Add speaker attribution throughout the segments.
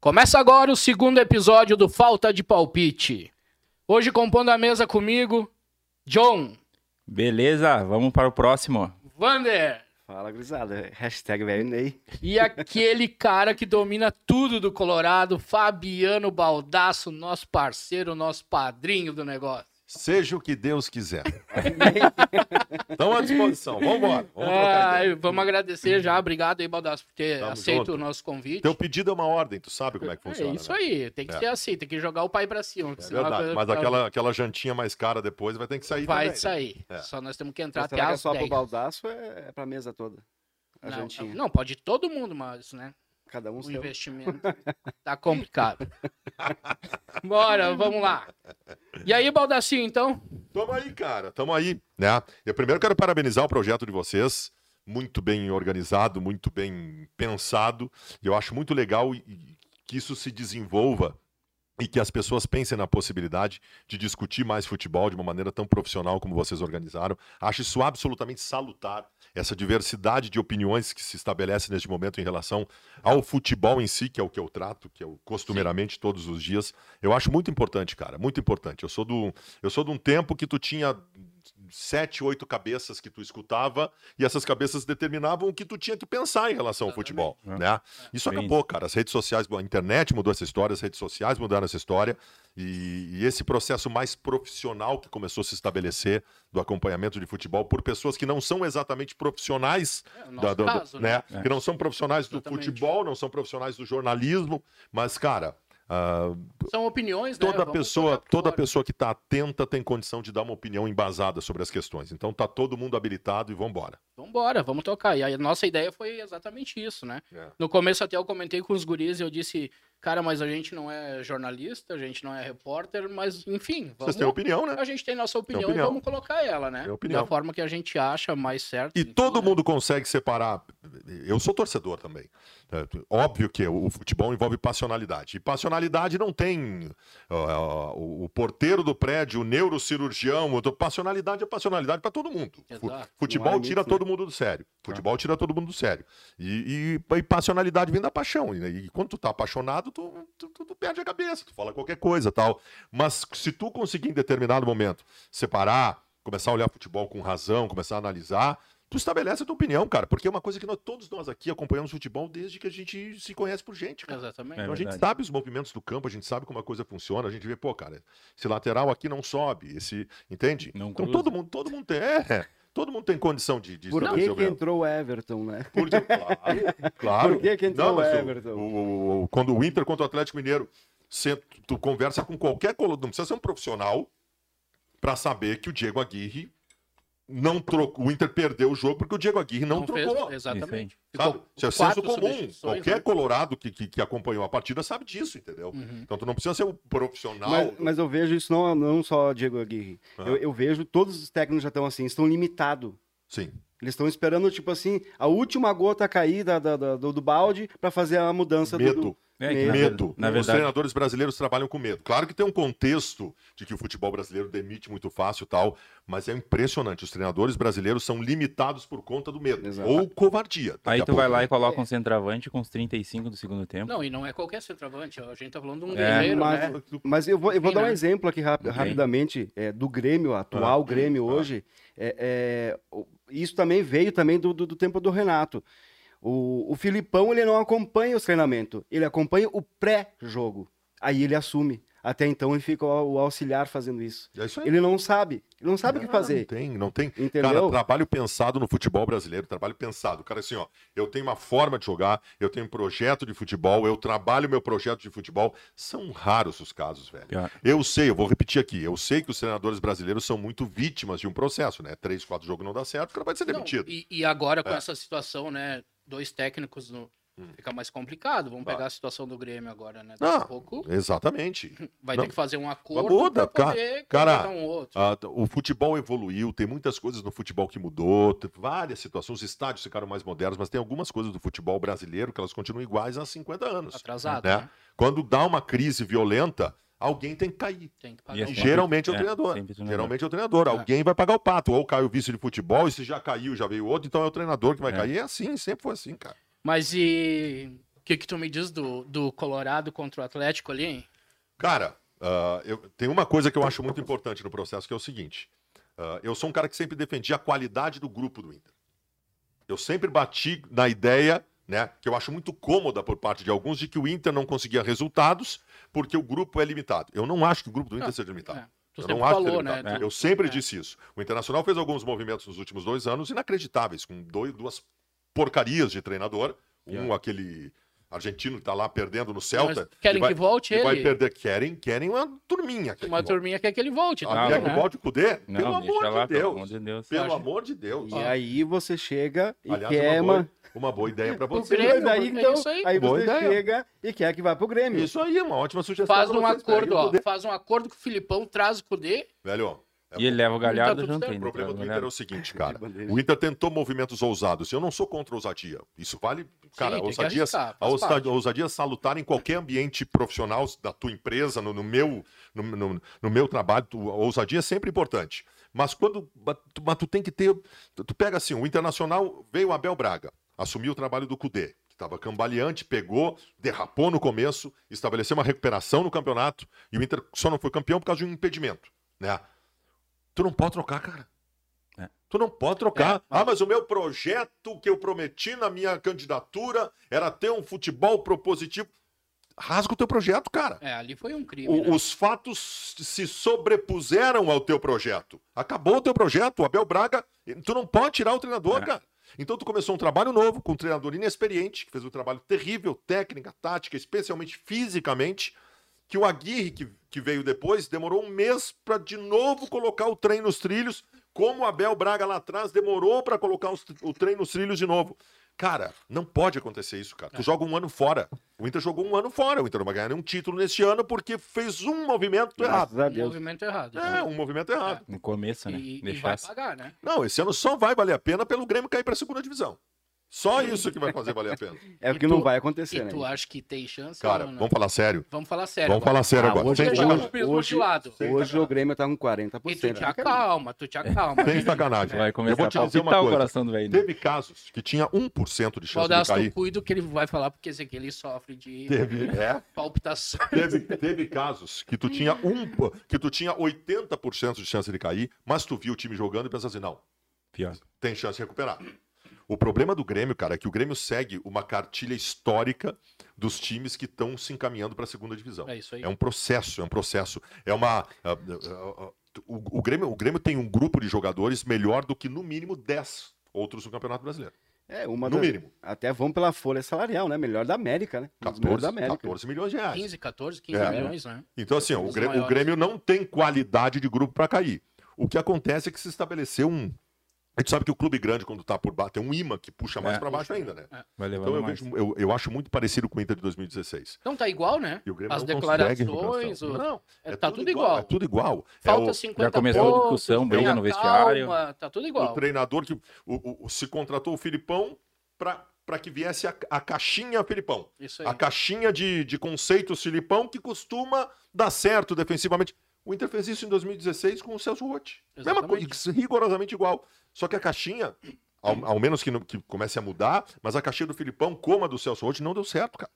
Speaker 1: Começa agora o segundo episódio do Falta de Palpite. Hoje compondo a mesa comigo, John,
Speaker 2: Beleza, vamos para o próximo.
Speaker 1: Vander
Speaker 3: Fala, gurizada. Hashtag velho Ney.
Speaker 1: e aquele cara que domina tudo do Colorado, Fabiano Baldasso, nosso parceiro, nosso padrinho do negócio.
Speaker 4: Seja o que Deus quiser. Estão à disposição. Vamos embora. Vamos trocar
Speaker 1: Ah,
Speaker 4: ideia.
Speaker 1: e vamos agradecer já, obrigado aí, Baldasso, por ter
Speaker 4: Tamo
Speaker 1: aceito
Speaker 4: junto.
Speaker 1: o nosso convite.
Speaker 4: Teu pedido é uma ordem, tu sabe como é que funciona.
Speaker 1: é isso
Speaker 4: né?
Speaker 1: aí, tem que
Speaker 4: É.
Speaker 1: ser assim, tem que jogar o pai pra cima.
Speaker 4: É
Speaker 1: senão a
Speaker 4: verdade.
Speaker 1: coisa
Speaker 4: Mas
Speaker 1: fica-
Speaker 4: aquela, aquela jantinha mais cara depois vai ter que sair
Speaker 1: Vai
Speaker 4: também.
Speaker 1: sair.
Speaker 4: É.
Speaker 1: Só nós temos que entrar até
Speaker 3: Será que é
Speaker 1: as
Speaker 3: só pro
Speaker 1: 10.
Speaker 3: baldaço ou é, é pra mesa toda? A
Speaker 1: Não,
Speaker 3: jantinha.
Speaker 1: não, pode todo mundo, mas, né?
Speaker 3: Cada um
Speaker 1: O
Speaker 3: seu.
Speaker 1: investimento tá complicado. Bora, vamos lá. E aí, Baldacinho, então?
Speaker 4: Tamo aí, cara. Tamo aí. Né? Eu primeiro quero parabenizar o projeto de vocês. Muito bem organizado, muito bem pensado. E Eu acho muito legal e- e que isso se desenvolva e que as pessoas pensem na possibilidade de discutir mais futebol de uma maneira tão profissional como vocês organizaram. Acho isso absolutamente salutar, essa diversidade de opiniões que se estabelece neste momento em relação ao futebol em si, que é o que eu trato, que eu costumeiramente todos os dias. Eu acho muito importante, cara, muito importante. Eu sou do eu sou de um tempo que tu tinha sete, oito cabeças que tu escutava e essas cabeças determinavam o que tu tinha que pensar em relação ao futebol, né? Isso
Speaker 2: Bem
Speaker 4: acabou, cara. As redes sociais, a internet mudou essa história, as redes sociais mudaram essa história e, e esse processo mais profissional que começou a se estabelecer do acompanhamento de futebol por pessoas que não são exatamente profissionais
Speaker 1: É o
Speaker 4: da-
Speaker 1: nosso
Speaker 4: do- do-
Speaker 1: caso, né?
Speaker 4: né? Que não são profissionais do
Speaker 1: Exatamente.
Speaker 4: futebol, não são profissionais do jornalismo, mas cara, ah,
Speaker 1: São opiniões, né?
Speaker 4: toda
Speaker 1: Vamos
Speaker 4: pessoa,
Speaker 1: colocar pra
Speaker 4: toda
Speaker 1: fora.
Speaker 4: pessoa que está atenta tem condição de dar uma opinião embasada sobre as questões. Então tá todo mundo habilitado e vambora.
Speaker 1: Vambora, vamos tocar. E a nossa ideia foi exatamente isso, né?
Speaker 4: É.
Speaker 1: No começo até eu comentei com os guris e eu disse, cara, mas a gente não é jornalista, a gente não é repórter, mas enfim, vamos...
Speaker 4: Vocês têm opinião, né?
Speaker 1: A gente tem nossa opinião,
Speaker 4: opinião.
Speaker 1: e vamos colocar ela, né?
Speaker 4: Tem opinião.
Speaker 1: Da forma que a gente acha mais certo.
Speaker 4: E
Speaker 1: enfim,
Speaker 4: todo
Speaker 1: né?
Speaker 4: mundo consegue separar. Eu sou torcedor também. É, óbvio que o futebol envolve passionalidade. E passionalidade não tem ó, o, o porteiro do prédio, o neurocirurgião. o do- Passionalidade é passionalidade para todo mundo. Fu-
Speaker 1: Exato.
Speaker 3: Não há
Speaker 4: Futebol
Speaker 3: limite,
Speaker 4: tira
Speaker 3: né?
Speaker 4: todo mundo do sério. Futebol tira todo mundo do sério. E, e- e passionalidade vem da paixão. E, e quando tu tá apaixonado, tu, tu- tu- tu perde a cabeça, tu fala qualquer coisa tal. Mas se tu conseguir em determinado momento separar, começar a olhar futebol com razão, começar a analisar, tu estabelece a tua opinião, cara. Porque é uma coisa que nós, todos nós aqui acompanhamos futebol desde que a gente se conhece por gente, cara.
Speaker 1: Exatamente.
Speaker 2: É.
Speaker 4: Então a gente
Speaker 2: verdade.
Speaker 4: sabe os movimentos do campo, a gente sabe como a coisa funciona, a gente vê, pô, cara, esse lateral aqui não sobe, esse. Entende?
Speaker 2: Não
Speaker 4: então
Speaker 2: cruza.
Speaker 4: todo mundo, todo mundo tem. É, todo mundo tem condição de, de
Speaker 3: Por
Speaker 4: estabelecer
Speaker 3: que,
Speaker 4: o
Speaker 3: que
Speaker 4: meu-
Speaker 3: entrou o Everton, né?
Speaker 4: Por de- Claro, claro.
Speaker 3: Por que que entrou
Speaker 4: mas
Speaker 3: o
Speaker 4: o-
Speaker 3: Everton?
Speaker 4: O, o- o- quando o Inter contra o Atlético Mineiro, cê- tu conversa com qualquer colunista, não precisa ser um profissional pra saber que o Diego Aguirre não trocou. O Inter perdeu o jogo porque o Diego Aguirre não,
Speaker 1: Não fez-
Speaker 4: trocou.
Speaker 1: Exatamente.
Speaker 4: Sabe? Isso é o senso
Speaker 1: quatro
Speaker 4: comum.
Speaker 1: substituições,
Speaker 4: Qualquer
Speaker 1: né?
Speaker 4: colorado que, que, que acompanhou a partida sabe disso, entendeu?
Speaker 1: Uhum.
Speaker 4: Então tu não precisa ser um profissional.
Speaker 3: Mas, mas eu vejo isso não, não só Diego Aguirre.
Speaker 4: Ah.
Speaker 3: Eu, eu vejo todos os técnicos já estão assim, estão limitados.
Speaker 4: Sim.
Speaker 3: Eles estão esperando, tipo assim, a última gota cair da, da- da- do, do balde pra fazer a mudança do-
Speaker 4: Medo.
Speaker 2: É, que na
Speaker 4: Medo.
Speaker 2: ver- Na
Speaker 4: Os
Speaker 2: verdade,
Speaker 4: treinadores brasileiros trabalham com medo. Claro que tem um contexto de que o futebol brasileiro demite muito fácil e tal, mas é impressionante. Os treinadores brasileiros são limitados por conta do medo.
Speaker 3: Exato.
Speaker 4: Ou covardia. Daqui
Speaker 2: aí
Speaker 4: a
Speaker 2: tu vai
Speaker 4: pouco.
Speaker 2: lá e coloca um centroavante com os 35 do segundo tempo.
Speaker 1: Não, e não é qualquer centroavante. A gente tá falando de um
Speaker 2: É.
Speaker 1: guerreiro,
Speaker 3: Mas-
Speaker 1: né?
Speaker 3: Mas eu vou, eu vou
Speaker 1: Sim,
Speaker 3: dar um
Speaker 1: né?
Speaker 3: exemplo aqui rap-
Speaker 2: Ok.
Speaker 3: rapidamente é, do Grêmio, atual Grêmio
Speaker 4: ah.
Speaker 3: hoje. É, é, o- isso também veio também do, do- do tempo do Renato. O, o Filipão ele não acompanha os treinamentos, ele acompanha o pré-jogo. Aí ele assume. Até então ele fica o, o auxiliar fazendo isso.
Speaker 4: É isso aí. Ah,
Speaker 3: Ele não sabe, ele não sabe o que
Speaker 4: Não
Speaker 3: fazer.
Speaker 4: tem, não tem. Cara,
Speaker 3: Entendeu?
Speaker 4: trabalho pensado no futebol brasileiro, trabalho pensado. Cara, assim, ó, eu tenho uma forma de jogar, eu tenho um projeto de futebol, eu trabalho meu projeto de futebol. São raros os casos, velho.
Speaker 2: Pior.
Speaker 4: Eu sei, eu vou repetir aqui, eu sei que os treinadores brasileiros são muito vítimas de um processo, né? Três, quatro jogos não dá certo, o cara vai ser
Speaker 1: Não,
Speaker 4: é demitido.
Speaker 1: e, e agora com
Speaker 4: É.
Speaker 1: essa situação, né? Dois técnicos no...
Speaker 4: Hum.
Speaker 1: fica mais complicado. Vamos
Speaker 4: Vai.
Speaker 1: pegar a situação do Grêmio agora, né? Daqui
Speaker 4: Não.
Speaker 1: a pouco
Speaker 4: Exatamente.
Speaker 1: vai
Speaker 4: Não.
Speaker 1: ter que fazer um acordo
Speaker 4: muda,
Speaker 1: pra poder
Speaker 4: cara.
Speaker 1: contratar um outro.
Speaker 4: Ah, t- o futebol evoluiu, tem muitas coisas no futebol que mudou, tem várias situações, os estádios ficaram mais modernos, mas tem algumas coisas do futebol brasileiro que elas continuam iguais há 50 anos.
Speaker 1: Atrasado,
Speaker 4: né?
Speaker 1: né?
Speaker 4: Quando dá uma crise violenta, alguém tem que cair.
Speaker 1: Tem que
Speaker 2: E
Speaker 1: pagar.
Speaker 4: E
Speaker 2: assim,
Speaker 1: um-
Speaker 4: geralmente é o
Speaker 2: é,
Speaker 4: treinador.
Speaker 2: sempre o treinador.
Speaker 4: Geralmente é o treinador.
Speaker 1: É.
Speaker 4: Alguém vai pagar o pato. Ou cai o vice de futebol, e se já caiu, já veio outro, então é o treinador que vai
Speaker 2: É.
Speaker 4: cair. É assim, sempre foi assim, cara.
Speaker 1: Mas e O que, que tu me diz do, do Colorado contra o Atlético ali, hein?
Speaker 4: Cara, ah, eu- tem uma coisa que eu acho muito importante no processo, que é o seguinte. ah, eu sou um cara que sempre defendi a qualidade do grupo do Inter. Eu sempre bati na ideia, né, que eu acho muito cômoda por parte de alguns, de que o Inter não conseguia resultados porque o grupo é limitado. Eu não acho que o grupo do Inter
Speaker 1: Ah,
Speaker 4: seja limitado.
Speaker 1: é. Tu
Speaker 4: Eu
Speaker 1: sempre
Speaker 4: não acho que
Speaker 1: falou,
Speaker 4: ele
Speaker 1: né?
Speaker 4: tá-
Speaker 1: Tu-
Speaker 4: Eu sempre
Speaker 1: é.
Speaker 4: disse isso. O Internacional fez alguns movimentos nos últimos dois anos inacreditáveis, com dois, duas porcarias de treinador. Um,
Speaker 2: Yeah.
Speaker 4: aquele argentino que tá lá perdendo
Speaker 1: É.
Speaker 4: no
Speaker 1: Mas
Speaker 4: Celta.
Speaker 1: Querem
Speaker 4: e vai,
Speaker 1: que volte
Speaker 4: e vai
Speaker 1: ele?
Speaker 4: perder. Querem, querem uma turminha. Querem
Speaker 1: Uma turminha quer que ele volte.
Speaker 4: Ah,
Speaker 1: tá
Speaker 4: quer
Speaker 1: bom,
Speaker 4: que
Speaker 1: né?
Speaker 4: volte o Cudê?
Speaker 2: Não,
Speaker 4: pelo
Speaker 2: deixa
Speaker 4: amor
Speaker 2: lá,
Speaker 4: de
Speaker 2: pelo
Speaker 4: Deus.
Speaker 2: amor de Deus.
Speaker 4: Pelo
Speaker 1: Acho-
Speaker 4: amor de Deus.
Speaker 3: E aí você chega e
Speaker 4: Aliás,
Speaker 2: é,
Speaker 3: quer
Speaker 4: uma,
Speaker 3: uma...
Speaker 4: boa, uma boa ideia pra
Speaker 1: O
Speaker 4: você.
Speaker 1: Grêmio,
Speaker 3: Mas aí,
Speaker 1: é
Speaker 3: então,
Speaker 1: isso aí.
Speaker 3: aí
Speaker 4: Boa
Speaker 3: você
Speaker 4: ideia.
Speaker 3: chega e quer que vá pro Grêmio.
Speaker 4: Isso aí é uma ótima sugestão.
Speaker 1: Faz
Speaker 4: pra
Speaker 1: um
Speaker 4: vocês.
Speaker 1: acordo,
Speaker 4: Peguem o
Speaker 1: ó.
Speaker 4: Cudê.
Speaker 1: Faz um acordo com o Filipão, traz o Cudê.
Speaker 4: Velho,
Speaker 2: E ele leva o
Speaker 1: Não
Speaker 2: Galhardo
Speaker 1: tá tudo
Speaker 2: junto
Speaker 1: certo.
Speaker 4: o
Speaker 2: ainda.
Speaker 4: problema
Speaker 2: traz
Speaker 4: do
Speaker 2: o
Speaker 4: Inter é
Speaker 2: Galhardo.
Speaker 4: o seguinte, cara.
Speaker 3: bandeja.
Speaker 4: O Inter tentou movimentos ousados. Eu não sou contra a ousadia. Isso vale, cara,
Speaker 1: tem que
Speaker 4: ousadia,
Speaker 1: arriscar,
Speaker 4: a
Speaker 1: faz
Speaker 4: ousa-
Speaker 1: parte.
Speaker 4: ousadia é salutar em qualquer ambiente profissional da tua empresa, no, no meu, no, no- no meu trabalho, tu- a ousadia é sempre importante. Mas quando, mas tu- mas tu tem que ter, tu, tu pega assim, o Internacional veio o Abel Braga, assumiu o trabalho do Cudê, que estava cambaleante, pegou, derrapou no começo, estabeleceu uma recuperação no campeonato e o Inter só não foi campeão por causa de um impedimento, né? Tu não pode trocar, cara. Tu não pode trocar. Ah, mas o meu projeto que eu prometi na minha candidatura era ter um futebol propositivo. Rasga o teu projeto, cara.
Speaker 1: É, ali foi um crime.
Speaker 4: O-
Speaker 1: né?
Speaker 4: os fatos se sobrepuseram ao teu projeto. Acabou o teu projeto, o Abel Braga. Tu não pode tirar o treinador,
Speaker 2: É.
Speaker 4: cara. Então tu começou um trabalho novo com um treinador inexperiente, que fez um trabalho terrível, técnica, tática, especialmente fisicamente, que o Aguirre, que, que veio depois, demorou um mês para de novo colocar o trem nos trilhos, como o Abel Braga lá atrás demorou para colocar os- o trem nos trilhos de novo. Cara, não pode acontecer isso, cara. Tu joga um ano fora. O Inter jogou um ano fora. O Inter não vai ganhar nenhum título neste ano porque fez um movimento errado.
Speaker 3: Graças a
Speaker 1: Um
Speaker 3: Deus.
Speaker 1: movimento errado.
Speaker 4: É, um movimento errado.
Speaker 2: No começo, né?
Speaker 1: E, e vai
Speaker 2: Deixasse.
Speaker 1: pagar, né?
Speaker 4: Não, esse ano só vai valer a pena pelo Grêmio cair para a segunda divisão. Só isso que vai fazer valer a pena.
Speaker 3: É o
Speaker 1: E
Speaker 3: que
Speaker 1: tu-
Speaker 3: não vai acontecer,
Speaker 1: E
Speaker 3: né?
Speaker 1: tu acha que tem chance?
Speaker 4: Cara,
Speaker 1: ou não, né?
Speaker 4: vamos falar sério.
Speaker 1: Vamos falar sério.
Speaker 4: Vamos
Speaker 1: agora.
Speaker 4: falar sério
Speaker 3: Ah,
Speaker 4: agora.
Speaker 3: hoje-
Speaker 4: Sem
Speaker 1: Deixa
Speaker 4: sacanagem.
Speaker 1: o mesmo
Speaker 3: hoje-
Speaker 1: de lado.
Speaker 3: Hoje o Grêmio tá com
Speaker 1: E tu
Speaker 3: 40%.
Speaker 1: te acalma, tu te acalma.
Speaker 4: Sem sacanagem.
Speaker 2: Vai começar
Speaker 4: Eu vou te
Speaker 2: a
Speaker 4: dizer uma
Speaker 2: palpitar o
Speaker 4: coisa.
Speaker 2: coração do velho. né?
Speaker 4: Teve casos que tinha 1% de chance de
Speaker 1: Baldasso, tu
Speaker 4: cair.
Speaker 1: cuida que ele vai falar, porque esse aqui ele sofre de
Speaker 4: Teve, é.
Speaker 1: palpitação.
Speaker 4: Teve, teve casos que tu tinha um, que tu tinha 80% de chance de cair, mas tu viu o time jogando e pensa assim, não,
Speaker 2: Pior.
Speaker 4: tem chance de recuperar. O problema do Grêmio, cara, é que o Grêmio segue uma cartilha histórica dos times que estão se encaminhando para a segunda divisão.
Speaker 1: É isso aí.
Speaker 4: É um processo, é um processo. É uma. ah, ah, ah, o, o Grêmio, o Grêmio tem um grupo de jogadores melhor do que, no mínimo, 10 outros no Campeonato Brasileiro.
Speaker 3: É, uma
Speaker 4: no
Speaker 3: das-
Speaker 4: mínimo.
Speaker 3: Até vamos pela folha salarial, né? Melhor da América, né? Um dos melhores
Speaker 4: 14,
Speaker 3: da América.
Speaker 4: 14 milhões de reais.
Speaker 1: 15, 14, 15
Speaker 4: É.
Speaker 1: milhões, né?
Speaker 4: Então, assim, ó, o
Speaker 1: Os
Speaker 4: Grêmio, o
Speaker 1: maiores.
Speaker 4: Grêmio não tem qualidade de grupo para cair. O que acontece é que se estabeleceu um. A gente sabe que o clube grande, quando tá por baixo, tem um imã que puxa mais
Speaker 2: É.
Speaker 4: para baixo ainda, né?
Speaker 2: Vai levar
Speaker 4: Então eu,
Speaker 2: mais.
Speaker 4: vejo- eu- eu acho muito parecido com o Inter de 2016.
Speaker 1: Então tá igual, né?
Speaker 4: E o Grêmio
Speaker 1: As
Speaker 4: não consegue
Speaker 1: declarações,
Speaker 4: recuperação.
Speaker 1: o-
Speaker 4: Não,
Speaker 1: é- tá tudo igual.
Speaker 4: É tudo igual.
Speaker 1: Falta
Speaker 4: é o,
Speaker 1: 50
Speaker 2: já começou a
Speaker 1: pontos,
Speaker 2: discussão,
Speaker 1: tenha
Speaker 2: briga no vestiário.
Speaker 1: calma, Tá tudo
Speaker 4: o
Speaker 1: igual.
Speaker 4: treinador que o- o- o- se contratou o Filipão para que viesse a, a caixinha Filipão.
Speaker 1: Isso aí.
Speaker 4: A caixinha de, de conceitos Filipão que costuma dar certo defensivamente. O Inter fez isso em 2016 com o Celso Rotti. Mesma
Speaker 1: Exatamente.
Speaker 4: coisa, rigorosamente igual. Só que a caixinha, ao, ao menos que, não- que comece a mudar, mas a caixinha do Filipão, como a do Celso Rotti, não deu certo, cara.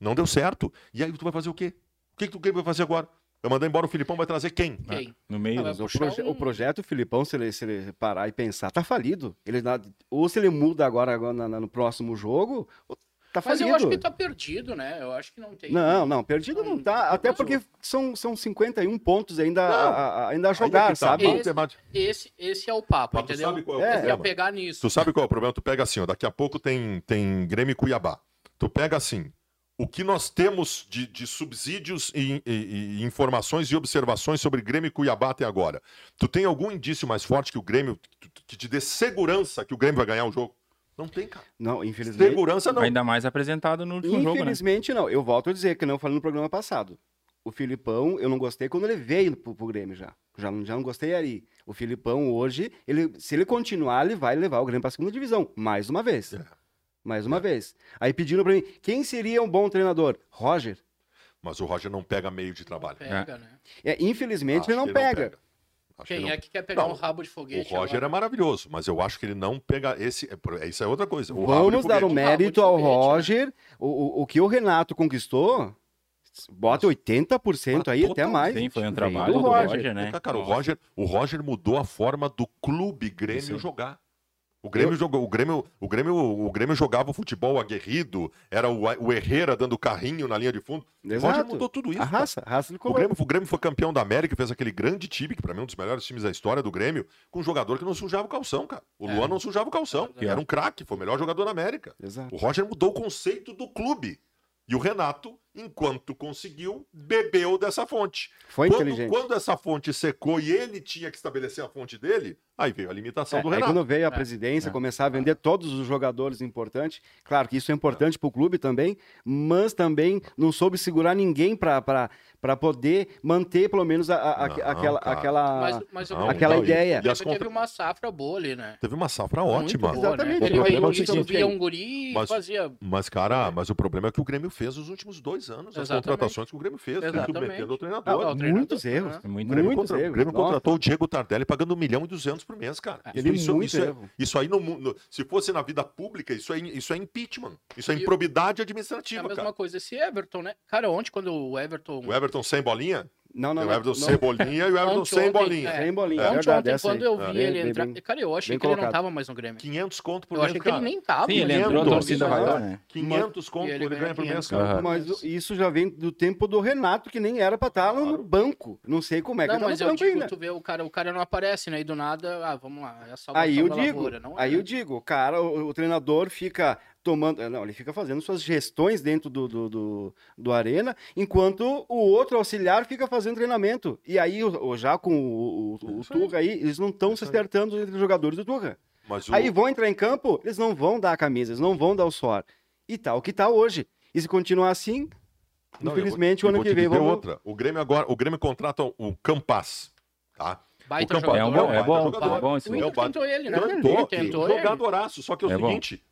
Speaker 4: Não deu certo. E aí tu vai fazer o quê? O que, que tu que vai fazer agora? Eu mandar embora o Filipão, vai trazer quem?
Speaker 1: Ok.
Speaker 2: No meio.
Speaker 1: Ah,
Speaker 2: né?
Speaker 3: Mas o,
Speaker 1: puxar
Speaker 3: proje
Speaker 1: um-
Speaker 3: o projeto Filipão, se ele, se ele parar e pensar, tá falido. Ele, na- ou se ele muda agora, agora na- na- no próximo jogo, ou- tá
Speaker 1: Mas
Speaker 3: falido.
Speaker 1: eu acho que tá perdido, né? Eu acho que não tem.
Speaker 3: Não, não, perdido não tá. Até
Speaker 1: Não.
Speaker 3: porque são, são 51 pontos ainda
Speaker 4: Não.
Speaker 3: a, a- ainda a
Speaker 4: Aí é que
Speaker 3: jogar,
Speaker 4: tá,
Speaker 3: sabe?
Speaker 1: Esse-
Speaker 4: matemática.
Speaker 1: Esse, esse é o papo,
Speaker 4: Mas tu
Speaker 1: entendeu?
Speaker 4: sabe qual
Speaker 3: É.
Speaker 4: é o
Speaker 1: Eu ia
Speaker 4: problema?
Speaker 1: pegar nisso.
Speaker 4: Tu sabe qual é o problema? Tu pega assim, ó, daqui a pouco tem, tem Grêmio e Cuiabá. Tu pega assim, o que nós temos de, de subsídios e, e- e informações e observações sobre Grêmio e Cuiabá até agora. Tu tem algum indício mais forte que o Grêmio, que te dê segurança que o Grêmio vai ganhar o jogo? Não tem, cara.
Speaker 3: Não, infelizmente.
Speaker 4: Segurança não.
Speaker 2: Ainda mais apresentado no último jogo, né?
Speaker 3: Infelizmente não. Eu volto a dizer que não falei no programa passado. O Filipão, eu não gostei quando ele veio pro, pro Grêmio já. Já, não- já não gostei ali. O Filipão hoje, ele, se ele continuar, ele vai levar o Grêmio pra segunda divisão. Mais uma vez.
Speaker 4: É.
Speaker 3: Mais uma vez. Aí pediram pra mim, quem seria um bom treinador? Roger.
Speaker 4: Mas o Roger não pega meio de trabalho.
Speaker 1: Pega, né?
Speaker 3: É, infelizmente
Speaker 4: Acho
Speaker 3: ele não
Speaker 4: que
Speaker 3: pega.
Speaker 4: Acho que
Speaker 1: Quem
Speaker 4: não-
Speaker 1: é que quer pegar
Speaker 4: Não,
Speaker 1: um rabo de
Speaker 4: O
Speaker 1: foguete?
Speaker 4: Roger é
Speaker 1: agora?
Speaker 4: maravilhoso, mas eu acho que ele não pega esse. é- Isso é outra coisa. O rabo de
Speaker 3: Vamos dar o
Speaker 4: foguete.
Speaker 3: mérito
Speaker 1: Ah,
Speaker 3: ao
Speaker 1: muito foguete, né?
Speaker 3: Roger. O, o, o que o Renato conquistou, bota 80% aí, até mais.
Speaker 2: Sim, foi um
Speaker 3: Vem
Speaker 2: trabalho
Speaker 3: do
Speaker 2: do
Speaker 3: Roger.
Speaker 2: Roger, né?
Speaker 4: Vem cá, cara, o
Speaker 2: Nossa.
Speaker 4: Roger, o Roger mudou a forma do clube Grêmio
Speaker 2: Isso aí.
Speaker 4: jogar. O Grêmio jogou, o Grêmio, o Grêmio, o Grêmio jogava o futebol aguerrido, era o, o Herrera dando carrinho na linha de fundo. O Roger mudou
Speaker 3: Exato.
Speaker 4: tudo isso.
Speaker 3: A
Speaker 4: cara.
Speaker 3: raça, a raça do
Speaker 4: O Grêmio, o Grêmio foi campeão da América, fez aquele grande time, que pra mim é um dos melhores times da história do Grêmio, com um jogador que não sujava o calção, cara. O
Speaker 1: É.
Speaker 4: Luan não sujava o calção.
Speaker 1: É.
Speaker 4: Era um craque, foi o melhor jogador da América.
Speaker 3: Exato.
Speaker 4: O Roger mudou o conceito do clube. E o Renato, enquanto conseguiu, bebeu dessa fonte.
Speaker 3: Foi
Speaker 4: Quando,
Speaker 3: inteligente. É,
Speaker 4: quando essa fonte secou e ele tinha que estabelecer a fonte dele, aí veio a limitação
Speaker 3: É,
Speaker 4: do
Speaker 3: aí
Speaker 4: Renato.
Speaker 3: quando veio a
Speaker 1: É.
Speaker 3: presidência,
Speaker 2: É.
Speaker 3: começar a vender todos os jogadores importantes, claro que isso é importante para o clube também, mas também não soube segurar ninguém para poder manter pelo menos a- a- a-
Speaker 4: Não,
Speaker 3: aquela,
Speaker 4: cara.
Speaker 3: aquela...
Speaker 1: Mas, mas o
Speaker 4: Não,
Speaker 1: Grêmio
Speaker 3: aquela
Speaker 1: teve-
Speaker 3: ideia.
Speaker 1: o
Speaker 4: E
Speaker 1: Grêmio
Speaker 4: as
Speaker 1: teve
Speaker 4: contra-
Speaker 1: uma safra boa ali, né?
Speaker 4: Teve uma safra ótima.
Speaker 1: Muito boa, né? Ele
Speaker 3: Exatamente.
Speaker 2: O problema é o
Speaker 1: resolvia
Speaker 2: seguinte,
Speaker 1: um guri e
Speaker 4: mas-
Speaker 1: fazia.
Speaker 4: Mas, cara, mas o problema é que o Grêmio fez nos últimos dois anos, as
Speaker 1: Exatamente.
Speaker 4: contratações que o Grêmio fez,
Speaker 1: Exatamente.
Speaker 4: submetendo o
Speaker 1: Ah,
Speaker 4: treinador.
Speaker 1: o treinador,
Speaker 3: muitos erros.
Speaker 1: né?
Speaker 2: Muito
Speaker 4: O Grêmio,
Speaker 3: Muitos
Speaker 4: contra-
Speaker 3: erros.
Speaker 4: o Grêmio
Speaker 3: Nossa.
Speaker 4: contratou o Diego Tardelli pagando 1 milhão e 200 por mês, cara.
Speaker 1: É.
Speaker 3: Ele muito
Speaker 4: isso, é,
Speaker 3: erro.
Speaker 4: isso aí no, mu- no- se fosse na vida pública, isso é, in- isso é impeachment. Isso é
Speaker 1: E-
Speaker 4: improbidade
Speaker 1: É a
Speaker 4: administrativa,
Speaker 1: mesma
Speaker 4: cara.
Speaker 1: coisa esse Everton, né? Cara, ontem quando o Everton.
Speaker 4: O Everton sem bolinha,
Speaker 3: Não, não,
Speaker 4: o
Speaker 3: não.
Speaker 4: Everton
Speaker 3: não.
Speaker 4: sem bolinha e o Everton
Speaker 1: Ontem,
Speaker 4: sem
Speaker 1: ontem,
Speaker 4: bolinha.
Speaker 1: é.
Speaker 3: Sem bolinha, é
Speaker 1: ontem,
Speaker 3: verdade,
Speaker 1: ontem
Speaker 3: essa
Speaker 1: quando
Speaker 3: aí.
Speaker 1: eu vi
Speaker 3: Bem-
Speaker 1: ele
Speaker 3: bem-
Speaker 1: entrar.
Speaker 3: bem-
Speaker 1: cara, eu achei
Speaker 3: bem
Speaker 1: que ele não
Speaker 3: colocado.
Speaker 1: tava mais no Grêmio.
Speaker 4: 500 conto por
Speaker 1: Eu
Speaker 4: mês,
Speaker 1: achei que
Speaker 4: cara.
Speaker 1: ele nem tava.
Speaker 2: Sim, ele
Speaker 1: né?
Speaker 2: entrou, a torcida
Speaker 1: Mas-
Speaker 2: vaiou, né?
Speaker 4: 500 conto
Speaker 1: E
Speaker 4: que
Speaker 1: ele
Speaker 4: ele ganha
Speaker 1: ganha
Speaker 4: por mês,
Speaker 1: 500
Speaker 4: cara.
Speaker 2: Aham.
Speaker 3: Mas isso já vem do tempo do Renato, que nem era para estar no
Speaker 4: Claro.
Speaker 3: banco. Não sei como é que
Speaker 1: Não,
Speaker 3: ele
Speaker 1: mas
Speaker 3: tá
Speaker 1: eu
Speaker 3: no banco
Speaker 1: digo,
Speaker 3: ainda.
Speaker 1: tu vê, o cara, o cara não aparece, né? E do nada, ah, vamos lá, é a salvação
Speaker 3: Aí eu
Speaker 1: da
Speaker 3: digo,
Speaker 1: lavoura, não é?
Speaker 3: aí eu digo, cara, o, o treinador fica tomando, eh, não, ele fica fazendo suas gestões dentro do, do, do, do arena, enquanto o outro auxiliar fica fazendo treinamento. E aí, o, o- já com o, o, o
Speaker 4: É Isso aí. É
Speaker 3: Tuga aí, eles não estão se
Speaker 4: Isso aí.
Speaker 3: acertando entre os jogadores do Tuga.
Speaker 4: Mas o,
Speaker 3: Aí vão entrar em campo, eles não vão dar a camisa, eles não vão dar o suor. E tal que tá hoje. E se continuar assim,
Speaker 4: Não, eu vou-
Speaker 3: infelizmente,
Speaker 4: eu
Speaker 3: o ano
Speaker 4: vou
Speaker 3: que
Speaker 4: te
Speaker 3: vem
Speaker 4: dizer
Speaker 3: vamos...
Speaker 4: outra. O Grêmio agora, o Grêmio contrata o Campas, tá?
Speaker 1: Baita
Speaker 4: o Campo-
Speaker 2: É, um bom,
Speaker 1: jogador.
Speaker 2: é bom,
Speaker 4: Jogador.
Speaker 2: é bom esse
Speaker 1: O
Speaker 4: É
Speaker 1: Inter
Speaker 4: o Bar-
Speaker 1: tentou ele, né?
Speaker 4: Tentou,
Speaker 1: tentou ele.
Speaker 4: jogadoraço. Só que é o
Speaker 2: É bom.
Speaker 4: seguinte,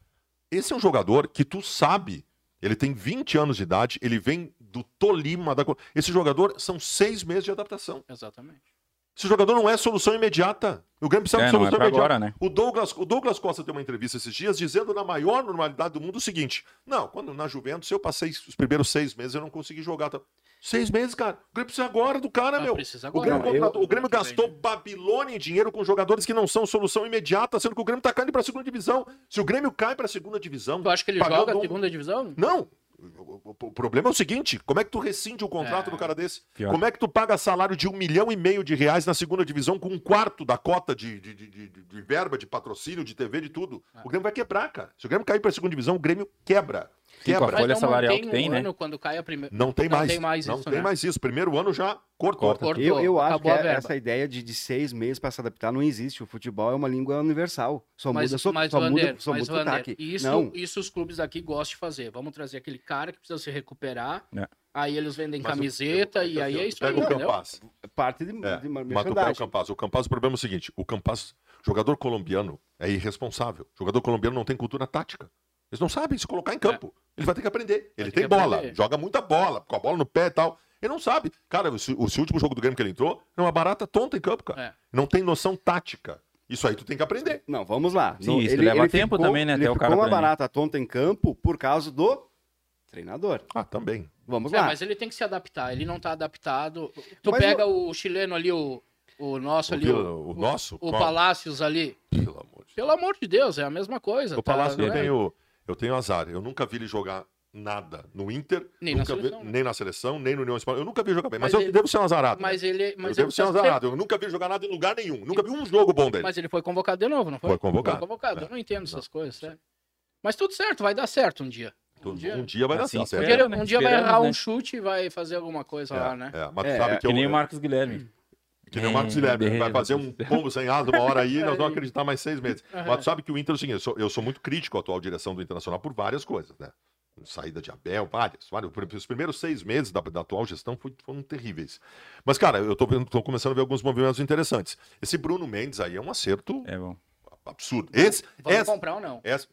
Speaker 4: esse é um jogador que tu sabe, ele tem 20 anos de idade, ele vem do Tolima. Da... Co- Esse jogador são seis meses de adaptação.
Speaker 1: Exatamente.
Speaker 4: Esse jogador não é solução imediata. O Grêmio precisa
Speaker 2: É,
Speaker 4: de
Speaker 2: não é
Speaker 4: solução
Speaker 2: pra
Speaker 4: imediata.
Speaker 2: agora, né?
Speaker 4: O Douglas, o Douglas Costa deu uma entrevista esses dias dizendo na maior normalidade do mundo o seguinte: Não, quando na Juventus eu passei os primeiros seis meses, eu não consegui jogar. tá? Seis meses, cara. O Grêmio precisa agora do cara,
Speaker 1: Ah,
Speaker 4: meu.
Speaker 1: precisa
Speaker 4: O
Speaker 1: agora.
Speaker 4: Grêmio,
Speaker 3: Não, eu-
Speaker 4: contratou- o Grêmio
Speaker 1: Muito bem,
Speaker 4: gastou
Speaker 1: né?
Speaker 4: Babilônia em dinheiro com jogadores que não são solução imediata, sendo que o Grêmio tá caindo pra segunda divisão. Se o Grêmio cai pra segunda divisão.
Speaker 1: Tu acha que ele
Speaker 4: pagando
Speaker 1: joga a
Speaker 4: um-
Speaker 1: segunda divisão?
Speaker 4: Não! O, o- o problema é o seguinte: como é que tu rescinde o contrato
Speaker 1: É.
Speaker 4: do cara desse?
Speaker 2: Pior.
Speaker 4: Como é que tu paga salário de um milhão e meio de reais na segunda divisão com um quarto da cota de, de, de- de- de verba, de patrocínio, de TV, de tudo?
Speaker 1: É.
Speaker 4: O Grêmio vai quebrar, cara. Se o Grêmio cair pra segunda divisão, o Grêmio quebra.
Speaker 2: Sim, com a
Speaker 4: Quebra.
Speaker 2: folha
Speaker 1: não
Speaker 2: salarial
Speaker 1: mantém
Speaker 2: que tem,
Speaker 1: um
Speaker 2: né?
Speaker 1: ano quando cai a primeira.
Speaker 4: Não tem
Speaker 1: Não
Speaker 4: mais.
Speaker 1: tem mais
Speaker 4: não
Speaker 1: isso,
Speaker 4: tem
Speaker 1: né?
Speaker 4: mais isso. Primeiro ano já cortou.
Speaker 2: Corta.
Speaker 1: Cortou,
Speaker 3: Eu, eu acho
Speaker 1: acabou
Speaker 3: que é
Speaker 1: a verba.
Speaker 3: essa ideia de, de seis meses para se adaptar não existe. O futebol é uma língua universal. Só
Speaker 1: Mas,
Speaker 3: muda só,
Speaker 1: mas,
Speaker 3: só
Speaker 1: Vander,
Speaker 3: muda, só
Speaker 1: mas
Speaker 3: muda o
Speaker 1: Vander,
Speaker 3: sotaque.
Speaker 1: isso,
Speaker 3: Não,
Speaker 1: isso os clubes aqui gostam de fazer. Vamos trazer aquele cara que precisa se recuperar.
Speaker 2: É.
Speaker 1: Aí eles vendem
Speaker 4: Mas o-
Speaker 1: camiseta e aí é isso aí,
Speaker 4: Pega o
Speaker 1: entendeu?
Speaker 4: Campas.
Speaker 3: parte de,
Speaker 4: É,
Speaker 3: de uma
Speaker 4: mas tu pega o
Speaker 3: merchandising.
Speaker 4: Campas. O Campas, o problema é o seguinte: o Campas, jogador colombiano, é irresponsável. jogador colombiano não tem cultura tática. Eles não sabem se colocar em campo. Ele vai ter que aprender. Ele
Speaker 1: É. ter
Speaker 4: tem
Speaker 1: que
Speaker 4: bola,
Speaker 1: aprender.
Speaker 4: joga muita bola, com a bola no pé e tal. Ele não sabe. Cara, esse- o, esse último jogo do Grêmio que ele entrou é uma barata tonta em campo, cara.
Speaker 1: É.
Speaker 4: Não tem noção tática. Isso aí tu tem que aprender.
Speaker 3: Não, vamos lá.
Speaker 2: Sim,
Speaker 3: Não,
Speaker 2: isso leva tempo também, né,
Speaker 3: Ele
Speaker 2: até o
Speaker 3: ficou
Speaker 2: cara
Speaker 3: uma
Speaker 2: aprender.
Speaker 3: barata tonta em campo por causa do treinador.
Speaker 4: Ah, também.
Speaker 3: Vamos
Speaker 1: É,
Speaker 3: lá.
Speaker 1: mas ele tem que se adaptar. Ele não tá adaptado. Tu
Speaker 3: Mas
Speaker 1: pega o... chileno ali, o, o nosso
Speaker 4: O,
Speaker 1: ali,
Speaker 4: Vila-
Speaker 1: o,
Speaker 4: o nosso.
Speaker 1: o
Speaker 4: qual?
Speaker 1: Palácios ali.
Speaker 4: Pelo amor de Deus.
Speaker 1: Pelo amor de Deus, é a mesma coisa.
Speaker 4: O
Speaker 1: tá,
Speaker 4: Palácio eu
Speaker 1: né?
Speaker 4: tenho, eu tenho azar. Eu nunca vi ele jogar nada no Inter,
Speaker 1: Nem na
Speaker 4: nunca vi-
Speaker 1: seleção, né?
Speaker 4: nem na seleção, nem no União Espanhola. Eu nunca vi ele jogar bem, mas,
Speaker 1: Mas
Speaker 4: eu
Speaker 1: ele-
Speaker 4: devo ser um azarado.
Speaker 1: Mas
Speaker 4: né?
Speaker 1: ele.
Speaker 4: eu
Speaker 1: Mas
Speaker 4: devo
Speaker 1: ele
Speaker 4: ser um
Speaker 1: tá
Speaker 4: azarado. Eu nunca vi ele jogar nada em lugar nenhum. Nunca vi um jogo bom dele.
Speaker 1: Mas ele foi convocado de novo, não foi?
Speaker 4: Foi convocado.
Speaker 1: Foi convocado.
Speaker 4: É.
Speaker 1: Eu não entendo essas coisas, sério. Mas tudo certo, vai dar certo um dia.
Speaker 4: Um dia,
Speaker 1: dia-
Speaker 4: vai dar
Speaker 2: Assim,
Speaker 4: certo.
Speaker 1: Um
Speaker 2: É,
Speaker 1: dia, ele-
Speaker 2: né?
Speaker 1: um dia vai
Speaker 2: Esperamos,
Speaker 1: errar um
Speaker 2: né?
Speaker 1: chute e vai fazer alguma coisa lá, né?
Speaker 4: É, mas tu
Speaker 3: É,
Speaker 4: sabe que,
Speaker 2: Que
Speaker 4: eu-
Speaker 2: nem o Marcos Guilherme.
Speaker 4: que nem o Marcos Guilherme.
Speaker 2: É,
Speaker 4: vai fazer um pombo sem asa uma hora aí e nós vamos acreditar mais seis meses.
Speaker 1: Aham.
Speaker 4: é. Mas tu sabe que o Inter, assim, eu sou, eu sou muito crítico à atual direção do Internacional por várias coisas, né? Saída de Abel, várias, várias. Os primeiros seis meses da, da atual gestão foi- foram terríveis. Mas, cara, eu tô, vendo- tô começando a ver alguns movimentos interessantes. Esse Bruno Mendes aí é um acerto
Speaker 2: É bom.
Speaker 4: absurdo. Esse,
Speaker 1: Vamos
Speaker 4: esse,
Speaker 1: comprar ou não? Ah,
Speaker 4: esse,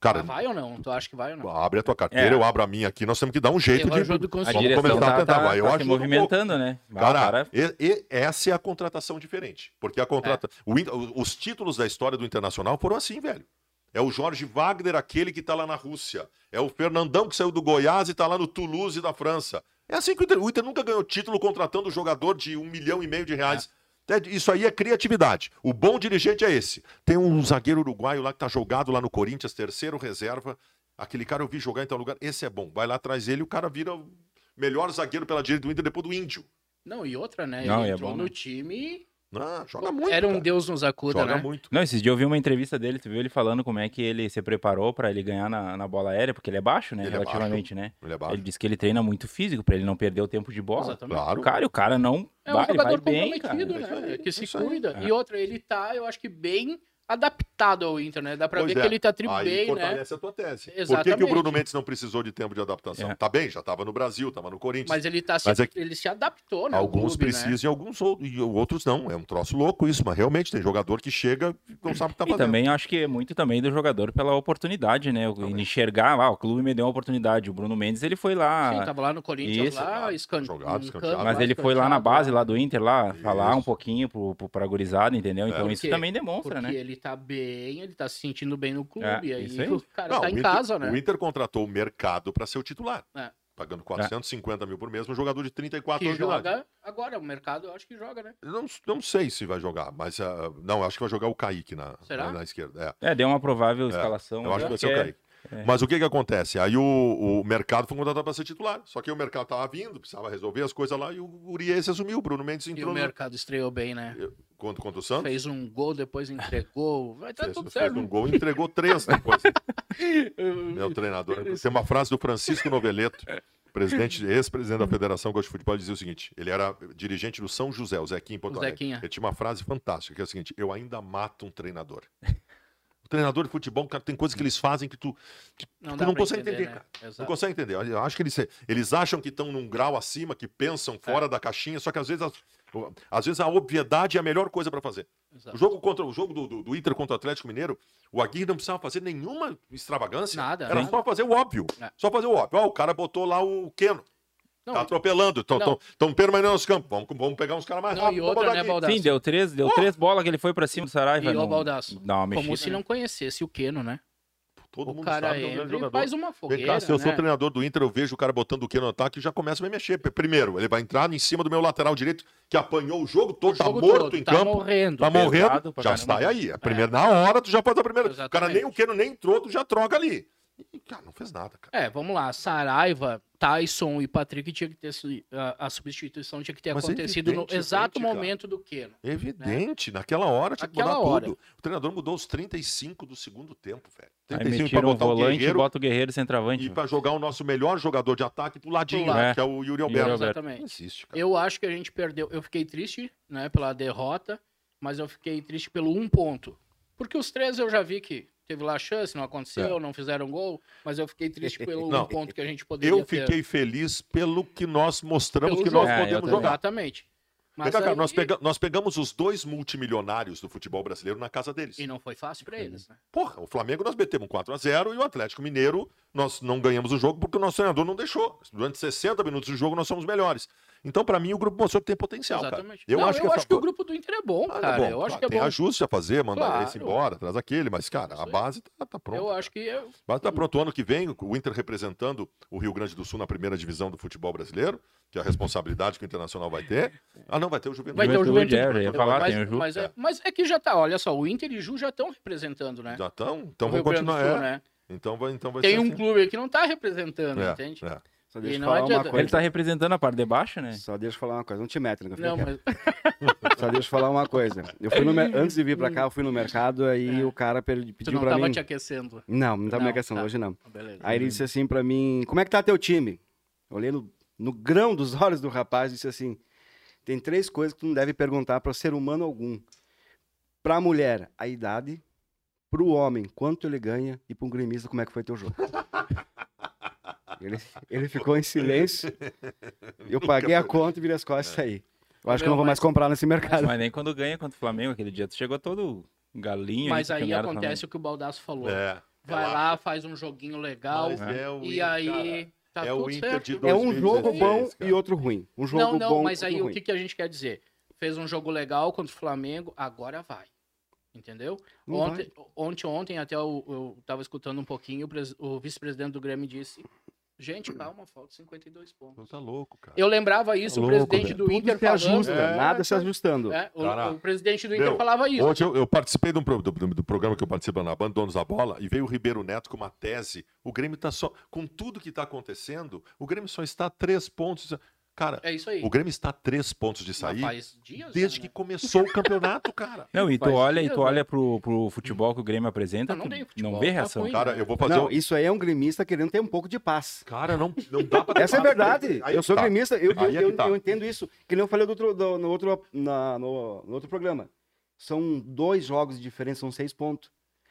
Speaker 4: Cara,
Speaker 1: vai ou não? Tu acha que vai ou não?
Speaker 4: abre a tua carteira,
Speaker 2: É.
Speaker 4: eu abro a minha aqui, nós temos que dar um jeito
Speaker 1: Eu
Speaker 4: de.
Speaker 1: ajudo com
Speaker 2: A
Speaker 1: Vamos
Speaker 2: direção
Speaker 4: começar a
Speaker 2: tá,
Speaker 4: tentar,
Speaker 2: tá-
Speaker 4: vai. Eu
Speaker 2: tá
Speaker 4: acho
Speaker 2: se
Speaker 4: um
Speaker 2: movimentando, né? Vai,
Speaker 4: Cara, e- e essa é a contratação diferente. Porque a contrata... o in- os títulos da história do Internacional foram assim, velho. É o Jorge Wagner, aquele que tá lá na Rússia. É o Fernandão que saiu do Goiás e tá lá no Toulouse da França. É assim que o Inter, o Inter nunca ganhou título contratando jogador de um milhão e meio de reais. Até Isso aí é criatividade. O bom dirigente é esse. Tem um zagueiro uruguaio lá que tá jogado lá no Corinthians, terceiro reserva. Aquele cara eu vi jogar em tal lugar. Esse é bom. Vai lá atrás dele, o cara vira o melhor zagueiro pela direita do Inter depois do Índio.
Speaker 1: Não, e outra, né?
Speaker 2: Não,
Speaker 1: ele
Speaker 2: e é
Speaker 1: entrou
Speaker 2: bom,
Speaker 1: no
Speaker 2: né?
Speaker 1: time.
Speaker 4: Ah, joga muito.
Speaker 1: Era um
Speaker 4: cara.
Speaker 1: Deus nos acuda,
Speaker 4: Joga
Speaker 1: né?
Speaker 4: muito.
Speaker 2: Não, esses dias eu vi uma entrevista dele, tu viu ele falando como é que ele se preparou pra ele ganhar na, na bola aérea, porque ele é baixo, né?
Speaker 4: Ele é
Speaker 2: relativamente, né?
Speaker 4: Ele é baixo.
Speaker 2: Ele disse que ele treina muito físico pra ele não perder o tempo de bola.
Speaker 1: Exatamente.
Speaker 4: Claro.
Speaker 2: Cara, e o cara não
Speaker 1: É um
Speaker 2: vai, ele vai
Speaker 1: jogador
Speaker 2: bem, cara.
Speaker 1: comprometido, né?
Speaker 4: cara. Isso aí,
Speaker 1: que se
Speaker 4: isso aí.
Speaker 1: cuida.
Speaker 2: É.
Speaker 1: E outra, ele tá, eu acho que bem adaptado ao Inter, né? Dá pra
Speaker 4: Pois
Speaker 1: ver
Speaker 4: é.
Speaker 1: que ele tá tri
Speaker 4: Aí
Speaker 1: bem, né?
Speaker 4: fortalece a tua tese. Por que que,
Speaker 1: Exatamente.
Speaker 4: o Bruno Mendes não precisou de tempo de adaptação?
Speaker 2: É.
Speaker 4: Tá bem, já tava no Brasil, tava no Corinthians.
Speaker 1: Mas ele tá se,
Speaker 4: Mas é que
Speaker 1: ele se adaptou, né? ao
Speaker 4: alguns
Speaker 1: clube, né?
Speaker 4: precisam e alguns ou- e outros não. É um troço louco isso, mas realmente tem jogador que chega e não sabe o que tá
Speaker 2: E
Speaker 4: fazendo.
Speaker 2: também acho que é muito também do jogador pela oportunidade, né? O- Em enxergar, ah, o clube me deu uma oportunidade. O Bruno Mendes, ele foi lá.
Speaker 1: Sim, tá tava lá no Corinthians,
Speaker 2: Ah, Isso,
Speaker 1: lá,
Speaker 4: jogado,
Speaker 1: escan...
Speaker 4: jogado,
Speaker 1: num
Speaker 4: escanteado.
Speaker 1: canto
Speaker 2: Mas ele foi lá
Speaker 1: escanteado,
Speaker 2: na base lá do Inter, lá, falar
Speaker 4: Isso. É.
Speaker 2: um pouquinho pro, pro, pra gurizada, entendeu? Então
Speaker 1: Por
Speaker 2: isso
Speaker 1: quê?
Speaker 2: também demonstra,
Speaker 1: Porque
Speaker 2: né?
Speaker 1: ele tá bem, ele tá se sentindo bem no clube.
Speaker 2: É,
Speaker 1: e aí,
Speaker 2: isso aí.
Speaker 1: o cara
Speaker 4: Não,
Speaker 1: tá
Speaker 4: o
Speaker 1: em
Speaker 4: Inter-
Speaker 1: casa,
Speaker 4: O
Speaker 1: né?
Speaker 4: Inter contratou o mercado para ser o titular.
Speaker 1: É.
Speaker 4: Pagando 450 mil por mês, um jogador de 34
Speaker 1: Que
Speaker 4: anos de idade.
Speaker 1: joga agora, o mercado eu acho que joga, né?
Speaker 4: Eu Não, não sei se vai jogar, mas. ah, não, acho que vai jogar o Kaique na,
Speaker 1: Será?
Speaker 4: na, na esquerda. É.
Speaker 2: É, deu uma provável escalação. né?
Speaker 4: Eu acho que vai ser o
Speaker 2: porque-
Speaker 4: Kaique. Mas o que que acontece? Aí o, o mercado foi contratado para ser titular. Só que o mercado tava vindo, precisava resolver as coisas lá e o Uriense assumiu. O Bruno Mendes
Speaker 1: E
Speaker 4: entrou
Speaker 1: o
Speaker 4: no-
Speaker 1: mercado estreou bem, né?
Speaker 4: contra, contra o Santos.
Speaker 1: Fez um gol, depois entregou. Vai tá
Speaker 4: fez,
Speaker 1: tudo
Speaker 4: fez
Speaker 1: certo.
Speaker 4: um gol e entregou três depois.
Speaker 1: Eu-
Speaker 4: Meu treinador. Tem uma frase do Francisco Noveleto, presidente, ex-presidente da Federação Gaúcha de Futebol, ele dizia o seguinte: ele era dirigente do São José, o Zequinha em Porto
Speaker 1: O
Speaker 4: Alegre.
Speaker 1: Zequinha.
Speaker 4: Ele tinha uma frase fantástica, que é o seguinte: eu ainda mato um treinador. O treinador de futebol, cara, tem coisas que eles fazem que tu
Speaker 1: Não,
Speaker 4: Tu
Speaker 1: dá
Speaker 4: não
Speaker 1: pra
Speaker 4: consegue entender,
Speaker 1: né?
Speaker 4: cara. Não
Speaker 1: Exato.
Speaker 4: consegue entender. Eu acho que eles, eles acham que estão num grau acima, que
Speaker 1: É.
Speaker 4: pensam fora da caixinha, só que às vezes, as- às vezes a obviedade é a melhor coisa para fazer.
Speaker 1: exato.
Speaker 4: O jogo contra o jogo do, do- do Inter contra o Atlético Mineiro, o Aguirre não precisava fazer nenhuma extravagância.
Speaker 1: Nada,
Speaker 4: Era
Speaker 1: nada.
Speaker 4: só fazer o óbvio.
Speaker 1: É.
Speaker 4: Só fazer o óbvio. Ó, o cara botou lá o Keno.
Speaker 1: Não,
Speaker 4: tá atropelando. Estão
Speaker 1: Não.
Speaker 4: tão, tão permanecendo nos campos. Vamos, vamos pegar uns caras mais
Speaker 1: não, e
Speaker 4: rápido. vamos
Speaker 1: outra,
Speaker 4: botar
Speaker 1: né,
Speaker 4: aqui.
Speaker 1: Baldaço?
Speaker 2: Sim, deu três, deu três bolas que ele foi pra cima do Saraiva.
Speaker 1: E
Speaker 2: não-
Speaker 1: o Baldaço.
Speaker 2: Dá uma mexida.
Speaker 1: Como se
Speaker 2: né?
Speaker 1: não conhecesse o Keno, né?
Speaker 4: Todo
Speaker 1: o
Speaker 4: mundo
Speaker 1: cara
Speaker 4: sabe que é um grande
Speaker 1: entra e
Speaker 4: jogador.
Speaker 1: faz uma
Speaker 4: Vem
Speaker 1: fogueira,
Speaker 4: cá, se eu sou
Speaker 1: né?
Speaker 4: treinador do Inter, eu vejo o cara botando o que no ataque e já começa a me mexer. P- Primeiro, ele vai entrar em cima do meu lateral direito, que apanhou o jogo todo, tá
Speaker 1: jogo
Speaker 4: morto
Speaker 1: todo,
Speaker 4: em
Speaker 1: tá
Speaker 4: campo.
Speaker 1: morrendo.
Speaker 4: Tá
Speaker 2: Pesado
Speaker 4: morrendo,
Speaker 2: pra
Speaker 4: já
Speaker 2: caramba.
Speaker 4: sai aí. é A primeira, Na hora, tu já faz a primeira. O cara
Speaker 1: Exatamente.
Speaker 4: nem o Keno nem entrou, tu já troca ali. E, cara, não fez nada, cara.
Speaker 1: É, vamos lá. Saraiva, Tyson e Patrick tinha que ter su- a, a substituição tinha que ter
Speaker 4: Mas é
Speaker 1: acontecido no
Speaker 4: evidente,
Speaker 1: exato
Speaker 4: evidente, cara.
Speaker 1: momento do Keno.
Speaker 4: Evidente, naquela hora tinha que
Speaker 1: Aquela
Speaker 4: mudar
Speaker 1: hora.
Speaker 4: tudo. O treinador mudou os 35 do segundo tempo, velho.
Speaker 2: Aí
Speaker 4: 35 pra
Speaker 2: metiram o
Speaker 4: botar o
Speaker 2: volante e
Speaker 4: Guerreiro
Speaker 2: bota o Guerreiro centroavante.
Speaker 4: e pra jogar o nosso melhor jogador de ataque pro ladinho,
Speaker 1: Pro
Speaker 2: lado.
Speaker 4: né, que é o Yuri
Speaker 2: Yuri
Speaker 4: Alberto.
Speaker 2: Alberto.
Speaker 4: Não
Speaker 1: Exatamente.
Speaker 4: existe, cara.
Speaker 1: Eu acho que a gente perdeu. Eu fiquei triste, né, pela derrota, mas eu fiquei triste pelo um ponto. Porque os três eu já vi que teve lá chance, não aconteceu, não fizeram gol, mas eu fiquei triste pelo um
Speaker 4: É. Não,
Speaker 1: ponto que a gente poderia
Speaker 4: Eu,
Speaker 1: ter.
Speaker 4: fiquei feliz pelo que nós mostramos
Speaker 1: pelo
Speaker 4: que
Speaker 1: jogo.
Speaker 4: nós
Speaker 2: É, eu
Speaker 4: podemos
Speaker 2: também.
Speaker 4: jogar.
Speaker 1: Exatamente.
Speaker 4: Vem cá, cara,
Speaker 1: aí-
Speaker 4: nós, pega- nós pegamos os dois multimilionários do futebol brasileiro na casa deles.
Speaker 1: E não foi fácil pra eles, né?
Speaker 4: Porra, o Flamengo nós metemos 4x0 e o Atlético Mineiro nós não ganhamos o jogo porque o nosso treinador não deixou. Durante 60 minutos do jogo nós somos melhores. Então, pra mim, o grupo mostrou que tem potencial,
Speaker 1: Exatamente.
Speaker 4: cara. Eu
Speaker 1: Não,
Speaker 4: acho que, essa-
Speaker 1: o grupo do Inter é bom,
Speaker 4: Ah, tá
Speaker 1: cara.
Speaker 4: bom,
Speaker 1: eu acho
Speaker 4: claro,
Speaker 1: que é
Speaker 4: tem
Speaker 1: bom.
Speaker 4: ajuste a fazer, mandar
Speaker 1: Claro.
Speaker 4: esse embora, traz aquele, mas, cara,
Speaker 1: Isso
Speaker 4: a
Speaker 1: aí.
Speaker 4: base tá, tá pronta.
Speaker 1: Eu acho que é-
Speaker 4: Mas tá pronto, o ano que vem, o Inter representando o Rio Grande do Sul na primeira divisão do futebol brasileiro, que é a responsabilidade que o Internacional vai ter. Ah, não, vai ter o Juventude.
Speaker 1: vai ter o Juventude.
Speaker 2: é, eu ia falar,
Speaker 1: mas,
Speaker 2: tem o Ju.
Speaker 1: mas é,
Speaker 4: É.
Speaker 1: mas é que já tá, olha só, o Inter e o Ju já estão representando, né?
Speaker 4: Já estão? Então
Speaker 1: O
Speaker 4: vamos
Speaker 1: Rio Grande do Sul,
Speaker 4: continuar. é.
Speaker 1: né?
Speaker 4: Então vai, então vai
Speaker 1: Tem
Speaker 4: ser
Speaker 1: um
Speaker 4: assim.
Speaker 1: clube aí que não tá representando,
Speaker 4: É,
Speaker 1: entende?
Speaker 4: é.
Speaker 3: Só
Speaker 1: E
Speaker 3: deixa eu
Speaker 1: não
Speaker 3: falar
Speaker 1: adianta.
Speaker 3: uma coisa.
Speaker 2: Ele tá representando a parte de baixo, né?
Speaker 3: Só deixa eu falar uma coisa. Não te mete, né?
Speaker 1: Não, mas
Speaker 3: Só deixa eu falar uma coisa. Eu fui no mer- Antes de vir pra cá, eu fui no mercado, aí
Speaker 1: É.
Speaker 3: o cara per-
Speaker 1: tu
Speaker 3: pediu
Speaker 1: não
Speaker 3: pra
Speaker 1: tava
Speaker 3: mim.
Speaker 1: te aquecendo.
Speaker 3: Não, não tava
Speaker 1: Não,
Speaker 3: me aquecendo,
Speaker 1: tá.
Speaker 3: hoje não.
Speaker 1: Beleza.
Speaker 3: Aí ele disse assim pra mim: Como é que tá teu time? Olhei no, no grão dos olhos do rapaz e disse assim: Tem três coisas que tu não deve perguntar pra ser humano algum: pra mulher, a idade, pro homem, quanto ele ganha, e pra um gremista, como é que foi teu jogo. Ele, ele ficou em silêncio. Eu paguei a conta e virei as costas e saí. Eu acho que eu não vou mais comprar nesse mercado.
Speaker 2: Mas nem quando ganha contra o Flamengo, aquele dia tu chegou todo galinho.
Speaker 1: Mas aí
Speaker 2: campeonato
Speaker 1: acontece o que o Baldasso falou.
Speaker 4: É.
Speaker 1: vai
Speaker 4: Relaxa.
Speaker 1: lá, faz um joguinho legal.
Speaker 4: Mas é o
Speaker 1: e
Speaker 4: Inter,
Speaker 1: aí. Tá
Speaker 4: É
Speaker 1: tudo
Speaker 4: o Inter
Speaker 1: certo.
Speaker 4: de
Speaker 3: É um
Speaker 4: 2016,
Speaker 3: jogo bom
Speaker 4: cara.
Speaker 3: e outro ruim. Um jogo
Speaker 1: Não, não,
Speaker 3: bom
Speaker 1: mas
Speaker 3: e outro
Speaker 1: aí o
Speaker 3: ruim.
Speaker 1: que, que a gente quer dizer? Fez um jogo legal contra o Flamengo, agora vai. Entendeu?
Speaker 3: Não
Speaker 1: ontem, ontem, ontem, até eu, eu tava escutando um pouquinho, o pres- o vice-presidente do Grêmio disse: Gente, calma, falta 52 pontos.
Speaker 4: Tu tá louco, cara.
Speaker 1: Eu lembrava isso,
Speaker 2: Louco,
Speaker 1: o presidente
Speaker 2: velho.
Speaker 1: do Inter
Speaker 3: Tá Tudo se
Speaker 1: falando.
Speaker 3: ajusta,
Speaker 4: É,
Speaker 3: nada se
Speaker 4: cara.
Speaker 3: ajustando.
Speaker 1: É, o,
Speaker 4: Cara,
Speaker 1: o presidente do Inter
Speaker 4: meu,
Speaker 1: falava isso.
Speaker 4: Hoje eu, eu participei de um pro- do, do programa que eu participo na Banda Donos da Bola e veio o Ribeiro Neto com uma tese. O Grêmio tá só. Com tudo que tá acontecendo, o Grêmio só está a três pontos. Cara,
Speaker 1: É isso aí.
Speaker 4: o Grêmio está a três pontos de sair
Speaker 1: Faz dias,
Speaker 4: desde
Speaker 1: né?
Speaker 4: que começou o campeonato, cara.
Speaker 2: Não, e tu
Speaker 1: Faz
Speaker 2: olha, e tu
Speaker 1: sentido, né?
Speaker 2: olha pro, pro futebol que o Grêmio apresenta,
Speaker 1: Não, não
Speaker 2: tu
Speaker 1: tem futebol,
Speaker 2: não vê
Speaker 1: tá
Speaker 2: reação.
Speaker 1: ruim.
Speaker 4: Cara, eu vou fazer.
Speaker 3: Não,
Speaker 4: um...
Speaker 3: isso aí é um gremista querendo ter um pouco de paz.
Speaker 4: Cara, não, não dá pra.
Speaker 3: Essa é a verdade.
Speaker 4: Aí
Speaker 3: eu sou
Speaker 4: tá.
Speaker 3: gremista, eu,
Speaker 4: Aí é que
Speaker 3: eu,
Speaker 4: tá.
Speaker 3: eu entendo isso. Que nem eu falei do outro- do- no, outro, na- no- no outro programa. São dois jogos de diferença, são seis pontos.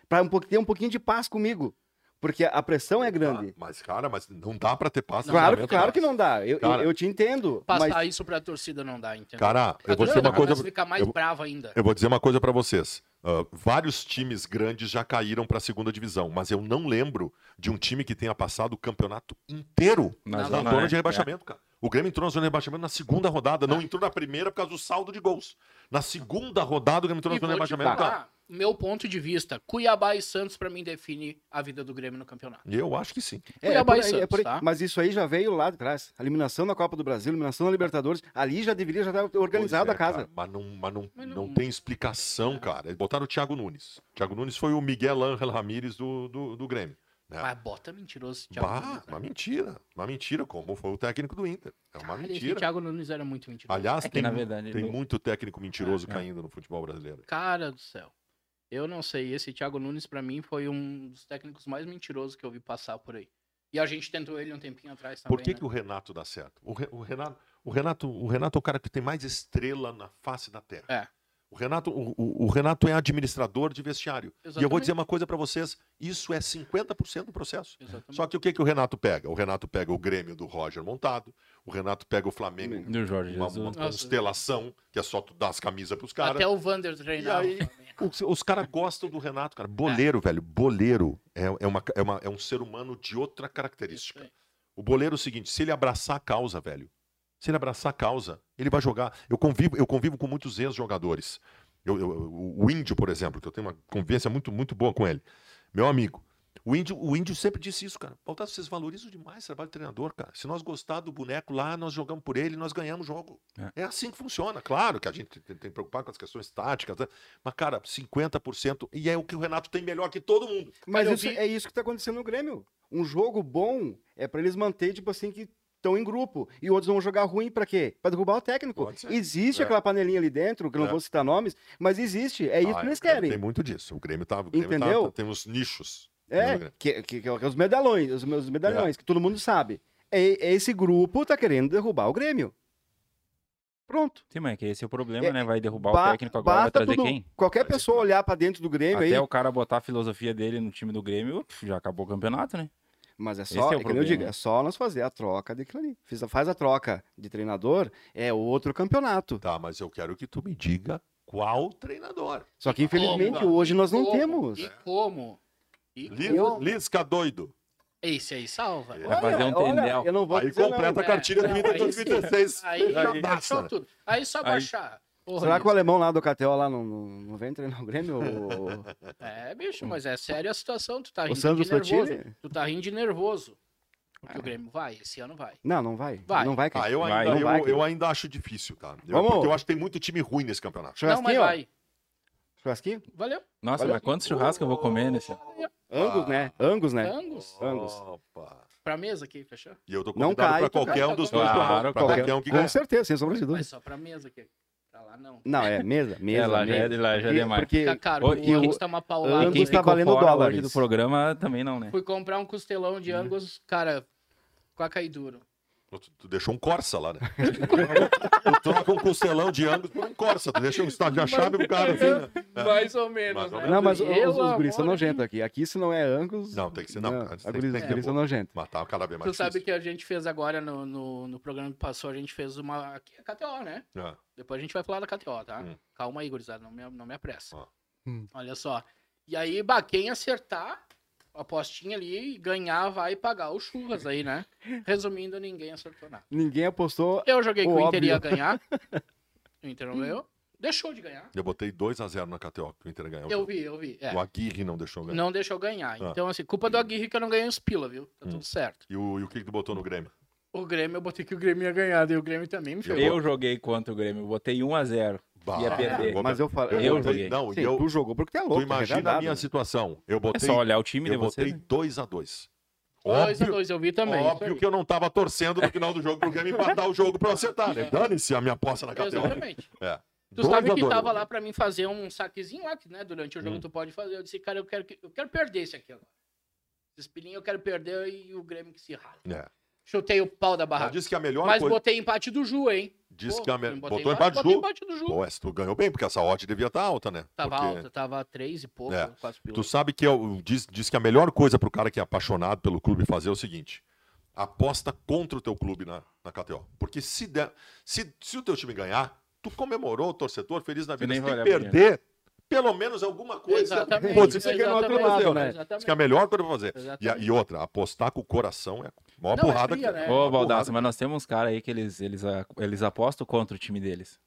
Speaker 3: Pra um, pouco- ter um pouquinho de paz comigo. Porque a pressão é grande.
Speaker 4: Ah, mas, cara, mas não dá pra ter paz.
Speaker 3: claro,
Speaker 4: cara.
Speaker 3: claro que não dá. Eu, eu-
Speaker 4: é Cara.
Speaker 3: eu te entendo.
Speaker 1: Passar
Speaker 3: mas
Speaker 1: isso pra torcida não dá, entendeu?
Speaker 4: Cara, eu
Speaker 1: A
Speaker 4: vou dizer
Speaker 1: torcida
Speaker 4: uma coisa.
Speaker 1: começa a ficar mais
Speaker 4: eu-
Speaker 1: brava ainda.
Speaker 4: Eu vou dizer uma coisa pra vocês. Ah, vários times grandes já caíram pra segunda divisão, mas eu não lembro de um time que tenha passado o campeonato inteiro
Speaker 2: Na
Speaker 4: na,
Speaker 2: zona,
Speaker 4: zona
Speaker 1: é,
Speaker 2: né?
Speaker 4: de rebaixamento, cara. O Grêmio entrou na zona de rebaixamento na segunda rodada, não entrou na primeira por causa do saldo de gols. Na segunda rodada, o Grêmio entrou na
Speaker 1: E vou
Speaker 4: zona de
Speaker 1: te
Speaker 4: rebaixamento. um cara.
Speaker 1: falar, meu ponto de vista, Cuiabá e Santos pra mim define a vida do Grêmio no campeonato.
Speaker 4: Eu acho que sim.
Speaker 3: É,
Speaker 1: Cuiabá e
Speaker 3: é por aí,
Speaker 1: Santos,
Speaker 3: é por aí.
Speaker 1: tá?
Speaker 3: Mas isso aí já veio lá de trás. A eliminação da Copa do Brasil, eliminação da Libertadores. Ali já deveria já estar organizada
Speaker 4: Pois é,
Speaker 3: a casa.
Speaker 4: cara, mas não, mas não,
Speaker 1: Mas
Speaker 4: não...
Speaker 1: não- É.
Speaker 4: tem explicação, cara. Eles botaram o Thiago Nunes. O Thiago Nunes foi o Miguel Ángel Ramírez do, do, do Grêmio. né?
Speaker 1: Mas bota mentiroso Thiago
Speaker 4: Bah,
Speaker 1: Nunes. né?
Speaker 4: uma mentira. Uma mentira, como foi o técnico do Inter. É uma
Speaker 1: Cara, esse
Speaker 4: mentira.
Speaker 1: Thiago Nunes era muito mentiroso.
Speaker 4: Aliás,
Speaker 2: É que,
Speaker 4: tem,
Speaker 2: na
Speaker 4: mu-
Speaker 2: verdade,
Speaker 4: tem
Speaker 2: no-
Speaker 4: muito técnico mentiroso
Speaker 2: É, é.
Speaker 4: caindo no futebol brasileiro.
Speaker 1: Cara do céu. Eu não sei, esse Thiago Nunes pra mim foi um dos técnicos mais mentirosos que eu vi passar por aí. E a gente tentou ele um tempinho atrás também,
Speaker 4: Por que,
Speaker 1: né?
Speaker 4: que o Renato dá certo? O, Re- o Renato, o, Renato, o Renato é o cara que tem mais estrela na face da terra.
Speaker 1: É.
Speaker 4: O, Renato, o, o- o Renato é administrador de vestiário. E eu vou
Speaker 1: Exatamente.
Speaker 4: dizer uma coisa pra vocês: isso é 50% do processo.
Speaker 1: Exatamente.
Speaker 4: Só que o que, que o Renato pega? O Renato pega o Grêmio do Roger montado, o Renato pega o Flamengo,
Speaker 2: É. Do Jorge
Speaker 4: uma, uma
Speaker 2: Hum. Jesus.
Speaker 1: Nossa.
Speaker 4: constelação, que é só tu dar as camisas pros caras.
Speaker 1: Até o Vander treinava.
Speaker 4: E aí-
Speaker 1: também. né? É.
Speaker 4: Os, os caras gostam do Renato, cara. Boleiro, velho. Boleiro é, é, uma, é, uma- é um ser humano de outra
Speaker 1: Isso
Speaker 4: característica.
Speaker 1: aí.
Speaker 4: O boleiro é o seguinte: se ele abraçar a causa, velho, se ele abraçar a causa, ele vai jogar. Eu convivo, eu convivo com muitos ex-jogadores. Eu- eu- eu- o Índio, por exemplo, que eu tenho uma convivência muito, muito boa com ele. Meu amigo. O índio, o índio sempre disse isso, cara. Pautar, vocês valorizam demais o trabalho do treinador, cara. Se nós gostar do boneco lá, nós jogamos por ele, nós ganhamos o jogo. É. assim que funciona. Claro que a gente tem tem que preocupar com as questões táticas, né? mas, cara, 50%, e é o que o Renato tem melhor que todo mundo.
Speaker 3: Mas
Speaker 1: Cara, eu
Speaker 3: isso-
Speaker 1: vi-
Speaker 3: é isso que tá acontecendo no Grêmio. Um jogo bom é pra eles manter, tipo assim, que estão em grupo. E outros vão jogar ruim pra quê? Pra derrubar o técnico.
Speaker 4: Pode ser.
Speaker 3: Existe
Speaker 4: É.
Speaker 3: aquela panelinha ali dentro, que eu não
Speaker 4: É.
Speaker 3: vou citar nomes, mas existe. É isso
Speaker 4: Ah,
Speaker 3: que eles
Speaker 4: o Grêmio
Speaker 3: querem.
Speaker 4: Tem muito disso. O Grêmio tá. O Grêmio tá-
Speaker 3: Entendeu?
Speaker 4: tá- tem uns nichos.
Speaker 3: É, que, que, que é os medalhões, os meus medalhões, que todo mundo sabe. É, é esse grupo tá querendo derrubar o Grêmio. Pronto.
Speaker 2: Sim, mas é que esse é o problema,
Speaker 3: É,
Speaker 2: né? Vai derrubar
Speaker 3: Ba-
Speaker 2: o técnico agora, vai
Speaker 3: basta
Speaker 2: trazer
Speaker 3: tudo-
Speaker 2: quem?
Speaker 3: Qualquer
Speaker 4: Trazer
Speaker 3: pessoa
Speaker 4: quem?
Speaker 3: olhar pra dentro do Grêmio
Speaker 2: Até
Speaker 3: aí,
Speaker 2: o cara botar a filosofia dele no time do Grêmio, pff, já acabou o campeonato, né?
Speaker 3: Mas é
Speaker 2: Esse
Speaker 3: só,
Speaker 2: é o
Speaker 3: é que nem eu
Speaker 2: problema.
Speaker 3: digo, é só nós fazer a troca de ali. Fiz a- Faz a troca de treinador, é outro campeonato.
Speaker 4: Tá, mas eu quero que tu me diga qual treinador.
Speaker 3: Só que infelizmente
Speaker 1: Como?
Speaker 3: hoje nós não
Speaker 1: Como?
Speaker 3: temos.
Speaker 1: E como? E
Speaker 4: Lis-
Speaker 1: como?
Speaker 4: Lisca doido.
Speaker 1: Esse aí salva.
Speaker 4: É.
Speaker 2: Vai fazer um tendel.
Speaker 3: eu não vou
Speaker 4: Aí
Speaker 3: dizer não.
Speaker 4: completa a
Speaker 1: É,
Speaker 4: cartilha do
Speaker 1: não,
Speaker 4: Inter
Speaker 1: aí
Speaker 4: 2016.
Speaker 1: Aí já
Speaker 4: Já basta,
Speaker 1: baixou
Speaker 4: né?
Speaker 1: tudo. Aí só
Speaker 2: Aí-
Speaker 1: baixar. Ô,
Speaker 3: Será que
Speaker 1: Ramiro,
Speaker 3: o alemão lá do KTO lá não, não, não vem treinar o Grêmio? O,
Speaker 1: É, bicho, mas é séria a situação. Tu tá
Speaker 3: o
Speaker 1: rindo
Speaker 3: Sandro
Speaker 1: de nervoso.
Speaker 3: Sotile?
Speaker 1: Tu tá rindo de nervoso. Porque o
Speaker 3: Ah.
Speaker 1: Grêmio vai, esse ano vai.
Speaker 3: Não, não vai.
Speaker 1: Vai.
Speaker 3: Não vai, cara.
Speaker 4: Ah, eu,
Speaker 2: Vai,
Speaker 4: ainda,
Speaker 3: não
Speaker 4: eu,
Speaker 3: vai, cara.
Speaker 4: eu ainda acho difícil, tá? Eu,
Speaker 3: Vamos.
Speaker 4: porque eu acho que tem muito time ruim nesse campeonato.
Speaker 1: Não, mas
Speaker 3: Churrasquinho? ó.
Speaker 1: vai.
Speaker 3: Churrasquinho?
Speaker 1: Valeu.
Speaker 2: Nossa,
Speaker 3: Olha-
Speaker 2: mas quantos churrascos eu vou comer nesse?
Speaker 3: Angus, né? Angus, né?
Speaker 1: Angus.
Speaker 3: Angus.
Speaker 4: Opa.
Speaker 1: Pra mesa aqui, fechou?
Speaker 4: E eu tô
Speaker 3: Não
Speaker 4: convidado pra
Speaker 3: cai, tu
Speaker 4: qualquer
Speaker 1: cai.
Speaker 4: um dos dois.
Speaker 2: Claro,
Speaker 4: churrascos, pra
Speaker 2: qualquer-
Speaker 4: qualquer um que
Speaker 3: Com
Speaker 4: ganha.
Speaker 3: certeza, sem sombra de dúvida.
Speaker 1: Mas só pra mesa aqui. Pra lá não.
Speaker 3: Não, é mesa, mesa.
Speaker 2: É, lá já é-
Speaker 3: mesa.
Speaker 2: lá já é
Speaker 3: Porque-
Speaker 2: demais.
Speaker 3: Porque
Speaker 1: Fica caro.
Speaker 2: Oi, e
Speaker 1: o Angus
Speaker 3: o-
Speaker 1: tá uma
Speaker 2: E
Speaker 1: paulada.
Speaker 3: Angus
Speaker 2: quem
Speaker 1: hein?
Speaker 3: tá
Speaker 2: ficou
Speaker 3: valendo
Speaker 2: fora
Speaker 3: dólares.
Speaker 2: hoje do programa também não, né?
Speaker 1: Fui comprar um costelão
Speaker 4: Uhum.
Speaker 1: de Angus, cara, com a caiduro.
Speaker 4: Tu, tu deixou um Corsa lá, né? tu troca um costelão de ângulo por um Corsa. Tu deixa um estádio a chave pro cara, assim, né?
Speaker 1: Mais ou menos,
Speaker 4: Mais ou
Speaker 1: né?
Speaker 4: menos.
Speaker 3: Não, mas os,
Speaker 1: Pelo
Speaker 3: os guris são
Speaker 1: amor de
Speaker 3: nojentos aqui. Aqui se não é Angus.
Speaker 4: Não, tem que ser- não, cara,
Speaker 3: É, a
Speaker 4: tem-
Speaker 3: guris,
Speaker 4: tem que
Speaker 3: guris
Speaker 4: ter
Speaker 3: são nojentos.
Speaker 4: Matar cada vez mais
Speaker 1: Tu sabe
Speaker 4: difícil.
Speaker 1: que a gente fez agora no, no, no programa que passou, a gente fez uma. Aqui é KTO, né?
Speaker 4: Ah,
Speaker 1: Depois a gente vai falar da KTO, tá?
Speaker 4: Hum.
Speaker 1: Calma aí, gurizada, não me, não me apressa.
Speaker 4: Ó.
Speaker 3: Hum.
Speaker 1: Olha só. E aí, bah, quem acertar apostinha ali e ganhar vai pagar o churras aí, né? Resumindo, ninguém acertou nada.
Speaker 3: Ninguém apostou.
Speaker 1: Eu joguei que o Inter
Speaker 3: Óbvio.
Speaker 1: ia ganhar. O Inter não ganhou. Deixou de ganhar.
Speaker 4: Eu botei 2x0 na KTO pro Inter ganhar. o
Speaker 1: Eu
Speaker 4: jogo.
Speaker 1: vi, eu vi. é.
Speaker 4: O Aguirre não deixou ganhar.
Speaker 1: Não deixou ganhar.
Speaker 4: Ah. Hum.
Speaker 1: Então, assim, culpa do Aguirre que eu não ganhei os pila, viu? Tá tudo certo.
Speaker 4: E o, e o que, que tu botou no Grêmio?
Speaker 1: O Grêmio, eu botei que o Grêmio ia ganhar, daí o Grêmio também me
Speaker 4: Eu-
Speaker 1: ferrou.
Speaker 2: Eu joguei contra o Grêmio, botei 1x0.
Speaker 4: Bah,
Speaker 2: Ia perder.
Speaker 4: vou-
Speaker 3: Mas eu falei.
Speaker 2: Eu
Speaker 4: botei-
Speaker 2: joguei.
Speaker 4: Não,
Speaker 3: Sim,
Speaker 4: e eu,
Speaker 3: tu jogou porque tu é
Speaker 4: tu
Speaker 3: louco.
Speaker 4: imagina a minha situação. Eu
Speaker 2: É
Speaker 4: botei
Speaker 2: só olhar o time de
Speaker 4: Eu botei
Speaker 3: né?
Speaker 2: vocês.
Speaker 4: 2x2.
Speaker 1: Dois a
Speaker 4: Óbvio,
Speaker 1: dois eu vi também.
Speaker 4: óbvio que eu não tava torcendo no final do jogo pro Grêmio empatar o jogo pra eu acertar, né? Dane-se a minha aposta na KTO.
Speaker 1: Exatamente.
Speaker 4: É.
Speaker 1: Tu
Speaker 4: Dois
Speaker 1: sabe
Speaker 4: a
Speaker 1: que
Speaker 4: dois. Hum.
Speaker 1: tava lá pra mim fazer um saquezinho lá, que, né? Durante o jogo tu pode fazer. Eu disse, cara, eu quero, que- eu quero perder esse aqui agora. Esse pilinho eu quero perder e o Grêmio que se rala.
Speaker 4: É.
Speaker 1: Chutei o pau da
Speaker 4: Ela
Speaker 1: barraca.
Speaker 4: disse que a melhor
Speaker 1: Mas
Speaker 4: coisa.
Speaker 1: botei empate do Ju, hein?
Speaker 4: Disse
Speaker 1: Pô,
Speaker 4: que a me...
Speaker 1: botei
Speaker 4: botou empate do
Speaker 1: Botei
Speaker 4: jogo.
Speaker 1: empate do Ju.
Speaker 4: Pô, essa tu ganhou bem, porque essa odd devia estar alta, né?
Speaker 1: Tava
Speaker 4: Porque
Speaker 1: alta, tava três e pouco,
Speaker 4: É.
Speaker 1: quase pila.
Speaker 4: Tu sabe que eu diz, diz que a melhor coisa pro cara que é apaixonado pelo clube fazer é o seguinte: aposta contra o teu clube na, na KTO. Porque se, der, se, se o teu time ganhar, tu comemorou o torcedor feliz na vida.
Speaker 2: nem
Speaker 4: Se
Speaker 2: vai
Speaker 4: tu
Speaker 2: olhar pra
Speaker 4: perder, pelo menos alguma coisa.
Speaker 1: Exatamente.
Speaker 4: é Pô, se você ganhar no outro
Speaker 1: exatamente,
Speaker 4: lado, né? Diz
Speaker 1: Exatamente.
Speaker 4: que é a melhor coisa pra fazer. E, a-
Speaker 1: Exatamente.
Speaker 4: e outra, apostar com o coração é a maior
Speaker 1: Não, é
Speaker 4: porrada
Speaker 1: fria,
Speaker 4: que
Speaker 1: né?
Speaker 4: é.
Speaker 1: É,
Speaker 2: Ô,
Speaker 4: uma
Speaker 2: Baldasso,
Speaker 4: porrada.
Speaker 2: mas nós temos uns caras aí que eles, eles, a- eles apostam contra o time deles.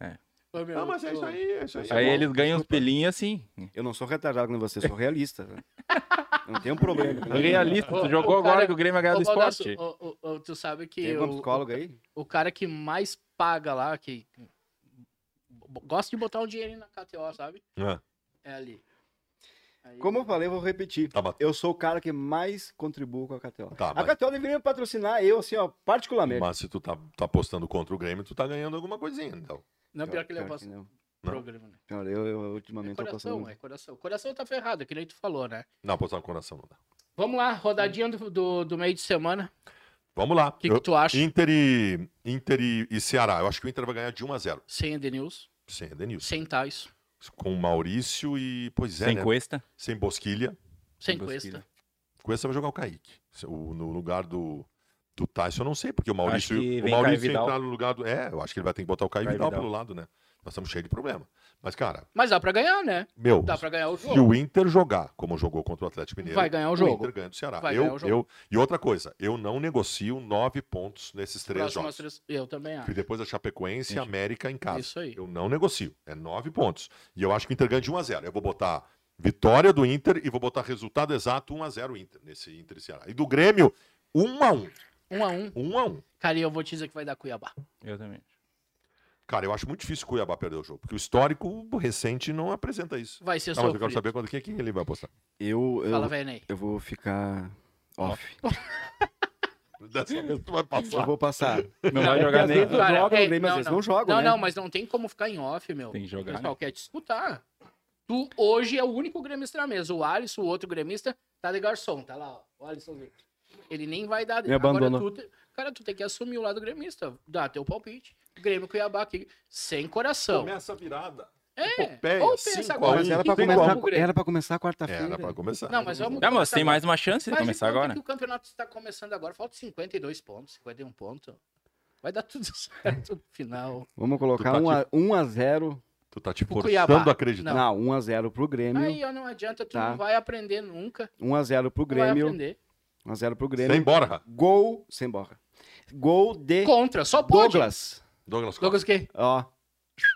Speaker 4: É?
Speaker 1: Ô, meu,
Speaker 4: Ah, mas é isso
Speaker 1: ô,
Speaker 4: aí, é isso aí.
Speaker 2: aí
Speaker 4: É bom.
Speaker 2: eles ganham os pelinhos assim.
Speaker 3: Eu não sou retardado como você, sou realista. né? Não tem um problema.
Speaker 2: Realista,
Speaker 1: Ô,
Speaker 2: tu jogou
Speaker 1: ô,
Speaker 2: agora
Speaker 1: cara,
Speaker 2: que o Grêmio ganhou do
Speaker 1: Ô, Baldasso,
Speaker 2: esporte.
Speaker 1: ô, ô, ô, tu sabe que
Speaker 3: Tem algum
Speaker 1: eu,
Speaker 3: psicólogo aí?
Speaker 1: o cara que mais paga lá, que b- gosta de botar um dinheirinho na KTO, sabe?
Speaker 4: É.
Speaker 1: É ali. Aí-
Speaker 3: Como eu falei, eu vou repetir.
Speaker 4: Tá, mas-
Speaker 3: Eu sou o cara que mais contribuo com a KTO.
Speaker 4: Tá,
Speaker 3: a
Speaker 4: mas-
Speaker 3: KTO deveria me patrocinar eu, assim, ó, particularmente.
Speaker 4: Mas se tu tá, tá apostando contra o Grêmio, tu tá ganhando alguma coisinha. Então.
Speaker 1: Não, pior que ele é
Speaker 3: Pior
Speaker 1: o
Speaker 3: não.
Speaker 4: não.
Speaker 1: programa, né?
Speaker 3: Cara, eu, eu
Speaker 1: É
Speaker 3: ultimamente tô
Speaker 1: coração,
Speaker 3: passando.
Speaker 1: é coração. O coração tá ferrado, que nem tu falou, né?
Speaker 4: Não, apostar com o coração não dá.
Speaker 1: Vamos lá, rodadinha do, do, do meio de semana.
Speaker 4: Vamos lá.
Speaker 1: O que, que tu acha?
Speaker 4: Inter, e, Inter e, e Ceará. Eu acho que o Inter vai ganhar de 1 a 0
Speaker 1: Sem Edenilson,
Speaker 4: Sem Edenilson.
Speaker 1: sem Tais,
Speaker 4: Com Maurício e. Pois é,
Speaker 2: Sem
Speaker 4: né?
Speaker 2: Cuesta.
Speaker 4: Sem Bosquilha.
Speaker 1: sem
Speaker 2: Sem
Speaker 1: Cuesta.
Speaker 4: Com essa vai jogar o Kaique. O- no lugar do, do Tyson, eu não sei, porque o
Speaker 2: Acho
Speaker 4: Maurício.
Speaker 2: que vem
Speaker 4: O
Speaker 2: Caio
Speaker 4: Maurício
Speaker 2: Vidal.
Speaker 4: entrar no lugar do. É, eu acho que ele vai ter que botar o Caio,
Speaker 2: Caio
Speaker 4: Vidal,
Speaker 2: Vidal.
Speaker 4: pelo lado, né? Nós estamos cheios de problema. Mas, cara,
Speaker 1: Mas dá pra ganhar, né?
Speaker 4: meu,
Speaker 1: Dá pra ganhar o
Speaker 4: se
Speaker 1: jogo.
Speaker 4: o Inter jogar como jogou contra o Atlético Mineiro,
Speaker 1: Vai ganhar o jogo.
Speaker 4: Inter ganha do Ceará.
Speaker 1: Vai
Speaker 4: eu,
Speaker 1: ganhar o jogo.
Speaker 4: eu- e outra coisa, eu não negocio nove pontos nesses três
Speaker 1: Próximas
Speaker 4: jogos.
Speaker 1: três- Eu também acho.
Speaker 4: E depois a Chapecoense e a América em casa.
Speaker 1: Isso aí.
Speaker 4: Eu não negocio. É nove pontos. E eu acho que o Inter ganha de 1 a 0 Eu vou botar vitória do Inter e vou botar resultado exato 1 a 0 Inter, nesse Inter e Ceará. E do Grêmio, 1 a 1
Speaker 1: Um a um.
Speaker 4: 1 a 1
Speaker 1: Cara, e eu vou te dizer que vai dar Cuiabá.
Speaker 2: Eu também.
Speaker 4: Cara, eu acho muito difícil o Cuiabá perder o jogo, porque o histórico recente não apresenta isso.
Speaker 1: Vai ser
Speaker 4: Não, mas eu quero
Speaker 1: sofrido.
Speaker 4: saber quando, quem, quem ele vai apostar.
Speaker 3: Eu, eu,
Speaker 1: Fala, velho, Ney.
Speaker 3: eu vou ficar off.
Speaker 4: Dessa vez tu vai
Speaker 3: Eu
Speaker 4: passar.
Speaker 3: vou passar.
Speaker 2: Não vai jogar
Speaker 3: às
Speaker 2: nem.
Speaker 3: vezes- Tu joga no Grêmio, às vezes não joga,
Speaker 1: é, Não,
Speaker 3: né?
Speaker 1: não, mas não tem como ficar em off, meu.
Speaker 2: Tem que jogar,
Speaker 1: O
Speaker 2: né?
Speaker 1: pessoal quer disputar. Tu hoje é o único gremista na mesa. O Alisson, o outro gremista, tá de garçom, tá lá, ó. O Alisson. Ele nem vai dar.
Speaker 3: Me abandona.
Speaker 1: Agora, tu te- Cara, tu tem que assumir o lado gremista. Dá teu palpite. Grêmio Cuiabá aqui, sem coração.
Speaker 4: Começa a virada.
Speaker 1: É.
Speaker 4: Epopeia,
Speaker 1: Ou
Speaker 4: cinco
Speaker 1: pensa
Speaker 4: a
Speaker 1: agora.
Speaker 4: um.
Speaker 3: Mas era
Speaker 1: tem
Speaker 3: pra
Speaker 1: como
Speaker 3: começar,
Speaker 1: o Grêmio.
Speaker 3: era pra começar
Speaker 4: É,
Speaker 3: quarta-feira.
Speaker 4: era pra começar.
Speaker 1: Não, mas vamos-
Speaker 2: Não, mas tem
Speaker 1: Agora.
Speaker 2: mais uma chance de
Speaker 1: Faz de
Speaker 2: começar
Speaker 1: conta
Speaker 2: agora.
Speaker 1: então Que o campeonato está começando agora. Falta 52 pontos, 51 pontos. Vai dar tudo certo no final.
Speaker 3: Vamos
Speaker 4: Tu tá
Speaker 3: colocar 1 a, 1 a 0.
Speaker 4: Tu tá te
Speaker 1: O Cuiabá.
Speaker 4: forçando a acreditar.
Speaker 1: Não.
Speaker 3: Não, 1 a 0 pro Grêmio.
Speaker 1: Aí, ó, não adianta, tu
Speaker 3: Tá.
Speaker 1: não vai aprender nunca.
Speaker 3: 1 a 0 pro
Speaker 1: Não vai
Speaker 3: Grêmio.
Speaker 1: aprender.
Speaker 3: 1 a 0 pro Grêmio.
Speaker 4: Sem borra.
Speaker 3: Gol sem borra. Gol de
Speaker 1: Contra, só pode.
Speaker 3: Douglas.
Speaker 4: Douglas Costa.
Speaker 1: Douglas o quê?
Speaker 3: Ó,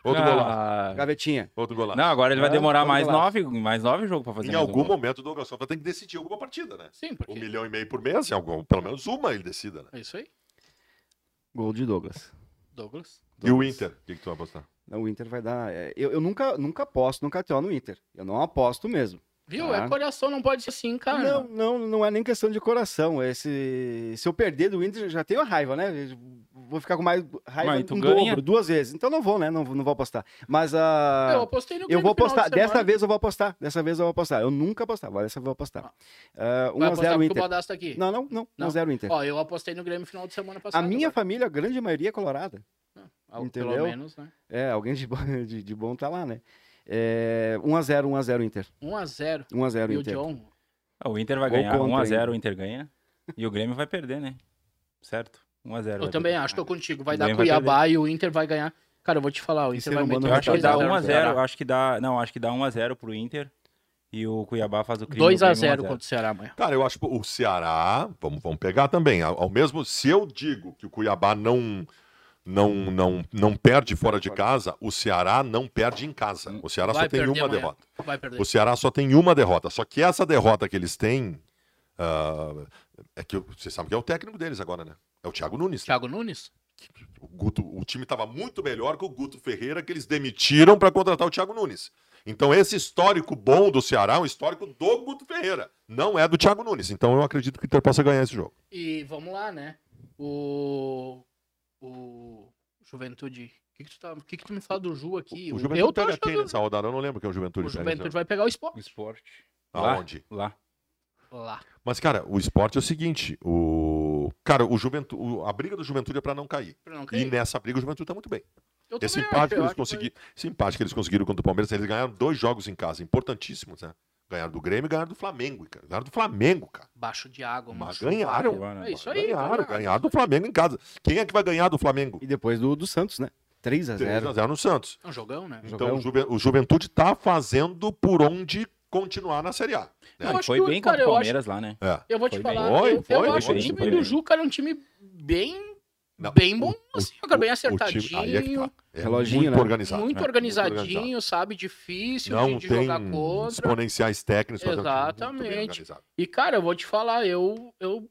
Speaker 4: Outro golaço.
Speaker 2: Ah,
Speaker 3: gavetinha.
Speaker 4: Outro golaço.
Speaker 2: Não, agora ele vai
Speaker 3: É,
Speaker 2: demorar
Speaker 3: outro
Speaker 2: mais
Speaker 3: golaço.
Speaker 2: nove, mais nove jogos pra fazer.
Speaker 4: em
Speaker 2: mais um gol.
Speaker 4: algum momento o Douglas Costa tem que decidir alguma partida, né?
Speaker 1: Sim,
Speaker 4: Um
Speaker 1: porque...
Speaker 4: milhão e meio por mês, em algum- pelo menos uma ele decida, né?
Speaker 1: É isso aí.
Speaker 3: Gol de Douglas.
Speaker 1: Douglas.
Speaker 4: E o Inter? O que, que tu vai apostar?
Speaker 3: O Inter vai dar. é, Eu, eu nunca, nunca aposto no KTO no Inter. Eu não aposto mesmo.
Speaker 1: Viu?
Speaker 3: Tá.
Speaker 1: É coração, não pode ser assim, cara.
Speaker 3: Não, não, não é nem questão de coração. Esse, se eu perder do Inter, já tenho a raiva, né? Vou ficar com mais raiva
Speaker 2: Mas
Speaker 3: em
Speaker 2: tu ganha.
Speaker 3: dobro, duas vezes. Então não vou, né? Não, vou- não vou apostar. Mas ah,
Speaker 1: Eu
Speaker 3: a.
Speaker 1: apostei no
Speaker 3: Eu
Speaker 1: Grêmio
Speaker 3: vou
Speaker 1: no final de
Speaker 3: apostar. Dessa
Speaker 1: semana.
Speaker 3: vez eu vou apostar. Dessa vez eu vou apostar. Eu nunca apostava. Dessa vez eu vou apostar. Uh,
Speaker 1: Vai apostar
Speaker 3: 1x0
Speaker 1: porque o
Speaker 3: Inter.
Speaker 1: Baldasso tá aqui.
Speaker 3: Não, não, não.
Speaker 1: Não.
Speaker 3: 1x0 Inter.
Speaker 1: Ó, eu apostei no Grêmio no final de semana
Speaker 3: a
Speaker 1: passado.
Speaker 3: minha família, a grande maioria é colorada.
Speaker 1: Algo,
Speaker 3: entendeu?
Speaker 1: Pelo menos, né?
Speaker 3: É, alguém de, bo- de, de bom tá lá, né? É, 1x0, 1x0 Inter.
Speaker 1: 1x0.
Speaker 3: 1x0
Speaker 1: E o
Speaker 3: Inter.
Speaker 1: John.
Speaker 2: Ah, O Inter vai
Speaker 3: Gol
Speaker 2: ganhar.
Speaker 3: contra,
Speaker 2: 1x0
Speaker 3: hein?
Speaker 2: o Inter ganha. E o Grêmio vai perder, né? Certo? 1x0.
Speaker 1: Eu também acho, tô contigo. Vai dar
Speaker 2: Ninguém vai
Speaker 1: Cuiabá e o Inter vai ganhar. Cara, eu vou te falar, o
Speaker 3: Que
Speaker 1: Inter
Speaker 3: ser
Speaker 1: vai
Speaker 3: humano
Speaker 1: meter um
Speaker 2: Eu acho que
Speaker 3: Vai
Speaker 2: dá
Speaker 3: dar
Speaker 1: 2x0
Speaker 3: um
Speaker 2: 1x0.
Speaker 1: pro Ceará.
Speaker 2: Acho que dá. Não, acho que dá 1x0 pro Inter. E o Cuiabá faz o um crime.
Speaker 1: 2x0 contra o Ceará amanhã.
Speaker 4: Cara, eu acho que o Ceará, vamos, vamos pegar também, ao ao mesmo, se eu digo que o Cuiabá não não não não perde fora de casa, o Ceará não perde em casa. O Ceará só
Speaker 1: Vai
Speaker 4: tem
Speaker 1: perder
Speaker 4: uma
Speaker 1: amanhã.
Speaker 4: derrota.
Speaker 1: Vai perder.
Speaker 4: O Ceará só tem uma derrota. Só que essa derrota que eles têm ah, é que vocês sabem que é o técnico deles agora, né? É o Thiago Nunes.
Speaker 1: Thiago Nunes?
Speaker 4: O, Guto, o time estava muito melhor que o Guto Ferreira, que eles demitiram para contratar o Thiago Nunes. Então, esse histórico bom do Ceará é um histórico do Guto Ferreira, não é do Thiago Nunes. Então, eu acredito que o Inter possa ganhar esse jogo.
Speaker 1: E vamos lá, né? O. O. Juventude. O que, que, tu tá... o que, que tu me fala do Ju aqui?
Speaker 4: O
Speaker 1: Eu-
Speaker 4: Juventude
Speaker 1: eu tô
Speaker 4: pega quem
Speaker 1: achando...
Speaker 4: nessa rodada? Eu não lembro quem é o Juventude.
Speaker 1: O
Speaker 4: pega
Speaker 1: Juventude
Speaker 4: nessa-
Speaker 1: vai pegar o Sport
Speaker 2: Esporte.
Speaker 4: Aonde?
Speaker 2: Lá.
Speaker 1: lá.
Speaker 4: Mas, cara, o esporte é o seguinte: o. Cara, o Juventude. A briga do Juventude é para não cair.
Speaker 1: Pra não
Speaker 4: E
Speaker 1: cair.
Speaker 4: nessa briga, o Juventude tá muito bem.
Speaker 1: Eu
Speaker 4: Esse
Speaker 1: também
Speaker 4: empate,
Speaker 1: acho,
Speaker 4: que
Speaker 1: eu
Speaker 4: eles
Speaker 1: acho que
Speaker 4: consegui... Esse empate que eles conseguiram contra o Palmeiras, eles ganharam dois jogos em casa, importantíssimos, né? Ganharam do Grêmio e ganharam do Flamengo, cara. Ganharam do Flamengo, cara.
Speaker 1: foi Baixo de água,
Speaker 4: Mas
Speaker 1: mano.
Speaker 4: ganharam.
Speaker 2: Lá, né?
Speaker 1: É isso aí.
Speaker 4: ganharam,
Speaker 1: Ganharam,
Speaker 4: ganharam do Flamengo em casa. Quem é que vai ganhar do Flamengo?
Speaker 3: E depois do, do Santos, né? 3x0.
Speaker 4: 3x0 no Santos.
Speaker 1: É um jogão, né?
Speaker 4: Então
Speaker 3: Jogão.
Speaker 4: o, Juve- o Juventude tá fazendo por onde continuar na Série A.
Speaker 1: Eu acho
Speaker 2: Foi
Speaker 1: que o-
Speaker 2: bem
Speaker 1: cara,
Speaker 2: contra o
Speaker 1: eu
Speaker 2: Palmeiras lá, né?
Speaker 4: É.
Speaker 1: Eu vou te
Speaker 2: Foi
Speaker 1: falar.
Speaker 4: bem. Foi,
Speaker 1: eu,
Speaker 4: foi,
Speaker 1: eu
Speaker 4: foi
Speaker 1: acho
Speaker 2: bem,
Speaker 1: o time
Speaker 2: foi
Speaker 1: do
Speaker 2: bem.
Speaker 1: Ju, cara, é um time bem.
Speaker 4: Não,
Speaker 1: bem bom,
Speaker 4: o-
Speaker 1: assim,
Speaker 4: o-
Speaker 1: cara, bem
Speaker 4: o time-
Speaker 1: acertadinho.
Speaker 4: aí é que tá. É
Speaker 3: Reloginho,
Speaker 4: muito
Speaker 3: né?
Speaker 4: organizado.
Speaker 1: muito
Speaker 4: né?
Speaker 1: organizadinho, sabe? Difícil
Speaker 4: Não
Speaker 1: de, de
Speaker 4: tem
Speaker 1: jogar contra.
Speaker 4: exponenciais técnicos. mas é um time muito bem
Speaker 1: Exatamente.
Speaker 4: organizado.
Speaker 1: E, cara, eu vou te falar, eu, eu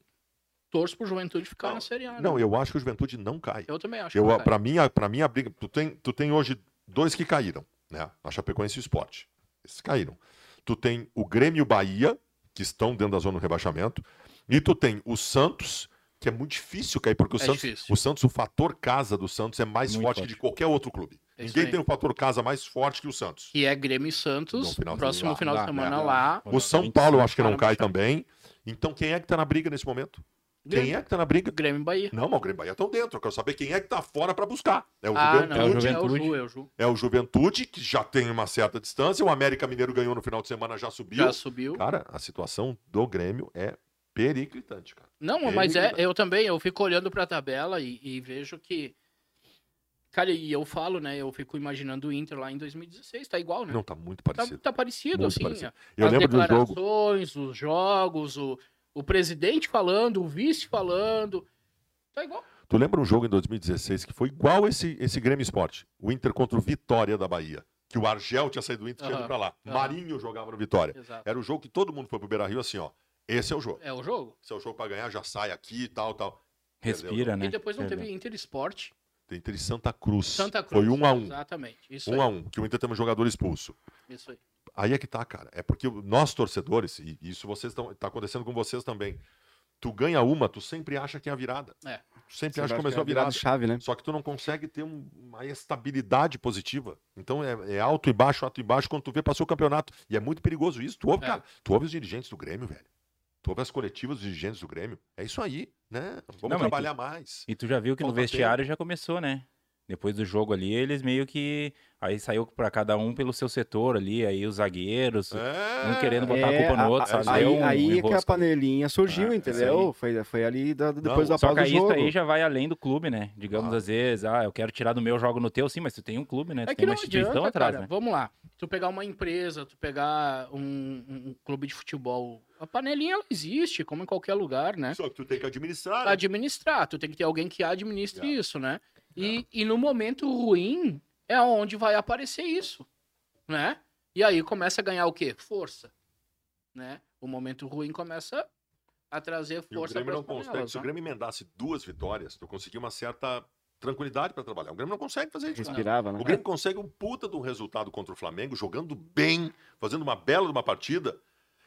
Speaker 1: torço pro Juventude ficar
Speaker 4: Não,
Speaker 1: na Série A. né?
Speaker 4: Não, eu acho que o Juventude não cai.
Speaker 1: Eu também acho.
Speaker 4: Eu,
Speaker 1: que é
Speaker 4: ah,
Speaker 1: vai.
Speaker 4: pra mim, a- pra mim, a briga. Tu tem, tu tem hoje dois que caíram, né? A Chapecoense e o Sport. Esses caíram. Tu tem o Grêmio e o Bahia, que estão dentro da zona do rebaixamento. E tu tem o Santos, que é muito difícil cair, porque o,
Speaker 1: É
Speaker 4: Santos,
Speaker 1: difícil.
Speaker 4: o Santos, o fator casa do Santos é mais
Speaker 2: Muito
Speaker 4: forte, que
Speaker 2: forte.
Speaker 4: de qualquer outro clube.
Speaker 1: É isso
Speaker 4: Ninguém
Speaker 1: aí.
Speaker 4: tem um fator casa mais forte que o Santos.
Speaker 1: Que é Grêmio e
Speaker 4: No
Speaker 1: Santos,
Speaker 4: finalzinho
Speaker 1: próximo
Speaker 4: lá,
Speaker 1: final
Speaker 2: lá,
Speaker 1: de semana
Speaker 2: né?
Speaker 1: lá.
Speaker 4: O São
Speaker 2: Rodada
Speaker 4: Paulo eu acho que não
Speaker 1: para
Speaker 4: cai
Speaker 1: baixar.
Speaker 4: também. Então quem é que tá na briga nesse momento? Quem
Speaker 1: Grêmio,
Speaker 4: é que tá na briga?
Speaker 1: Grêmio e Bahia.
Speaker 4: Não, mas o Grêmio e Bahia estão dentro. Eu quero saber quem é que tá fora pra buscar. É o
Speaker 1: ah,
Speaker 4: Juventude,
Speaker 1: não, é o
Speaker 2: Juventude.
Speaker 1: Ju, é o Ju.
Speaker 4: É o Juventude, que já tem uma certa distância. O América Mineiro ganhou no final de semana, já subiu.
Speaker 1: Já subiu.
Speaker 4: Cara, a situação do Grêmio é periclitante, cara.
Speaker 1: Não,
Speaker 4: Ele-
Speaker 1: mas é, eu também, eu fico olhando pra tabela e, e vejo que. Cara, e eu falo, né? Eu fico imaginando o Inter lá em 2016, tá igual, né?
Speaker 4: Não, tá muito
Speaker 1: tá,
Speaker 4: parecido.
Speaker 1: tá parecido,
Speaker 4: Muito
Speaker 1: assim.
Speaker 4: parecido.
Speaker 1: a-
Speaker 4: Eu
Speaker 1: as
Speaker 4: lembro de um jogo.
Speaker 1: declarações, os jogos, o, o presidente falando, o vice falando. Tá igual.
Speaker 4: Tu lembra um jogo em 2016 que foi igual esse, esse Grêmio Esporte? O Inter contra o Vitória da Bahia. Que o Argel tinha saído do Inter e tinha ido
Speaker 1: Aham,
Speaker 4: pra lá.
Speaker 1: aham.
Speaker 4: Marinho jogava no Vitória.
Speaker 1: Exato.
Speaker 4: Era o jogo que todo mundo foi pro Beira Rio assim, ó. Esse é o jogo.
Speaker 1: É o jogo.
Speaker 4: Esse é o jogo pra ganhar, já sai aqui e tal, tal.
Speaker 2: Respira, né?
Speaker 1: E depois
Speaker 4: É,
Speaker 1: não
Speaker 2: Perdeu.
Speaker 1: teve Inter Esporte,
Speaker 4: Entre Santa Cruz.
Speaker 1: Santa Cruz. é,
Speaker 4: Foi um a um.
Speaker 1: Exatamente. Isso
Speaker 4: Um
Speaker 1: aí.
Speaker 4: a um. Que o Inter teve um jogador expulso.
Speaker 1: Isso aí.
Speaker 4: Aí é que tá, cara. É porque nós torcedores, e isso vocês estão tá acontecendo com vocês também. Tu ganha uma, tu sempre acha que é a virada.
Speaker 1: É.
Speaker 4: Tu sempre
Speaker 3: Você
Speaker 4: acha
Speaker 3: vai
Speaker 4: que começou a
Speaker 3: ficar virado
Speaker 4: virada.
Speaker 3: chave, né?
Speaker 4: Só que tu não consegue ter um- uma estabilidade positiva. Então é, é alto e baixo, alto e baixo, quando tu vê, passou o campeonato. E é muito perigoso isso. Tu ouve,
Speaker 1: É.
Speaker 4: cara, tu ouve os dirigentes do Grêmio, velho. Tu ouve as coletivas dos dirigentes do Grêmio. É isso aí, né? Vamos
Speaker 2: Não, mas
Speaker 4: trabalhar mais.
Speaker 2: E tu já viu que no
Speaker 4: Falta
Speaker 2: vestiário já começou, né? Depois do jogo ali, eles meio que. Aí saiu pra cada um pelo seu setor ali, aí os zagueiros,
Speaker 4: É.
Speaker 2: um querendo botar a culpa
Speaker 3: a-
Speaker 2: no outro,
Speaker 3: a-
Speaker 2: sabe?
Speaker 3: Aí,
Speaker 2: Deu um
Speaker 3: aí é que a
Speaker 2: enrosco.
Speaker 3: panelinha surgiu,
Speaker 2: Ah, isso
Speaker 3: entendeu? Foi, foi ali da- depois
Speaker 4: Não,
Speaker 3: da
Speaker 2: Só
Speaker 3: pausa
Speaker 2: que
Speaker 3: do
Speaker 2: aí isso
Speaker 3: jogo.
Speaker 2: aí já vai além do clube, né? Digamos
Speaker 4: Ah.
Speaker 2: às vezes, ah, eu quero tirar do meu jogo no teu, sim, mas tu tem um clube, né? Tu
Speaker 1: É que
Speaker 2: tem
Speaker 1: não
Speaker 2: uma instituição
Speaker 1: adianta,
Speaker 2: atrás,
Speaker 1: cara.
Speaker 2: né?
Speaker 1: Vamos lá. Tu pegar uma empresa, tu pegar um, um- um clube de futebol. A panelinha ela existe, como em qualquer lugar, né?
Speaker 4: Só que tu tem que administrar. né?
Speaker 1: administrar. Tu tem que ter alguém que administre isso, né? E, e no momento ruim é onde vai aparecer isso, né? E aí começa a ganhar o quê? Força, né? O momento ruim começa a trazer
Speaker 4: E o
Speaker 1: força
Speaker 4: Grêmio
Speaker 1: pras
Speaker 4: não consegue.
Speaker 1: panelas,
Speaker 4: Se o
Speaker 1: né?
Speaker 4: Grêmio emendasse duas vitórias, tu conseguia uma certa tranquilidade para trabalhar. O Grêmio não consegue fazer isso. cara.
Speaker 3: Respirava, né?
Speaker 4: O Grêmio consegue um puta de um resultado contra o Flamengo, jogando bem, fazendo uma bela de uma partida.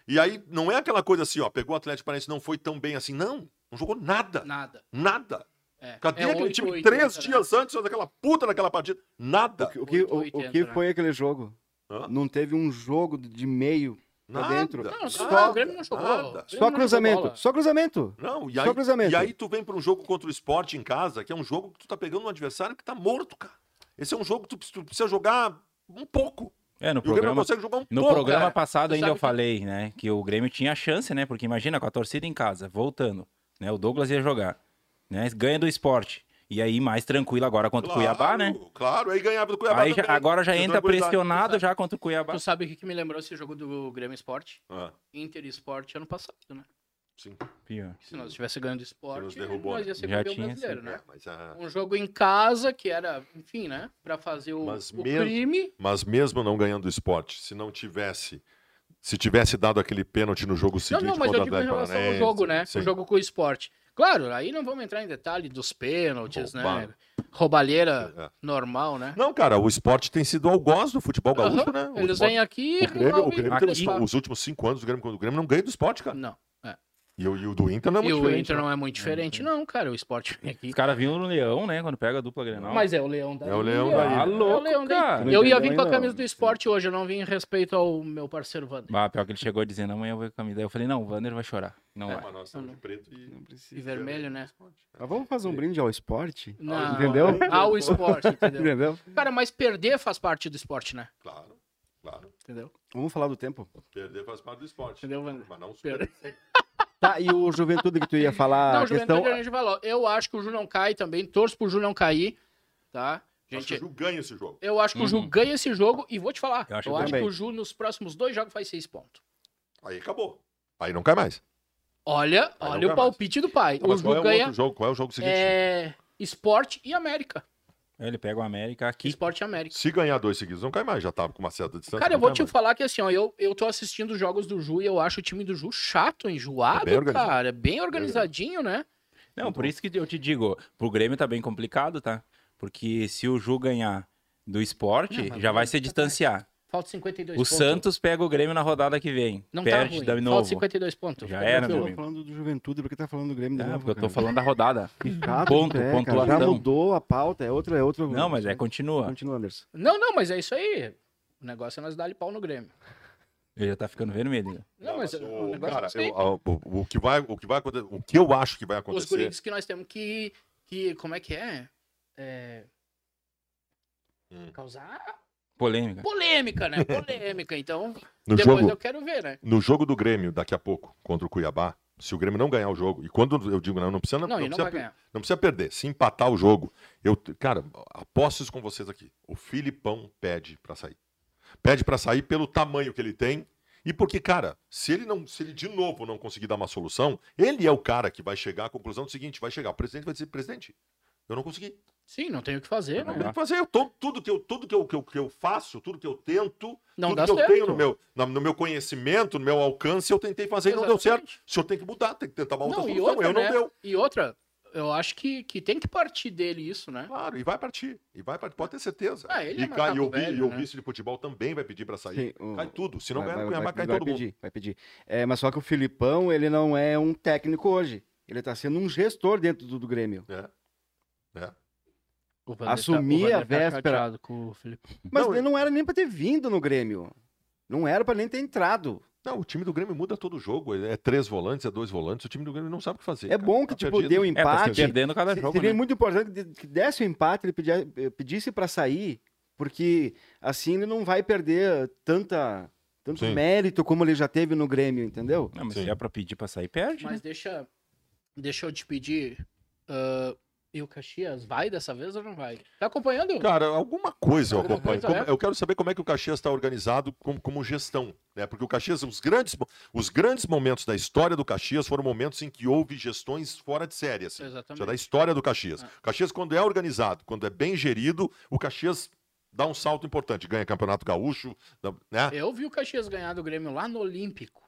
Speaker 4: E aí não é aquela coisa assim, ó, pegou o Atlético Paranaense não foi tão bem assim, não. Não jogou nada,
Speaker 1: Nada.
Speaker 4: nada.
Speaker 1: É.
Speaker 4: Cadê
Speaker 1: É
Speaker 4: aquele
Speaker 1: oito,
Speaker 4: time
Speaker 1: oito,
Speaker 4: três
Speaker 1: né?
Speaker 4: dias antes daquela puta daquela partida? Nada.
Speaker 3: O que, o, o
Speaker 1: 880,
Speaker 3: que
Speaker 1: Tá, né?
Speaker 3: foi aquele jogo?
Speaker 1: Tá
Speaker 4: Hã?
Speaker 3: Não teve um jogo de meio.
Speaker 4: Nada.
Speaker 3: dentro.
Speaker 1: Não, só,
Speaker 4: nada,
Speaker 1: o Grêmio não jogou.
Speaker 4: nada.
Speaker 1: O Grêmio não
Speaker 3: Só
Speaker 1: jogou
Speaker 3: cruzamento.
Speaker 1: bola.
Speaker 3: Só cruzamento.
Speaker 4: Não, e
Speaker 3: Só
Speaker 4: aí,
Speaker 3: cruzamento.
Speaker 4: e aí tu vem para um jogo contra o esporte em casa, que é um jogo que tu tá pegando um adversário que tá morto, cara. Esse é um jogo que tu, tu precisa jogar um pouco.
Speaker 2: É, no
Speaker 4: E o Grêmio não
Speaker 2: programa.
Speaker 4: consegue jogar um
Speaker 2: No
Speaker 4: pouco.
Speaker 2: programa
Speaker 4: cara.
Speaker 2: passado
Speaker 1: Tu
Speaker 2: ainda
Speaker 1: sabe
Speaker 2: eu
Speaker 1: que-
Speaker 2: falei, né, que o Grêmio tinha chance, né? Porque imagina com a torcida em casa, voltando, né? O Douglas ia jogar, né? Ganha do esporte. E aí, mais tranquilo agora contra o Cuiabá, né?
Speaker 4: Claro, aí ganhava do Cuiabá.
Speaker 2: aí já-
Speaker 4: também.
Speaker 2: agora já
Speaker 4: Com
Speaker 2: entra
Speaker 4: tranquilidade.
Speaker 2: pressionado já contra o Cuiabá.
Speaker 1: Tu sabe o que, que me lembrou esse jogo do Grêmio Esporte?
Speaker 4: Ah,
Speaker 1: Inter e Esporte ano passado, né?
Speaker 4: sim.
Speaker 2: Pior.
Speaker 1: Se nós tivesse ganho do
Speaker 4: nos
Speaker 1: esporte,
Speaker 4: derrubou,
Speaker 1: nós
Speaker 4: né?
Speaker 1: ia ser
Speaker 2: Já
Speaker 1: campeão
Speaker 2: tinha
Speaker 1: brasileiro,
Speaker 4: É,
Speaker 1: né?
Speaker 4: mas, ah,
Speaker 1: Um jogo em casa, que era, enfim, né? Pra fazer o,
Speaker 4: Mas
Speaker 1: o
Speaker 4: mesmo-
Speaker 1: crime.
Speaker 4: mas mesmo não ganhando o esporte, se não tivesse. Se tivesse dado aquele pênalti no jogo
Speaker 1: Não,
Speaker 4: seguinte
Speaker 1: não, mas
Speaker 4: contra
Speaker 1: eu
Speaker 4: o
Speaker 1: digo em
Speaker 4: Atlético
Speaker 1: relação ao
Speaker 4: Paranaense.
Speaker 1: jogo, né?
Speaker 4: sim.
Speaker 1: O jogo com o esporte. Claro, aí não vamos entrar em detalhe dos pênaltis,
Speaker 4: Roubaram.
Speaker 1: né? Roubalheira
Speaker 4: É.
Speaker 1: normal, né?
Speaker 4: Não, cara, o esporte tem sido algoz do futebol gaúcho,
Speaker 1: Aham,
Speaker 4: né? O
Speaker 1: Eles
Speaker 4: esporte-
Speaker 1: vêm aqui e
Speaker 4: o Grêmio, o
Speaker 1: resolvem
Speaker 4: Grêmio
Speaker 1: aqui.
Speaker 4: tem os, os últimos cinco anos, o Grêmio, o Grêmio não ganha do esporte, cara.
Speaker 1: Não.
Speaker 4: E o, e o do Inter não é
Speaker 1: e
Speaker 4: muito
Speaker 1: o
Speaker 4: diferente,
Speaker 1: Inter
Speaker 4: né?
Speaker 1: não é muito diferente, não, cara. O esporte vem aqui.
Speaker 2: Os caras vinham no Leão, né? Quando pega a dupla Grenal.
Speaker 1: Mas é o Leão da
Speaker 4: É o
Speaker 1: ilha,
Speaker 4: Leão da
Speaker 1: é
Speaker 4: ilha.
Speaker 2: Ah,
Speaker 1: o
Speaker 2: louco,
Speaker 1: Leão da ilha.
Speaker 2: cara.
Speaker 3: Não
Speaker 1: Eu ia
Speaker 3: entendeu
Speaker 1: vir com a
Speaker 3: ainda,
Speaker 1: camisa
Speaker 3: não.
Speaker 1: do esporte hoje, eu não vim em respeito ao meu parceiro Wander.
Speaker 2: Ah, pior que ele chegou dizendo, amanhã eu vou com a camisa. Daí Eu falei, não, o Vander vai chorar. Não
Speaker 4: É,
Speaker 2: vai.
Speaker 4: mas nós estamos de preto e- é
Speaker 3: Não
Speaker 1: E
Speaker 3: precisa.
Speaker 1: vermelho, né?
Speaker 3: Mas vamos fazer um brinde ao esporte?
Speaker 1: Não, é,
Speaker 3: Entendeu?
Speaker 1: Ao esporte, entendeu?
Speaker 3: Entendeu?
Speaker 1: Cara, mas perder faz parte do esporte, né?
Speaker 4: Claro, claro.
Speaker 1: Entendeu?
Speaker 3: Vamos falar do tempo.
Speaker 4: Perder faz parte do esporte.
Speaker 1: Entendeu, Wander?
Speaker 4: Mas não super.
Speaker 1: Perder.
Speaker 3: Tá, e o Juventude que tu ia falar,
Speaker 1: não,
Speaker 3: a
Speaker 1: o Juventude
Speaker 3: Ah, questão...
Speaker 4: é-
Speaker 1: a gente falou. Eu acho que o Ju não cai também, torço pro Ju não cair, tá?
Speaker 4: Acho que o
Speaker 1: Gente,
Speaker 4: Ju ganha esse jogo.
Speaker 1: eu acho que o Ju
Speaker 2: Uhum.
Speaker 1: ganha esse jogo e vou te falar.
Speaker 2: Eu
Speaker 1: Eu
Speaker 2: acho
Speaker 1: acho,
Speaker 2: que
Speaker 1: que
Speaker 3: também.
Speaker 1: o Ju nos próximos dois jogos faz seis pontos.
Speaker 4: Aí acabou. Aí não cai mais.
Speaker 1: Olha,
Speaker 4: Aí
Speaker 1: olha
Speaker 4: nunca
Speaker 1: o palpite do pai.
Speaker 4: Tá,
Speaker 1: Então, o
Speaker 4: mas
Speaker 1: Ju
Speaker 4: qual é o
Speaker 1: ganha
Speaker 4: outro jogo? Qual é o jogo seguinte?
Speaker 1: é, esporte e América.
Speaker 2: Aí Ele pega o América aqui.
Speaker 1: Esporte e América.
Speaker 4: Se ganhar dois seguidos, não cai mais. Já tava com uma certa distância.
Speaker 1: Cara,
Speaker 4: não
Speaker 1: eu vou
Speaker 4: cai
Speaker 1: te
Speaker 4: mais.
Speaker 1: falar que assim, ó, eu, eu tô assistindo os jogos do Ju e eu acho o time do Ju chato, enjoado,
Speaker 4: É bem organizado.
Speaker 1: cara. É Bem organizadinho, né?
Speaker 2: Não, por isso que eu te digo, pro Grêmio tá bem complicado, tá? Porque se o Ju ganhar do esporte,
Speaker 1: Não, mas
Speaker 2: já vai
Speaker 1: não tá
Speaker 2: se distanciar.
Speaker 1: Falta 52
Speaker 2: O
Speaker 1: pontos.
Speaker 2: Santos pega o Grêmio na rodada que vem.
Speaker 1: não tá
Speaker 2: perde
Speaker 1: ruim.
Speaker 2: de
Speaker 1: Falta
Speaker 2: novo.
Speaker 1: 52 pontos.
Speaker 2: Já
Speaker 1: Fica
Speaker 2: era, né?
Speaker 1: tranquilo.
Speaker 2: meu.
Speaker 3: Tá falando do Juventude, por que tá falando do
Speaker 1: um.
Speaker 3: Grêmio? de
Speaker 2: Ah,
Speaker 3: novo,
Speaker 2: porque eu tô
Speaker 3: cara?
Speaker 2: falando da rodada.
Speaker 3: Chato,
Speaker 2: Ponto,
Speaker 3: é, cara,
Speaker 2: pontuação.
Speaker 3: Já mudou a pauta, é outro, é outro...
Speaker 2: Não, mas é, continua.
Speaker 3: Continua, Anderson.
Speaker 1: Não, não, mas é isso aí. O negócio é nós dar pau no Grêmio.
Speaker 2: Ele já tá ficando vermelho.
Speaker 1: Não, mas, o,
Speaker 4: o-
Speaker 1: negócio é
Speaker 4: cara,
Speaker 1: isso aí.
Speaker 4: eu- a- o, o que vai, o que vai acontecer, o que eu acho que vai
Speaker 1: Os
Speaker 4: acontecer.
Speaker 1: guris que nós temos que, que. Como é que é? É,
Speaker 4: Hum.
Speaker 1: Causar
Speaker 2: Polêmica.
Speaker 1: polêmica, né? Polêmica. Então,
Speaker 4: No
Speaker 1: depois
Speaker 4: jogo,
Speaker 1: eu quero ver, né?
Speaker 4: no jogo do Grêmio daqui a pouco contra o Cuiabá, se o Grêmio não ganhar o jogo, e quando eu digo não, não precisa
Speaker 1: Não, e não
Speaker 4: precisa
Speaker 1: vai ganhar.
Speaker 4: Não precisa perder. Se empatar o jogo, eu, cara, aposto isso com vocês aqui. O Filipão pede pra sair. Pede pra sair pelo tamanho que ele tem e porque, cara, se ele não, se ele de novo não conseguir dar uma solução, ele é o cara que vai chegar à conclusão do seguinte, vai chegar, o presidente vai dizer, presidente, eu não consegui.
Speaker 1: Sim, não tem o que fazer,
Speaker 4: Eu não tenho
Speaker 1: né?
Speaker 4: o que fazer, eu tô, tudo que eu, tudo que eu, que eu, que eu faço, tudo que eu tento,
Speaker 1: Não
Speaker 4: tudo
Speaker 1: dá
Speaker 4: que eu
Speaker 1: certo.
Speaker 4: tenho no meu, na- no meu conhecimento, no meu alcance, eu tentei fazer e não deu certo.
Speaker 1: Exatamente.
Speaker 4: O senhor tem que mudar, tem que tentar uma outra
Speaker 1: Não, e
Speaker 4: solução,
Speaker 1: outra,
Speaker 4: eu não
Speaker 1: né?
Speaker 4: deu.
Speaker 1: E outra, eu acho que, que tem que partir dele isso, né?
Speaker 4: Claro, e vai partir. E vai partir, pode ter certeza.
Speaker 1: Ah, ele
Speaker 4: e
Speaker 1: é
Speaker 4: cai, e
Speaker 1: macaco
Speaker 4: eu vi,
Speaker 1: velho,
Speaker 4: e eu
Speaker 1: né?
Speaker 4: vi se de futebol também vai pedir pra sair.
Speaker 3: Sim, o-
Speaker 4: Cai tudo. Se não
Speaker 3: vai,
Speaker 4: ganhar
Speaker 3: vai,
Speaker 4: o Cuiabá,
Speaker 3: vai,
Speaker 4: cai
Speaker 3: vai
Speaker 4: todo mundo.
Speaker 3: pedir, Vai pedir. É, mas só que o Filipão, ele não é um técnico hoje. Ele tá sendo um gestor dentro do, do Grêmio.
Speaker 1: O Vander tá-
Speaker 3: Assumir
Speaker 1: o Vander
Speaker 3: a
Speaker 1: tá
Speaker 3: véspera.
Speaker 1: chateado com o Felipe.
Speaker 3: Mas
Speaker 4: Não,
Speaker 3: ele não era nem pra ter vindo no Grêmio. Não era pra nem ter entrado.
Speaker 4: Não, o time do Grêmio muda todo jogo. É três volantes, é dois volantes. O time do Grêmio não sabe o que fazer.
Speaker 3: É bom que,
Speaker 4: te
Speaker 3: tipo, deu
Speaker 2: É, tá se
Speaker 3: empate.
Speaker 2: perdendo cada
Speaker 3: Se-
Speaker 2: jogo,
Speaker 3: Seria
Speaker 2: né?
Speaker 3: muito importante que de- que desse o empate, ele pedia- eh, pedisse para sair, porque assim ele não vai perder tanta, tanto
Speaker 4: Sim.
Speaker 3: mérito como ele já teve no Grêmio, entendeu?
Speaker 2: Não, mas
Speaker 4: Sim.
Speaker 2: se é pra pedir pra sair, perde, né?
Speaker 1: Mas deixa, deixa eu te pedir. ah, e o Caxias vai dessa vez ou não vai? Tá acompanhando?
Speaker 4: Cara, alguma coisa eu
Speaker 1: Alguma
Speaker 4: acompanho.
Speaker 1: coisa,
Speaker 4: Como-
Speaker 1: é?
Speaker 4: Eu quero saber como é que o Caxias está organizado como, como gestão. Né? Porque o Caxias, os grandes, mo- os grandes momentos da história do Caxias foram momentos em que houve gestões fora de série. Assim. Isso é da
Speaker 1: Exatamente.
Speaker 4: história do Caxias.
Speaker 1: Ah.
Speaker 4: O Caxias, quando é organizado, quando é bem gerido, o Caxias dá um salto importante. Ganha Campeonato Gaúcho, dá- né?
Speaker 1: Eu vi o Caxias ganhar do Grêmio lá no Olímpico.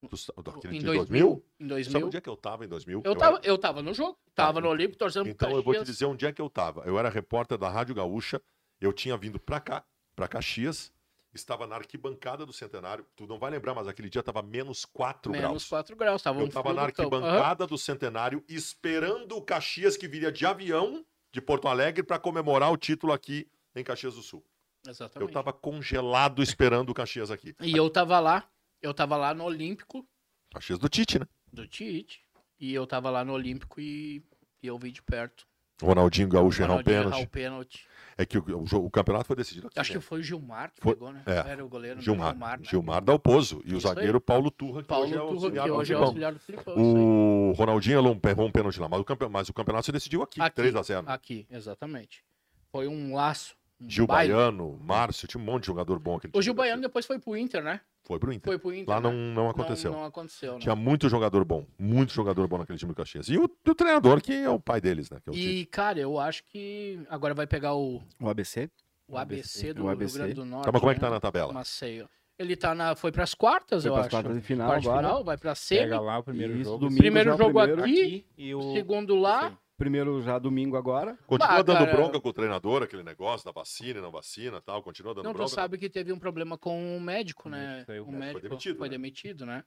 Speaker 4: Do, daquele
Speaker 1: Em
Speaker 4: de
Speaker 1: 2000. Em
Speaker 4: Sabe
Speaker 1: 2000.
Speaker 4: onde é que eu tava em 2000?
Speaker 1: Eu tava, eu tava no jogo, tava no Olímpico torcendo
Speaker 4: Era...
Speaker 1: pro
Speaker 4: Tá. Então eu vou te
Speaker 1: Caxias.
Speaker 4: dizer onde é que eu tava. Eu era repórter da Rádio Gaúcha, eu tinha vindo pra cá, pra Caxias, estava na arquibancada do Centenário. Tu não vai lembrar, mas aquele dia tava menos 4
Speaker 1: Menos
Speaker 4: graus.
Speaker 1: 4 graus. Tava um
Speaker 4: Eu tava
Speaker 1: frio
Speaker 4: na
Speaker 1: do cão. Aham.
Speaker 4: arquibancada do Centenário esperando o Caxias que viria de avião de Porto Alegre pra comemorar o título aqui em Caxias do Sul. Eu
Speaker 1: Exatamente.
Speaker 4: tava congelado esperando o Caxias aqui.
Speaker 1: E eu tava lá, eu tava lá no Olímpico
Speaker 4: Caxias do Tite, né?
Speaker 1: do Tite. E eu tava lá no Olímpico e, e eu vi de perto.
Speaker 4: Ronaldinho Gaúcho errar um
Speaker 1: Ronaldinho errar
Speaker 4: pênalti.
Speaker 1: o pênalti.
Speaker 4: É que o, o jogo- o campeonato foi decidido aqui.
Speaker 1: Acho
Speaker 4: né?
Speaker 1: que foi o Gilmar que
Speaker 4: Foi-
Speaker 1: pegou, né?
Speaker 4: é,
Speaker 1: Era o goleiro. né?
Speaker 4: Gilmar.
Speaker 1: Gilmar,
Speaker 4: Gilmar,
Speaker 1: né? É
Speaker 4: Dalpozo. E o
Speaker 1: Isso aí.
Speaker 4: zagueiro Paulo Turra, que
Speaker 1: Paulo
Speaker 4: hoje é o
Speaker 1: Turra, que
Speaker 4: auxiliar do
Speaker 1: hoje é o
Speaker 4: Filipão.
Speaker 1: auxiliar do Filipão. isso aí.
Speaker 4: O Ronaldinho alou um pé- um pênalti lá, mas o, campe... mas o campeonato se decidiu aqui,
Speaker 1: Aqui, Ah,
Speaker 4: 3x0.
Speaker 1: Aqui, exatamente. Foi um laço. Um
Speaker 4: Gil
Speaker 1: baile.
Speaker 4: Baiano, Márcio, tinha um monte de jogador bom aqui.
Speaker 1: O Gil Baiano depois foi pro Inter, né?
Speaker 4: Foi pro Inter.
Speaker 1: Foi pro Inter.
Speaker 4: Lá não,
Speaker 1: né?
Speaker 4: não aconteceu.
Speaker 1: Não, aconteceu, né?
Speaker 4: Tinha muito jogador bom, muito jogador bom naquele time do Caxias. E o, o treinador, que é o pai deles, né? Que é o Tite.
Speaker 1: E, cara, eu acho que agora vai pegar o,
Speaker 3: O ABC?
Speaker 1: o ABC do
Speaker 3: O ABC.
Speaker 1: Rio Grande do Norte.
Speaker 4: Tá, mas como é que tá
Speaker 1: né?
Speaker 4: na tabela?
Speaker 1: Maceió. Ele tá na, foi pras quartas,
Speaker 3: Foi
Speaker 1: eu
Speaker 3: pras
Speaker 1: acho.
Speaker 3: quartas de final
Speaker 1: Parte
Speaker 3: agora.
Speaker 1: final, vai pra semi.
Speaker 2: Pega lá o primeiro
Speaker 3: Isso,
Speaker 2: jogo.
Speaker 3: domingo
Speaker 1: Primeiro
Speaker 3: já é o
Speaker 1: jogo assim,
Speaker 3: primeiro.
Speaker 1: aqui,
Speaker 2: e o...
Speaker 1: segundo lá.
Speaker 2: Sim.
Speaker 3: Primeiro já domingo agora.
Speaker 4: Continua
Speaker 1: Bah,
Speaker 4: dando
Speaker 1: Ah, cara,
Speaker 4: bronca com o treinador, aquele negócio da vacina, não vacina tal. Continua dando
Speaker 1: Não, tu
Speaker 4: bronca.
Speaker 1: sabe que teve um problema com o médico,
Speaker 2: O
Speaker 1: né?
Speaker 2: médico saiu.
Speaker 1: o
Speaker 4: É, foi
Speaker 1: médico
Speaker 4: demitido,
Speaker 1: foi
Speaker 4: né?
Speaker 1: demitido, né?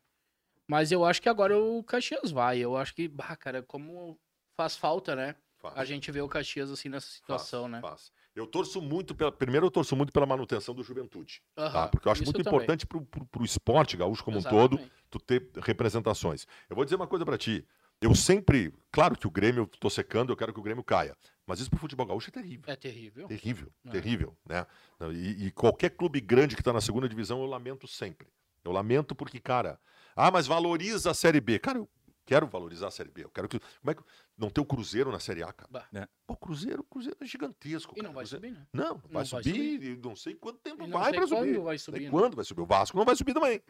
Speaker 1: Mas eu acho que agora o Caxias vai. Eu acho que, bah, cara, como faz falta, né?
Speaker 4: Faz,
Speaker 1: A gente vê o Caxias assim nessa
Speaker 4: faz,
Speaker 1: situação, né?
Speaker 4: faz. Eu torço muito pela. Primeiro, eu torço muito pela manutenção do juventude. tá?
Speaker 1: Aham,
Speaker 4: Porque eu acho
Speaker 1: Ah, isso
Speaker 4: muito
Speaker 1: também.
Speaker 4: importante pro, pro, pro esporte gaúcho como um todo.
Speaker 1: Exatamente.
Speaker 4: tu ter representações. Eu vou dizer uma coisa pra ti. Eu sempre, claro que o Grêmio, eu tô secando, eu quero que o Grêmio caia. Mas isso pro futebol gaúcho é terrível.
Speaker 1: É terrível.
Speaker 4: Terrível,
Speaker 1: É.
Speaker 4: terrível, né? E, e qualquer clube grande que tá na segunda divisão, eu lamento sempre. Eu lamento porque, cara, ah, mas valoriza a Série B. Cara, eu quero valorizar a Série B. Eu quero que. Como é que. Não ter o Cruzeiro na Série A, cara.
Speaker 1: Bah.
Speaker 2: É.
Speaker 4: Pô, o Cruzeiro, o Cruzeiro é gigantesco.
Speaker 1: E
Speaker 4: cara.
Speaker 1: não vai
Speaker 4: Cruzeiro-
Speaker 1: subir, né?
Speaker 4: Não, não vai
Speaker 1: Não vai
Speaker 4: subir, e não sei quanto tempo
Speaker 1: E não
Speaker 4: vai
Speaker 1: sei
Speaker 4: pra subir.
Speaker 1: quando vai
Speaker 4: Sei
Speaker 1: subir. né?
Speaker 4: quando vai subir? O Vasco não vai subir também.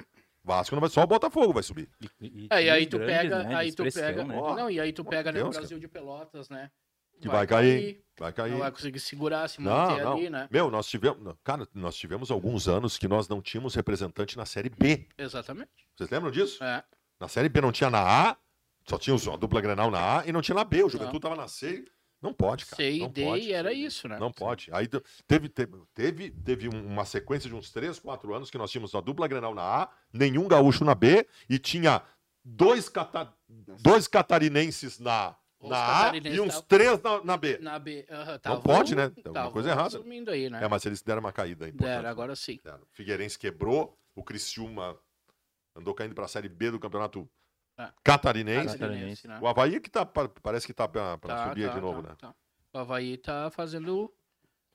Speaker 4: Vasco não vai, só o Botafogo vai subir.
Speaker 2: E-
Speaker 1: É, e aí
Speaker 2: times
Speaker 1: tu
Speaker 2: grandes,
Speaker 1: pega,
Speaker 2: né, de
Speaker 1: aí tu
Speaker 2: expressão,
Speaker 1: pega,
Speaker 2: né?
Speaker 4: Ó,
Speaker 1: não, e aí tu
Speaker 4: pelo
Speaker 1: pega né,
Speaker 4: amor
Speaker 1: o
Speaker 4: de Deus,
Speaker 1: Brasil de Pelotas, né?
Speaker 4: Que vai cair, Vai cair.
Speaker 1: não vai conseguir segurar, se
Speaker 4: Não,
Speaker 1: manter
Speaker 4: não.
Speaker 1: ali, né?
Speaker 4: Meu, nós tivemos. não, Cara, nós tivemos alguns anos que nós não tínhamos representante na série B.
Speaker 1: Exatamente.
Speaker 4: Vocês lembram disso?
Speaker 1: É.
Speaker 4: Na série B não tinha na A, só tinha os- a dupla Grenal na A e não tinha na B. O Juventude
Speaker 1: Não.
Speaker 4: tava na C. Não pode, cara.
Speaker 1: C e
Speaker 4: não
Speaker 1: D
Speaker 4: pode.
Speaker 1: e era isso, né?
Speaker 4: Não pode. Aí te- teve, teve, teve, teve um- uma sequência de uns 3, 4 anos que nós tínhamos a dupla Grenal na A, nenhum gaúcho na B e tinha dois, cata, dois catarinenses na,
Speaker 1: Os
Speaker 4: na A e
Speaker 1: catarinenses
Speaker 4: uns
Speaker 1: tavam-
Speaker 4: três na, na B.
Speaker 1: Na B, aham,
Speaker 4: pode, né? Tem alguma
Speaker 1: tavam
Speaker 4: coisa errada.
Speaker 1: Sumindo aí, né?
Speaker 4: É, mas eles deram uma caída importante. né?
Speaker 1: Deram, agora sim.
Speaker 4: Deram. Figueirense quebrou, o Criciúma andou caindo para a Série B do Campeonato
Speaker 1: É.
Speaker 4: Catarinense.
Speaker 1: Catarinense, né?
Speaker 4: O Havaí que tá, pa- parece que tá para
Speaker 1: Tá,
Speaker 4: subir
Speaker 1: tá,
Speaker 4: de novo,
Speaker 1: tá,
Speaker 4: né?
Speaker 1: tá. O Havaí tá fazendo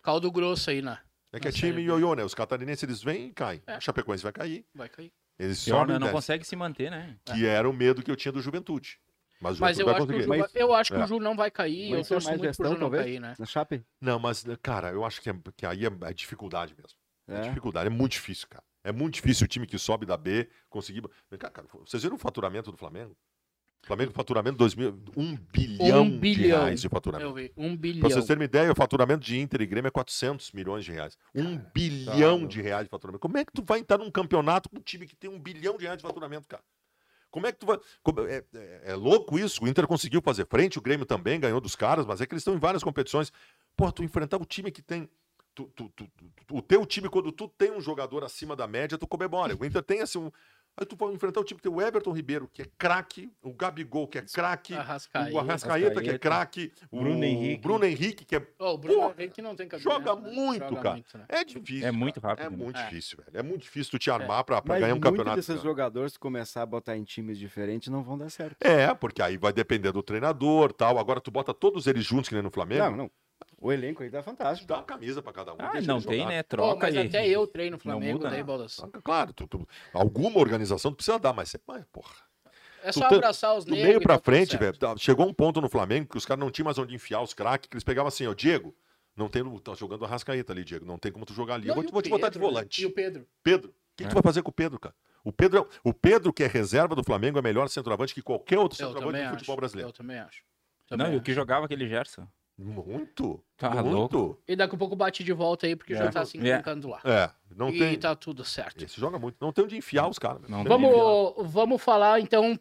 Speaker 1: caldo grosso aí, né?
Speaker 4: É que é
Speaker 1: Na Série
Speaker 4: time
Speaker 1: B.
Speaker 4: ioiô, né? Os catarinenses eles vêm e caem.
Speaker 1: É.
Speaker 4: A Chapecoense vai cair.
Speaker 1: Vai cair.
Speaker 4: Eles
Speaker 2: Pior,
Speaker 4: sobem
Speaker 2: né, não
Speaker 4: e descem,
Speaker 2: consegue se manter, né?
Speaker 4: Que era o medo que eu tinha do Juventude. Mas o
Speaker 1: Mas eu
Speaker 4: Juventude
Speaker 1: acho,
Speaker 4: vai
Speaker 1: que o
Speaker 4: conseguir.
Speaker 1: Ju,
Speaker 3: Mas-
Speaker 1: vai- eu acho que
Speaker 4: é.
Speaker 1: o Ju não vai cair.
Speaker 3: Mas
Speaker 1: eu
Speaker 3: isso é
Speaker 1: torço
Speaker 3: mais
Speaker 1: muito pro Ju
Speaker 3: gestão,
Speaker 1: não
Speaker 3: talvez?
Speaker 1: cair, né?
Speaker 3: Na Chape?
Speaker 4: Não, mas, cara, eu acho que, é- que aí é, é dificuldade mesmo. É.
Speaker 3: É.
Speaker 4: dificuldade, é muito difícil, cara. É muito difícil o time que sobe da B conseguir. Vem cá, cara, vocês viram o faturamento do Flamengo? O Flamengo, faturamento 2000, 1 bilhão, de
Speaker 1: Um bilhão.
Speaker 4: reais de faturamento.
Speaker 1: Eu vi. Um
Speaker 4: Pra
Speaker 1: bilhão.
Speaker 4: vocês terem uma ideia, o faturamento de Inter e Grêmio é 400 milhões de reais. Um bilhão
Speaker 2: meu.
Speaker 4: de reais de faturamento. Como é que tu vai entrar num campeonato com um time que tem um bilhão de reais de faturamento, cara? Como é que tu vai. como- É, é- é louco isso. O Inter conseguiu fazer frente, o Grêmio também ganhou dos caras, mas é que eles estão em várias competições. Pô, tu enfrentar o time que tem. tu- tu- tu- tu- tu- o teu time, quando tu tem um jogador acima da média, tu comemora. O Inter tem assim um. Aí tu vai enfrentar o time que tem o Everton Ribeiro, que é craque, o Gabigol, que é craque,
Speaker 1: Ah. Arrascaeta.
Speaker 4: o Arrascaeta, que é
Speaker 2: Arrascaeta.
Speaker 4: craque, o
Speaker 2: Bruno Henrique.
Speaker 4: Bruno Henrique, que é
Speaker 1: Ó, o Bruno
Speaker 4: Porra,
Speaker 1: Henrique não tem cabimento.
Speaker 4: joga
Speaker 1: né?
Speaker 4: muito,
Speaker 1: Joga
Speaker 4: cara.
Speaker 1: muito, né?
Speaker 4: É difícil.
Speaker 2: É muito
Speaker 4: cara.
Speaker 2: rápido,
Speaker 4: É
Speaker 2: né?
Speaker 4: muito
Speaker 1: É.
Speaker 4: difícil, velho. É muito difícil tu te armar pra, pra
Speaker 3: Mas
Speaker 4: ganhar um
Speaker 3: muitos
Speaker 4: campeonato.
Speaker 3: desses jogadores, se começar a botar em times diferentes, não vão dar certo.
Speaker 4: É, porque aí vai depender do treinador tal. Agora tu bota todos eles juntos, que nem no Flamengo.
Speaker 3: Não, não. O elenco aí tá fantástico.
Speaker 4: Dá uma camisa pra cada um.
Speaker 2: Ah,
Speaker 4: deixa
Speaker 2: não
Speaker 4: eles
Speaker 2: tem,
Speaker 4: jogar.
Speaker 2: né?
Speaker 1: Ó,
Speaker 2: Troca
Speaker 1: mas
Speaker 2: aí.
Speaker 1: até eu treino Flamengo,
Speaker 2: muda,
Speaker 1: daí,
Speaker 2: né?
Speaker 1: Bolas.
Speaker 4: Claro, tu- tu- alguma organização tu precisa dar, mas, você- mas porra.
Speaker 1: É
Speaker 4: Tu
Speaker 1: só
Speaker 4: tem-
Speaker 1: abraçar os
Speaker 4: Do
Speaker 1: negros.
Speaker 4: meio
Speaker 1: e
Speaker 4: pra
Speaker 1: tá tudo
Speaker 4: frente,
Speaker 1: certo.
Speaker 4: velho, tá- chegou um ponto no Flamengo que os caras não tinham mais onde enfiar os craques, que eles pegavam assim, ó, Diego, não tem, tá jogando a rascaeta ali, Diego, não tem como tu jogar ali.
Speaker 1: Não,
Speaker 4: eu vou,
Speaker 1: e
Speaker 4: te-
Speaker 1: o
Speaker 4: vou te botar de
Speaker 1: Pedro, né?
Speaker 4: volante.
Speaker 1: E o Pedro?
Speaker 4: Pedro. O que, que
Speaker 2: É.
Speaker 4: tu vai fazer com o Pedro, cara? O Pedro, é- o Pedro que é reserva do Flamengo, é melhor centroavante que qualquer outro
Speaker 1: Eu
Speaker 4: centroavante
Speaker 1: também
Speaker 4: do um futebol
Speaker 1: acho.
Speaker 4: brasileiro.
Speaker 1: Eu também acho.
Speaker 2: Não,
Speaker 1: Também
Speaker 2: e o que
Speaker 1: acho.
Speaker 2: jogava aquele Gerson?
Speaker 4: Muito.
Speaker 2: Tá
Speaker 4: muito.
Speaker 2: louco.
Speaker 1: E daqui a pouco bate de volta aí, porque
Speaker 2: É.
Speaker 1: já tá se
Speaker 2: É.
Speaker 1: encrencando lá.
Speaker 4: É, não
Speaker 1: e
Speaker 4: tem.
Speaker 1: tá tudo certo.
Speaker 4: Esse joga muito. Não tem onde enfiar os caras. meu.
Speaker 2: Não
Speaker 4: Tem
Speaker 2: tem.
Speaker 4: onde enfiar.
Speaker 1: Vamos, vamos falar então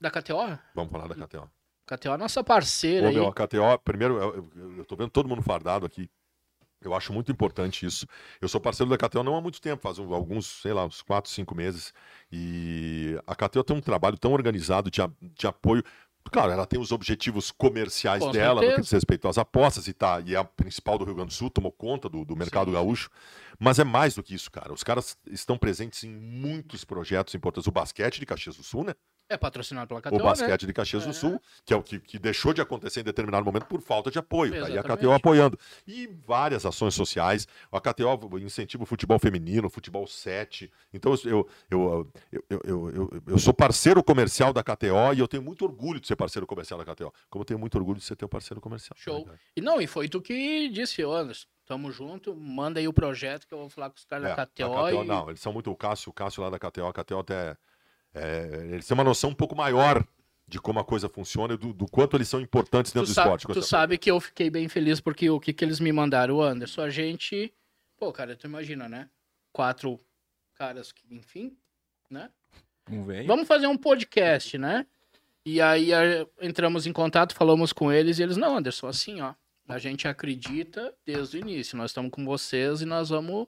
Speaker 1: da KTO?
Speaker 4: Vamos falar da KTO.
Speaker 1: KTO é nossa parceira
Speaker 4: Ô, meu,
Speaker 1: aí.
Speaker 4: a KTO, primeiro, eu, eu, eu tô vendo todo mundo fardado aqui. Eu acho muito importante isso. Eu sou parceiro da KTO não há muito tempo, faz um- alguns, sei lá, uns 4, 5 meses. E a KTO tem um trabalho tão organizado de, a- de apoio. Claro, ela tem os objetivos comerciais
Speaker 1: Com
Speaker 4: dela, no que
Speaker 1: certeza.
Speaker 4: diz respeito às apostas e tá, e é a principal do Rio Grande do Sul, tomou conta do, do mercado gaúcho. Mas é mais do que isso, cara. Os caras estão presentes em muitos projetos importantes. O basquete de Caxias do Sul, né?
Speaker 1: É patrocinado pela
Speaker 4: o
Speaker 1: KTO,
Speaker 4: basquete
Speaker 1: né?
Speaker 4: de Caxias
Speaker 1: É.
Speaker 4: do Sul, que é o que, que deixou de acontecer em determinado momento por falta de apoio. Tá aí a
Speaker 1: Exatamente.
Speaker 4: KTO apoiando. E várias ações sociais. A KTO incentiva o futebol feminino, o futebol 7. Então eu, eu, eu, eu, eu, eu- eu sou parceiro comercial da KTO e eu tenho muito orgulho de ser parceiro comercial da KTO. Como eu tenho muito orgulho de ser teu parceiro comercial.
Speaker 1: Show.
Speaker 4: Né, cara?
Speaker 1: E não, e foi tu que disse, ô, Anderson, tamo junto, manda aí o projeto que eu vou falar com os caras
Speaker 4: É,
Speaker 1: da
Speaker 4: a
Speaker 1: KTO. e...
Speaker 4: Não, eles são muito. O Cássio, o Cássio lá da KTO, a KTO até. é, eles têm uma noção um pouco maior de como a coisa funciona e do, do quanto eles são importantes dentro
Speaker 1: tu
Speaker 4: do
Speaker 1: sabe,
Speaker 4: esporte. com
Speaker 1: tu
Speaker 4: essa-
Speaker 1: sabe que eu fiquei bem feliz porque o que, que eles me mandaram, o Anderson, a gente... Pô, cara, tu imagina, né? Quatro caras, que, enfim, né?
Speaker 2: Um velho.
Speaker 1: Vamos fazer um podcast, né? E aí a- entramos em contato, falamos com eles e eles, não, Anderson, assim, ó, a gente acredita desde o início, nós estamos com vocês e nós vamos,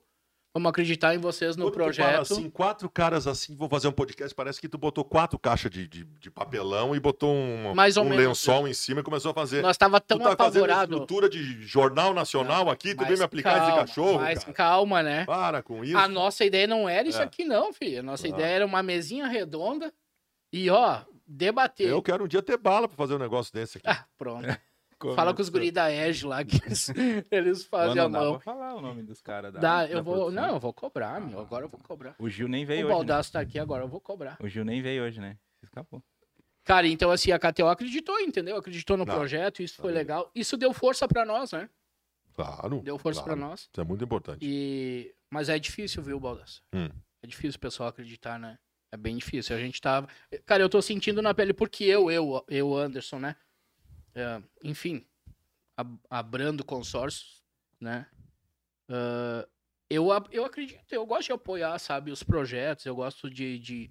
Speaker 1: vamos acreditar em vocês no
Speaker 4: Quando tu fala
Speaker 1: projeto.
Speaker 4: assim, quatro caras assim, vou fazer um podcast, parece que tu botou quatro caixas de, de, de papelão e botou um,
Speaker 1: Mais ou
Speaker 4: um
Speaker 1: menos,
Speaker 4: lençol em cima e começou a fazer.
Speaker 1: Nós tava
Speaker 4: tu
Speaker 1: tão
Speaker 4: tá fazendo
Speaker 1: apavorado.
Speaker 4: estrutura de jornal nacional aqui, tu
Speaker 1: Mas
Speaker 4: vem me aplicar
Speaker 1: calma,
Speaker 4: esse cachorro,
Speaker 1: Mas
Speaker 4: cara.
Speaker 1: calma, né?
Speaker 4: Para com isso.
Speaker 1: A nossa ideia não era isso
Speaker 4: É.
Speaker 1: aqui, não, filho. A nossa
Speaker 4: Claro.
Speaker 1: ideia era uma mesinha redonda e, ó, debater.
Speaker 4: Eu quero um dia ter bala pra fazer um negócio desse aqui.
Speaker 1: Ah, pronto.
Speaker 4: é
Speaker 1: Fala com os guris da Edge lá, que eles, eles fazem a mão.
Speaker 2: falar o nome dos caras da.
Speaker 1: Dá,
Speaker 2: da
Speaker 1: eu vou.
Speaker 2: né, produção.
Speaker 1: Não, eu vou cobrar, meu. Agora eu vou cobrar.
Speaker 2: O Gil nem veio
Speaker 1: o
Speaker 2: hoje. né?
Speaker 1: Baldaço tá aqui agora, eu vou cobrar.
Speaker 2: O Gil nem veio hoje, né? Escapou.
Speaker 1: Cara, então assim, a KTO acreditou, entendeu? Acreditou no
Speaker 4: Não.
Speaker 1: projeto, isso foi
Speaker 4: Não.
Speaker 1: legal. Isso deu força pra nós, né?
Speaker 4: Claro.
Speaker 1: Deu força pra
Speaker 4: claro.
Speaker 1: nós.
Speaker 4: Isso é muito importante.
Speaker 1: E... Mas é difícil, viu, Baldaço?
Speaker 4: Hum.
Speaker 1: É difícil o pessoal acreditar, né? É bem difícil. A gente tava. Cara, eu tô sentindo na pele, porque eu, eu, eu, Anderson, né? É, enfim, ab- abrando consórcios, né? Ah, eu, ab- eu acredito, eu gosto de apoiar, sabe, os projetos, eu gosto de, de,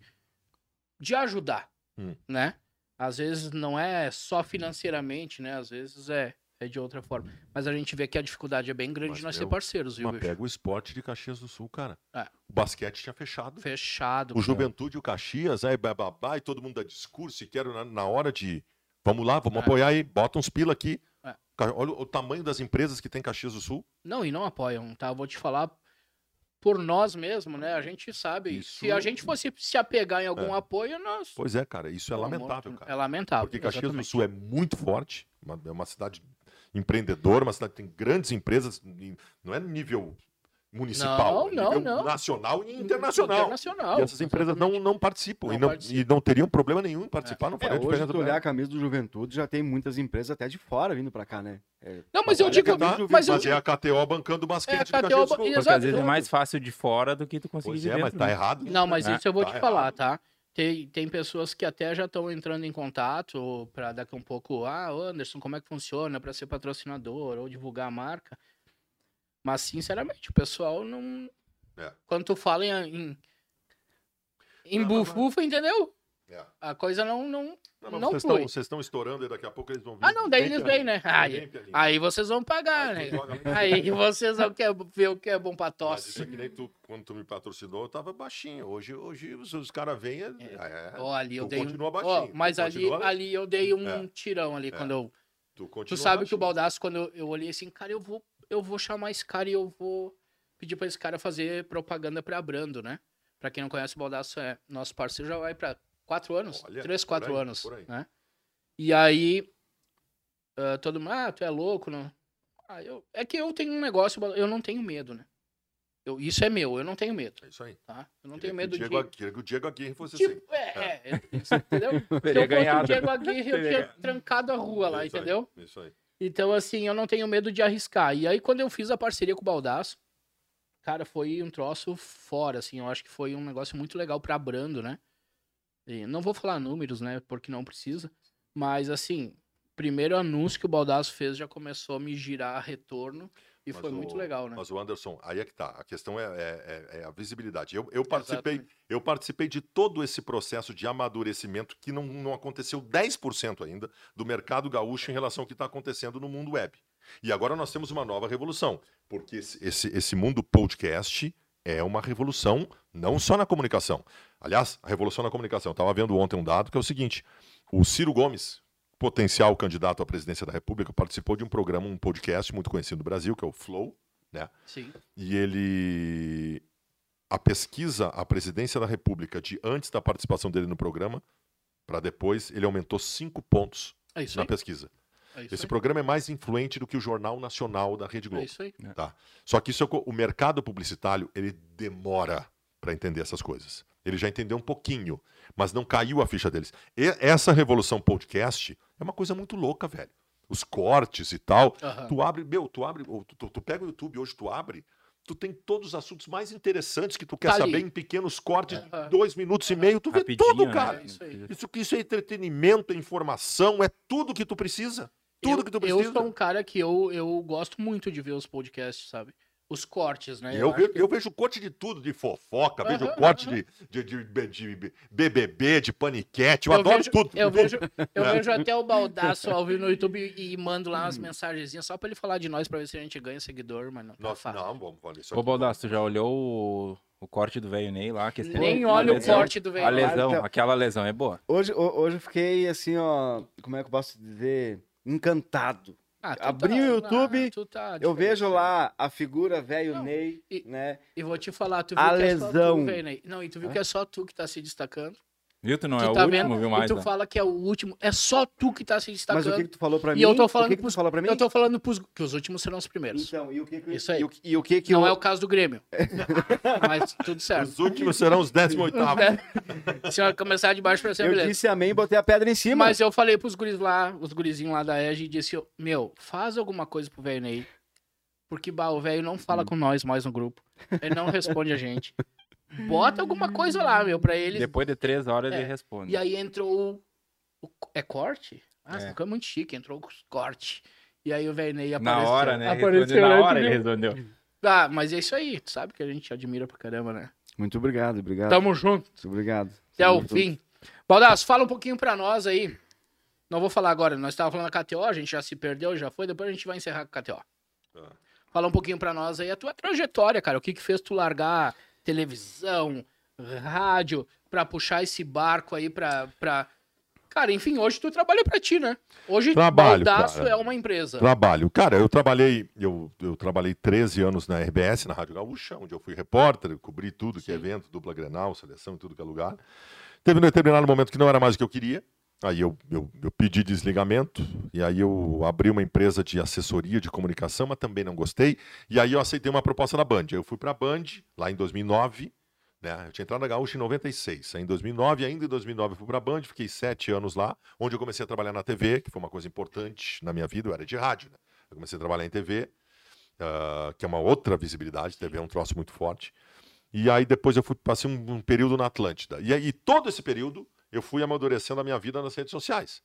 Speaker 1: de ajudar,
Speaker 4: Hum.
Speaker 1: né? Às vezes não é só financeiramente, né? Às vezes é, é de outra forma. Mas a gente vê que a dificuldade é bem grande
Speaker 4: Mas,
Speaker 1: de nós ser
Speaker 4: meu,
Speaker 1: parceiros, viu,
Speaker 4: Mas
Speaker 1: bicho?
Speaker 4: pega o esporte de Caxias do Sul, cara.
Speaker 1: É.
Speaker 4: O basquete tinha fechado.
Speaker 1: Fechado.
Speaker 4: O
Speaker 1: cara.
Speaker 4: Juventude, o Caxias, aí bababá, e todo mundo dá discurso e quero na, na hora de. Vamos lá, vamos
Speaker 1: É.
Speaker 4: apoiar aí, bota uns pila aqui.
Speaker 1: É.
Speaker 4: Ca- Olha o o tamanho das empresas que tem em Caxias do Sul.
Speaker 1: Não, e não apoiam, tá? Eu vou te falar por nós mesmo, né? A gente sabe.
Speaker 4: Isso-
Speaker 1: Se a gente fosse se apegar em algum apoio, nós.
Speaker 4: Pois é, cara, isso é
Speaker 1: Pelo amor
Speaker 4: lamentável,
Speaker 1: de-
Speaker 4: cara.
Speaker 1: É lamentável.
Speaker 4: Porque Caxias do
Speaker 1: exatamente.
Speaker 4: Sul é muito forte, uma- é uma cidade empreendedora, uma cidade que tem grandes empresas, em- não é nível municipal,
Speaker 1: Não,
Speaker 4: é
Speaker 1: não,
Speaker 4: nível
Speaker 1: não.
Speaker 4: nacional e é um internacional.
Speaker 1: Internacional.
Speaker 4: E essas empresas não, não participam,
Speaker 1: Não
Speaker 4: e, não,
Speaker 1: participam.
Speaker 4: e não teriam problema nenhum em participar, não faria
Speaker 3: É, hoje,
Speaker 4: diferença.
Speaker 3: se tu
Speaker 4: pra
Speaker 3: olhar
Speaker 4: ela.
Speaker 3: a camisa do Juventude, já tem muitas empresas até de fora vindo pra cá, né?
Speaker 1: Não, mas eu
Speaker 4: Olha
Speaker 1: digo.
Speaker 4: que tá,
Speaker 1: mas eu
Speaker 4: é
Speaker 1: digo.
Speaker 4: a KTO bancando o basquete
Speaker 1: É, a
Speaker 4: de
Speaker 1: KTO
Speaker 4: Caxias do
Speaker 1: ba- Exato.
Speaker 4: Sul.
Speaker 2: Porque às vezes é mais fácil de fora do que tu conseguir
Speaker 4: Pois
Speaker 2: de
Speaker 4: é,
Speaker 2: dentro.
Speaker 4: mas tá
Speaker 2: né?
Speaker 4: errado.
Speaker 1: Não, mas
Speaker 2: É,
Speaker 1: isso eu vou
Speaker 4: tá
Speaker 1: te falar, tá? Tem, tem pessoas que até já estão entrando em contato para daqui a um pouco, ah, Anderson, como é que funciona para ser patrocinador ou divulgar a marca? Mas, sinceramente, o pessoal não.
Speaker 4: É.
Speaker 1: Quando tu fala em. em, em
Speaker 4: Não, mas-
Speaker 1: bufufa, entendeu?
Speaker 4: É.
Speaker 1: A coisa não. não...
Speaker 4: Não, mas
Speaker 1: Não
Speaker 4: vocês
Speaker 1: foi.
Speaker 4: estão- vocês estão estourando e daqui a pouco eles vão vir.
Speaker 1: Ah, não, daí eles vêm, né? Aí,
Speaker 4: Aí,
Speaker 1: aí vocês vão pagar,
Speaker 4: Aí tu
Speaker 1: né?
Speaker 4: joga lá.
Speaker 1: Aí vocês vão quer- ver o que é bom pra
Speaker 4: Mas isso é
Speaker 1: tosse.
Speaker 4: que nem tu, quando tu me patrocinou, eu tava baixinho. Hoje, hoje os, os caras vêm. É, é,
Speaker 1: Ó, ali eu
Speaker 4: Tu
Speaker 1: dei. um-
Speaker 4: continua
Speaker 1: Ó,
Speaker 4: baixinho, tu
Speaker 1: mas ali,
Speaker 4: continua-
Speaker 1: ali eu dei um
Speaker 4: É.
Speaker 1: tirão ali quando eu.
Speaker 4: tu continua
Speaker 1: Tu sabe que o
Speaker 4: baixinho.
Speaker 1: Baldaço, quando eu, eu olhei assim, cara, eu vou, eu vou chamar esse cara e eu vou pedir pra esse cara fazer propaganda pra Brando, né? Pra quem não conhece, o Baldaço é nosso parceiro, já vai pra quatro anos,
Speaker 4: Olha,
Speaker 1: três,
Speaker 4: por
Speaker 1: quatro
Speaker 4: aí,
Speaker 1: anos,
Speaker 4: por aí.
Speaker 1: né? E aí, ah, todo mundo, ah, tu é louco, não? Ah, eu, é que eu tenho um negócio, Baldasso, eu não tenho medo, né? Eu, isso é meu, eu não tenho medo,
Speaker 4: É isso aí.
Speaker 1: tá? Eu não
Speaker 4: Queria
Speaker 1: tenho
Speaker 4: que
Speaker 1: medo
Speaker 4: o Diego,
Speaker 1: de...
Speaker 4: Agu- queria que o Diego Aguirre fosse assim.
Speaker 1: Tipo, é, é, entendeu? Se eu
Speaker 2: Teria
Speaker 1: fosse o
Speaker 2: ganhado.
Speaker 1: Diego Aguirre, eu
Speaker 2: Teria
Speaker 1: tinha
Speaker 2: ganhado.
Speaker 1: trancado a rua lá,
Speaker 4: É Isso aí,
Speaker 1: entendeu?
Speaker 4: Isso aí.
Speaker 1: Então, assim, eu não tenho medo de arriscar. E aí, quando eu fiz a parceria com o Baldaço, cara, foi um troço fora, assim. Eu acho que foi um negócio muito legal pra Brando, né? E não vou falar números, né? Porque não precisa. Mas, assim, primeiro anúncio que o Baldaço fez já começou a me girar retorno. E
Speaker 4: Mas
Speaker 1: foi
Speaker 4: o-
Speaker 1: muito legal, né?
Speaker 4: Mas o Anderson, aí é que tá. A questão é, é- é- é a visibilidade. Eu, eu participei, eu participei de todo esse processo de amadurecimento que não, não aconteceu 10% ainda do mercado gaúcho em relação ao que está acontecendo no mundo web. E agora nós temos uma nova revolução, porque esse, esse, esse mundo podcast é uma revolução não só na comunicação. Aliás, a revolução na comunicação. Estava vendo ontem um dado que é o seguinte: o Ciro Gomes, potencial candidato à presidência da República, participou de um programa, um podcast muito conhecido no Brasil, que é o Flow.
Speaker 1: Sim.
Speaker 4: E ele. A pesquisa à presidência da República de antes da participação dele no programa Para depois, ele aumentou cinco pontos
Speaker 1: É isso
Speaker 4: na
Speaker 1: aí.
Speaker 4: pesquisa.
Speaker 1: É isso
Speaker 4: Esse
Speaker 1: aí.
Speaker 4: programa é mais influente do que o Jornal Nacional da Rede
Speaker 1: É
Speaker 4: Globo.
Speaker 1: isso aí.
Speaker 4: Tá. Só que isso é co- o mercado publicitário, ele demora para entender essas coisas. Ele já entendeu um pouquinho, mas não caiu a ficha deles. E essa revolução podcast é uma coisa muito louca, velho. Os cortes e tal.
Speaker 1: Aham.
Speaker 4: Tu abre, meu, tu abre, ou tu, tu- tu pega o YouTube hoje, tu abre, tu tem todos os assuntos mais interessantes que tu quer
Speaker 1: Tá ali.
Speaker 4: saber em pequenos cortes, de
Speaker 1: Aham.
Speaker 4: dois minutos e meio, tu vê
Speaker 2: Rapidinho,
Speaker 4: tudo,
Speaker 2: né?
Speaker 4: cara.
Speaker 1: É isso aí.
Speaker 4: Isso, que- isso é entretenimento, é informação, é tudo que tu precisa. Tudo
Speaker 1: eu,
Speaker 4: que tu
Speaker 1: eu
Speaker 4: precisa.
Speaker 1: sou um cara que eu, eu gosto muito de ver os podcasts, sabe? Os cortes, né?
Speaker 4: E Eu,
Speaker 1: acho
Speaker 4: vejo,
Speaker 1: que-
Speaker 4: eu vejo corte de tudo, de fofoca, vejo
Speaker 1: Aham,
Speaker 4: corte de, de, de, de- de BBB, de paniquete, eu, adoro
Speaker 1: vejo,
Speaker 4: tudo.
Speaker 1: Eu
Speaker 4: tudo.
Speaker 1: vejo, eu vejo até o baldaço ao vivo no YouTube e mando lá umas mensagenzinhas só pra ele falar de nós, pra ver se a gente ganha seguidor, mano. Tá
Speaker 4: Nossa,
Speaker 1: fácil.
Speaker 4: não, vamos falar isso
Speaker 2: Ô,
Speaker 4: aqui.
Speaker 2: Baldasso, tu já olhou o, o corte do velho Ney lá? Que esse-
Speaker 1: Nem
Speaker 2: a
Speaker 1: olha o
Speaker 2: lesão-
Speaker 1: corte do velho.
Speaker 2: A
Speaker 1: lá.
Speaker 2: lesão,
Speaker 3: Então-
Speaker 2: aquela lesão é boa.
Speaker 3: Hoje, ho- hoje eu fiquei assim, ó. Como é que eu posso dizer? Encantado.
Speaker 1: Ah, tu
Speaker 3: Abri o YouTube,
Speaker 1: tu tá
Speaker 3: Eu
Speaker 1: diferente,
Speaker 3: vejo
Speaker 1: né?
Speaker 3: lá a figura velho
Speaker 1: Não,
Speaker 3: Ney,
Speaker 1: e-
Speaker 3: né?
Speaker 1: E vou te falar, tu viu
Speaker 3: A
Speaker 1: que é só tu,
Speaker 3: lesão.
Speaker 1: velho, né? Não, e tu viu
Speaker 3: Hã?
Speaker 1: que é só tu que tá se destacando.
Speaker 2: Viu? Tu não
Speaker 1: tu
Speaker 2: é o
Speaker 1: tá
Speaker 2: último,
Speaker 1: vendo?
Speaker 2: viu
Speaker 1: e
Speaker 2: mais?
Speaker 1: tu
Speaker 2: né?
Speaker 1: fala que é o último. É só tu que tá se
Speaker 3: Mas o que,
Speaker 1: destacando.
Speaker 3: que tu falou pra
Speaker 1: E
Speaker 3: mim?
Speaker 1: eu tô
Speaker 3: O
Speaker 1: falando
Speaker 3: que, que tu falou pra mim?
Speaker 1: Eu tô falando pros, que os últimos serão os primeiros.
Speaker 3: Então, e o que que,
Speaker 1: Isso aí.
Speaker 3: E o, e o que que
Speaker 1: não
Speaker 3: eu-
Speaker 1: é o caso do Grêmio. Mas tudo certo.
Speaker 4: Os últimos serão os 18º.
Speaker 1: Se eu começar de baixo pra cima,
Speaker 3: eu
Speaker 1: beleza.
Speaker 3: disse amém e botei a pedra em cima.
Speaker 1: Mas eu falei pros guris lá, os gurizinhos lá da EG, e disse, eu, meu, faz alguma coisa pro velho Ney. Porque, bah, o velho não
Speaker 2: Hum.
Speaker 1: fala com nós mais no grupo. Ele não responde a gente. Bota alguma coisa lá, meu, pra ele.
Speaker 2: Depois de três horas
Speaker 1: É.
Speaker 2: ele responde.
Speaker 1: E aí entrou o... o- É corte? Ah,
Speaker 2: É.
Speaker 1: essa coisa é muito chique. Entrou o corte. E aí o velho Ney apareceu.
Speaker 2: Na hora, né?
Speaker 1: Apareceu,
Speaker 2: Responde, na
Speaker 1: né,
Speaker 2: hora
Speaker 1: tu
Speaker 2: ele
Speaker 1: viu?
Speaker 2: respondeu.
Speaker 1: Ah, mas é isso aí. Tu sabe que a gente admira pra caramba, né?
Speaker 3: Muito obrigado,
Speaker 2: É.
Speaker 3: obrigado.
Speaker 1: Tamo junto.
Speaker 3: Muito obrigado.
Speaker 1: Então, Até o
Speaker 3: Tamo junto.
Speaker 1: fim. Baldasso, fala um pouquinho pra nós aí. Não vou falar agora, nós estávamos falando da KTO, a gente já se perdeu, já foi, depois a gente vai encerrar com a KTO.
Speaker 4: Tá.
Speaker 1: Fala um pouquinho pra nós aí a tua trajetória, cara. O que que fez tu largar televisão, rádio, pra puxar esse barco aí pra... pra... Cara, enfim, hoje tu trabalha pra ti, né? Hoje
Speaker 4: Trabalho,
Speaker 1: Baldasso
Speaker 4: cara.
Speaker 1: é uma empresa.
Speaker 4: Trabalho. Cara, eu trabalhei, eu, eu trabalhei 13 anos na RBS, na Rádio Gaúcha, onde eu fui repórter, eu cobri tudo que é
Speaker 1: Sim.
Speaker 4: evento, dupla Grenal, seleção, tudo que é lugar. Teve um determinado momento que não era mais o que eu queria. Aí eu, eu, eu pedi desligamento, e aí eu abri uma empresa de assessoria de comunicação, mas também não gostei. E aí eu aceitei uma proposta da Band. Eu fui para a Band, lá em 2009, né? Eu tinha entrado na Gaúcha em 96. Aí em 2009, ainda em 2009, eu fui para a Band, fiquei sete anos lá, onde eu comecei a trabalhar na TV, que foi uma coisa importante na minha vida. Eu era de rádio, né? Eu comecei a trabalhar em TV, ah, que é uma outra visibilidade. TV é um troço muito forte. E aí depois eu fui passei um, um período na Atlântida. E aí todo esse período eu fui amadurecendo a minha vida nas redes sociais.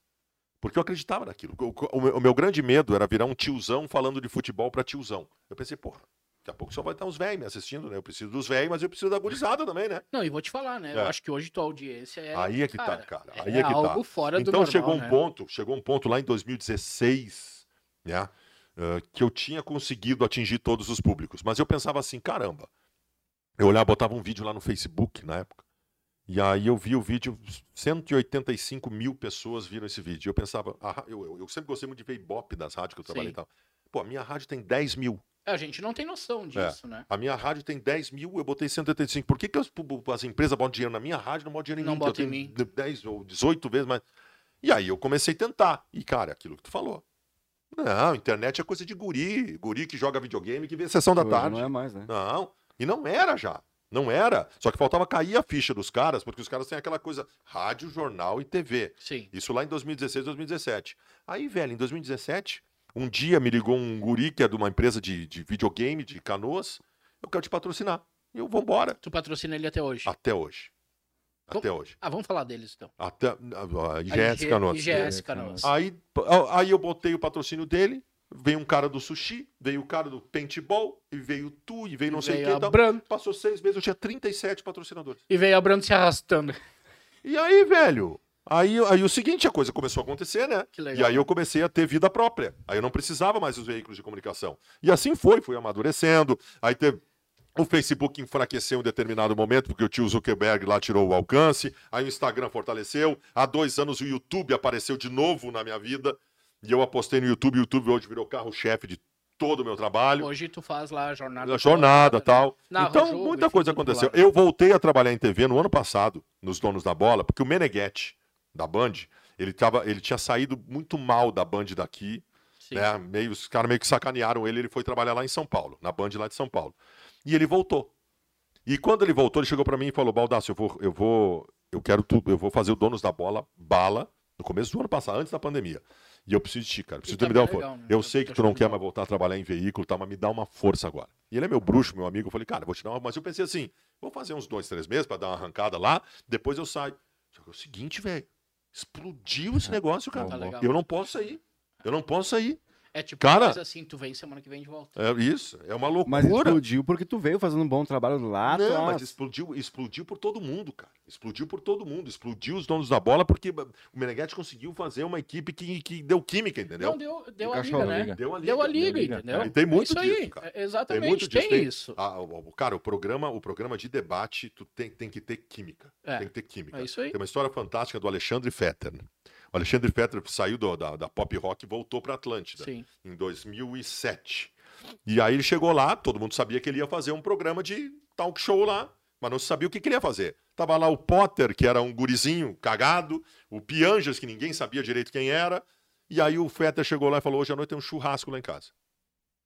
Speaker 4: Porque eu acreditava naquilo. O, o- o meu- o meu grande medo era virar um tiozão falando de futebol para tiozão. Eu pensei, porra, daqui a pouco só vai estar uns velhos me assistindo, né? Eu preciso dos velhos, mas eu preciso da gurizada também, né?
Speaker 1: Não, e vou te falar, né?
Speaker 4: É.
Speaker 1: Eu acho que hoje tua audiência é...
Speaker 4: Aí é que tá, cara. Aí é que tá.
Speaker 1: algo fora do
Speaker 4: então
Speaker 1: normal,
Speaker 4: chegou um
Speaker 1: né?
Speaker 4: ponto, chegou um ponto lá em 2016, né, ah, que eu tinha conseguido atingir todos os públicos. Mas eu pensava assim, caramba. Eu olhava, botava um vídeo lá no Facebook na época. E aí eu vi o vídeo, 185 mil pessoas viram esse vídeo. Eu pensava, a ra- eu, eu- eu sempre gostei muito de ver Ibope das rádios que eu trabalhei
Speaker 1: Sim.
Speaker 4: e tal. Pô, a minha rádio tem 10 mil.
Speaker 1: É, A gente não tem noção disso, né?
Speaker 4: A minha rádio tem 10 mil, eu botei 185. Por que, que as, as empresas botam dinheiro na minha rádio e não botam dinheiro em
Speaker 1: Não
Speaker 4: mim? que eu
Speaker 1: botam em
Speaker 4: tenho
Speaker 1: mim.
Speaker 4: de- 10 ou 18 vezes mais. E aí eu comecei a tentar. E, cara, aquilo que tu falou. Não, internet é coisa de guri. Guri que joga videogame, que vê sessão da
Speaker 3: Hoje
Speaker 4: tarde.
Speaker 3: Não é mais, né?
Speaker 4: Não, e não era já. Não era. Só que faltava cair a ficha dos caras, porque os caras têm aquela coisa rádio, jornal e TV.
Speaker 1: Sim.
Speaker 4: Isso lá em 2016, 2017. Aí, velho, em 2017, um dia me ligou um guri que é de uma empresa de, de videogame, de canoas. Eu quero te patrocinar. E eu vou embora.
Speaker 1: Tu patrocina ele até hoje.
Speaker 4: Até hoje.
Speaker 1: Bom,
Speaker 4: Até hoje.
Speaker 1: Ah, vamos falar deles então.
Speaker 4: Até. A, a IGS Canoas.
Speaker 1: IGS Canoas.
Speaker 4: Aí, aí eu botei o patrocínio dele. Veio um cara do sushi, veio o cara do paintball, e veio tu, e veio não sei
Speaker 1: veio
Speaker 4: quem. então.
Speaker 1: a
Speaker 4: e tal.
Speaker 1: Brando,
Speaker 4: Passou seis meses, eu tinha 37 patrocinadores.
Speaker 1: e veio a Brando se arrastando.
Speaker 4: E aí, velho? Aí, aí o seguinte, a coisa começou a acontecer, né?
Speaker 1: Que legal.
Speaker 4: E aí eu comecei a ter vida própria. Aí eu não precisava mais dos veículos de comunicação. E assim foi, fui amadurecendo. Aí teve. O Facebook enfraqueceu em um determinado momento, porque o tio Zuckerberg lá tirou o alcance. Aí o Instagram fortaleceu. Há dois anos o YouTube apareceu de novo na minha vida. E eu apostei no YouTube. O YouTube hoje virou carro-chefe de todo o meu trabalho
Speaker 1: Hoje tu faz lá a jornada.
Speaker 4: a jornada
Speaker 1: né?
Speaker 4: tal.
Speaker 1: Narra
Speaker 4: então,
Speaker 1: o jogo,
Speaker 4: muita
Speaker 1: enfim,
Speaker 4: coisa
Speaker 1: tudo
Speaker 4: aconteceu.
Speaker 1: lá.
Speaker 4: Eu voltei a trabalhar em TV no ano passado, nos Donos da Bola, porque o Meneghetti, da Band, ele, tava, ele tinha saído muito mal da Band daqui,
Speaker 1: Sim.
Speaker 4: né? Meio, os caras meio que sacanearam ele, ele foi trabalhar lá em São Paulo, na Band lá de São Paulo. E ele voltou. E quando ele voltou, ele chegou para mim e falou: "Baldaço, eu vou eu vou eu quero tudo, eu vou fazer o Donos da Bola bala no começo do ano passado, antes da pandemia. E eu preciso de ti, cara. Preciso
Speaker 1: E
Speaker 4: de
Speaker 1: tá
Speaker 4: tu me dar uma
Speaker 1: bem
Speaker 4: força.
Speaker 1: legal, né?
Speaker 4: Eu
Speaker 1: Eu
Speaker 4: sei
Speaker 1: tô
Speaker 4: que tu não
Speaker 1: achando
Speaker 4: quer
Speaker 1: legal.
Speaker 4: mais voltar a trabalhar em veículo, tá? Mas me dá uma força agora. E ele é meu bruxo, meu amigo. Eu falei, cara, vou te dar uma. Mas eu pensei assim: vou fazer uns dois, três meses para dar uma arrancada lá, depois eu saio. Só que é o seguinte, velho. Explodiu esse negócio, cara.
Speaker 1: Tá legal.
Speaker 4: eu não posso sair. Eu não posso sair.
Speaker 1: É tipo,
Speaker 4: Cara-
Speaker 1: mas assim, tu vem semana que vem de volta.
Speaker 4: É isso, é uma loucura.
Speaker 3: Mas explodiu é porque tu veio fazendo um bom trabalho lá.
Speaker 4: não,
Speaker 3: tu-
Speaker 4: mas explodiu, explodiu por todo mundo, cara. Explodiu por todo mundo. Explodiu os donos da bola porque o Meneghetti conseguiu fazer uma equipe que, que deu química, entendeu?
Speaker 1: Não, deu, deu a
Speaker 3: Encaixou
Speaker 1: liga,
Speaker 2: na
Speaker 1: né?
Speaker 2: liga.
Speaker 4: Deu a
Speaker 1: Deu a liga,
Speaker 2: liga,
Speaker 1: entendeu?
Speaker 2: cara.
Speaker 4: E tem muito
Speaker 1: isso aí.
Speaker 4: disso, cara.
Speaker 1: é- Exatamente, tem,
Speaker 4: muito disso, tem-
Speaker 1: isso.
Speaker 4: Ah, o- o- cara, o programa, o programa de debate tu tem, tem que ter química.
Speaker 1: É,
Speaker 4: Tem que ter química.
Speaker 1: é isso aí.
Speaker 4: Tem uma história fantástica do Alexandre Fetter. O Alexandre Fetter saiu do- da, da pop rock e voltou para Atlântida
Speaker 1: Sim.
Speaker 4: em 2007. E aí ele chegou lá, todo mundo sabia que ele ia fazer um programa de talk show lá, mas não se sabia o que, que ele ia fazer. Tava lá o Potter, que era um gurizinho cagado, o Pianjas, que ninguém sabia direito quem era. E aí o Fetter chegou lá e falou: hoje à noite tem um churrasco lá em casa.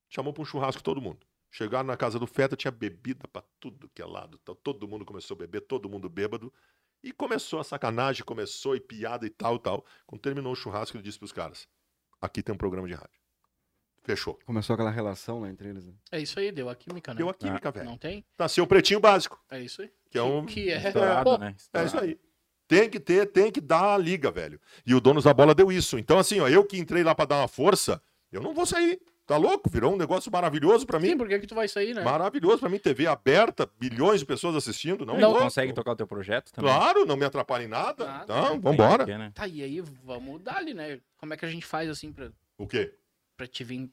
Speaker 4: Chamou para um churrasco todo mundo. Chegaram na casa do Fetter, tinha bebida para tudo que é lado. tal. Todo mundo começou a beber, todo mundo bêbado. E começou a sacanagem, começou e piada e tal, tal. Quando terminou o churrasco, ele disse pros caras: aqui tem um programa de rádio. Fechou.
Speaker 3: Começou aquela relação lá entre eles. né?
Speaker 1: É isso aí, deu a química, né?
Speaker 4: Deu a química, velho.
Speaker 1: Não tem?
Speaker 4: Nasceu o pretinho básico,
Speaker 1: É isso aí.
Speaker 4: que é um.
Speaker 1: Que é.
Speaker 2: Estourado,
Speaker 1: Pô,
Speaker 2: né?
Speaker 4: É
Speaker 2: Estourado.
Speaker 4: isso aí. Tem que ter, tem que dar a liga, velho. E o Donos da Bola deu isso. Então, assim, ó, eu que entrei lá pra dar uma força, eu não vou sair. Tá louco? Virou um negócio maravilhoso pra mim.
Speaker 1: Sim, por que, que tu vai sair, né?
Speaker 4: Maravilhoso pra mim. TV aberta, milhões de pessoas assistindo. Não,
Speaker 2: Não
Speaker 4: vou.
Speaker 2: consegue tocar o teu projeto também?
Speaker 4: Claro, não me atrapalha em nada.
Speaker 1: Nada.
Speaker 4: Então,
Speaker 2: Tem
Speaker 4: vambora.
Speaker 2: que, né?
Speaker 1: Tá, e aí vamos dali, né? Como é que a gente faz assim pra,
Speaker 4: O quê?
Speaker 1: pra te vir?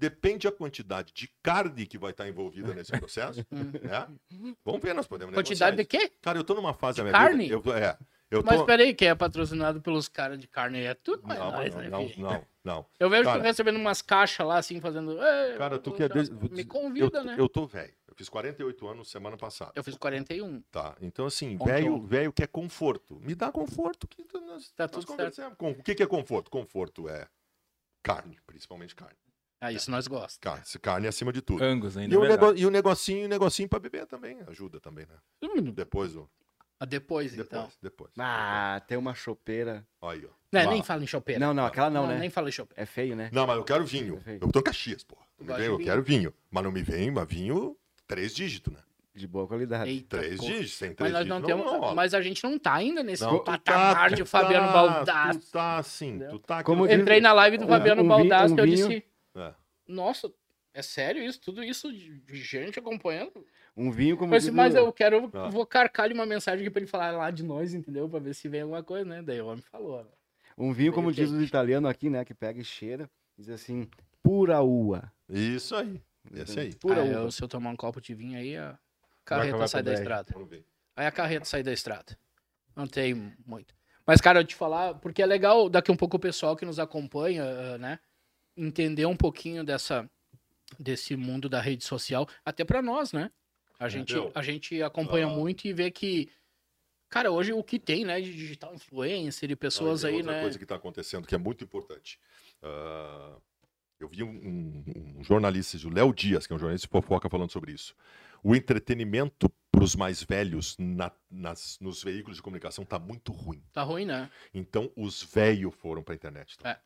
Speaker 4: Depende a quantidade de carne que vai estar envolvida nesse processo.
Speaker 1: Hum.
Speaker 4: né? Vamos ver, nós podemos
Speaker 1: Quantidade de
Speaker 4: negociar
Speaker 1: quê?
Speaker 4: isso. Cara, eu tô numa fase
Speaker 1: de
Speaker 4: da minha
Speaker 1: carne?
Speaker 4: vida- Eu, é, eu tô...
Speaker 1: Mas peraí, que é patrocinado pelos caras de carne é tudo mais
Speaker 4: não,
Speaker 1: nós,
Speaker 4: não,
Speaker 1: né,
Speaker 4: não,
Speaker 1: filho?
Speaker 4: não, não.
Speaker 1: Eu vejo
Speaker 4: Cara.
Speaker 1: tu recebendo umas caixas lá, assim, fazendo... "Ei,
Speaker 4: Cara, tu
Speaker 1: vou
Speaker 4: quer.
Speaker 1: já-
Speaker 4: des- vou
Speaker 1: Me
Speaker 4: dizer- eu,
Speaker 1: convida,
Speaker 4: tô-
Speaker 1: né? Eu...
Speaker 4: Eu tô velho. Eu fiz 48 anos semana passada.
Speaker 1: fiz 41.
Speaker 4: Tá. Então, assim,
Speaker 1: Ontem
Speaker 4: velho,
Speaker 1: ontem.
Speaker 4: velho quer conforto. Me dá conforto que tu- nós,
Speaker 1: Tá
Speaker 4: nós
Speaker 1: tudo certo.
Speaker 4: conversamos. Com- o que, que é conforto? Conforto é carne, principalmente carne.
Speaker 1: Ah, isso nós gostamos.
Speaker 4: Carne, se- carne é acima de
Speaker 1: É,
Speaker 4: tudo.
Speaker 2: Angus ainda.
Speaker 4: E o,
Speaker 2: melhor.
Speaker 4: nego, e o negocinho, o negocinho pra beber também. Ajuda também, né? Depois, o-
Speaker 1: Um Ah, Depois, então.
Speaker 4: depois, depois.
Speaker 3: Ah, tem uma chopeira.
Speaker 4: Aí, ó.
Speaker 1: Né,
Speaker 4: Lá.
Speaker 1: nem fala em chopeira.
Speaker 3: Não, não, aquela não, né?
Speaker 1: Nem fala em chopeira.
Speaker 3: É feio, né?
Speaker 4: Não, mas eu quero vinho.
Speaker 3: Perfeito.
Speaker 4: Eu tô em Caxias, porra. Não me
Speaker 1: Gosto
Speaker 4: vem-
Speaker 1: de
Speaker 4: eu
Speaker 1: vinho.
Speaker 4: quero vinho. Mas não me vem, mas vinho três dígitos, né?
Speaker 3: De boa qualidade.
Speaker 1: Eita,
Speaker 4: Três
Speaker 1: pô.
Speaker 4: dígitos. Sem três
Speaker 1: Tá Mas nós
Speaker 4: dígitos
Speaker 1: não temos.
Speaker 4: rola.
Speaker 1: mas a gente não tá ainda nesse
Speaker 4: Não, tu
Speaker 1: patamar
Speaker 4: tá-
Speaker 1: de
Speaker 4: tu
Speaker 1: Fabiano
Speaker 4: tá-
Speaker 1: Baldassi.
Speaker 4: Tu tá assim, tu tá aqui.
Speaker 3: Como
Speaker 4: no-
Speaker 3: diz-
Speaker 1: Entrei na live do
Speaker 3: Um-
Speaker 1: Fabiano
Speaker 3: um vi-
Speaker 1: Baldassi
Speaker 3: um
Speaker 1: e eu
Speaker 3: vinho.
Speaker 1: disse:
Speaker 4: É.
Speaker 1: Nossa, é sério isso? Tudo isso de de gente acompanhando?
Speaker 3: Um vinho como
Speaker 1: Eu disse,
Speaker 3: diz
Speaker 1: mas
Speaker 3: o-
Speaker 1: eu quero.
Speaker 4: Ah.
Speaker 1: Vou carcar uma mensagem aqui pra ele falar lá de nós, entendeu? Pra ver se vem alguma coisa, né? Daí o homem falou. né?
Speaker 3: um vinho como
Speaker 1: meio
Speaker 3: diz os italianos aqui, né, que pega e cheira, diz assim, pura ua.
Speaker 4: Isso aí. Esse aí.
Speaker 3: Pura
Speaker 1: Ah,
Speaker 3: uva.
Speaker 1: eu- se eu tomar um copo de vinho aí, a
Speaker 2: Vai acabar
Speaker 1: carreta sai
Speaker 2: com
Speaker 1: da
Speaker 2: dez.
Speaker 1: estrada.
Speaker 4: Vamos ver.
Speaker 1: Aí a carreta sai da estrada. Não tem muito. Mas, cara, eu te falar, porque é legal daqui um pouco o pessoal que nos acompanha, eh, né? Entender um pouquinho dessa, desse mundo da rede social, até pra nós, né? A gente,
Speaker 4: Entendeu?
Speaker 1: a gente acompanha
Speaker 4: Ah.
Speaker 1: muito e vê que, cara, hoje o que tem, né? De digital influencer e pessoas
Speaker 4: Ah, e tem
Speaker 1: aí,
Speaker 4: outra
Speaker 1: né?
Speaker 4: coisa que está acontecendo que é muito importante. Ah, eu vi um, um- um jornalista, o Léo Dias, que é um jornalista de fofoca, falando sobre isso. O entretenimento para os mais velhos na- nas- nos veículos de comunicação está muito ruim.
Speaker 1: Tá ruim, né?
Speaker 4: Então, os velhos foram pra internet. também.
Speaker 1: É.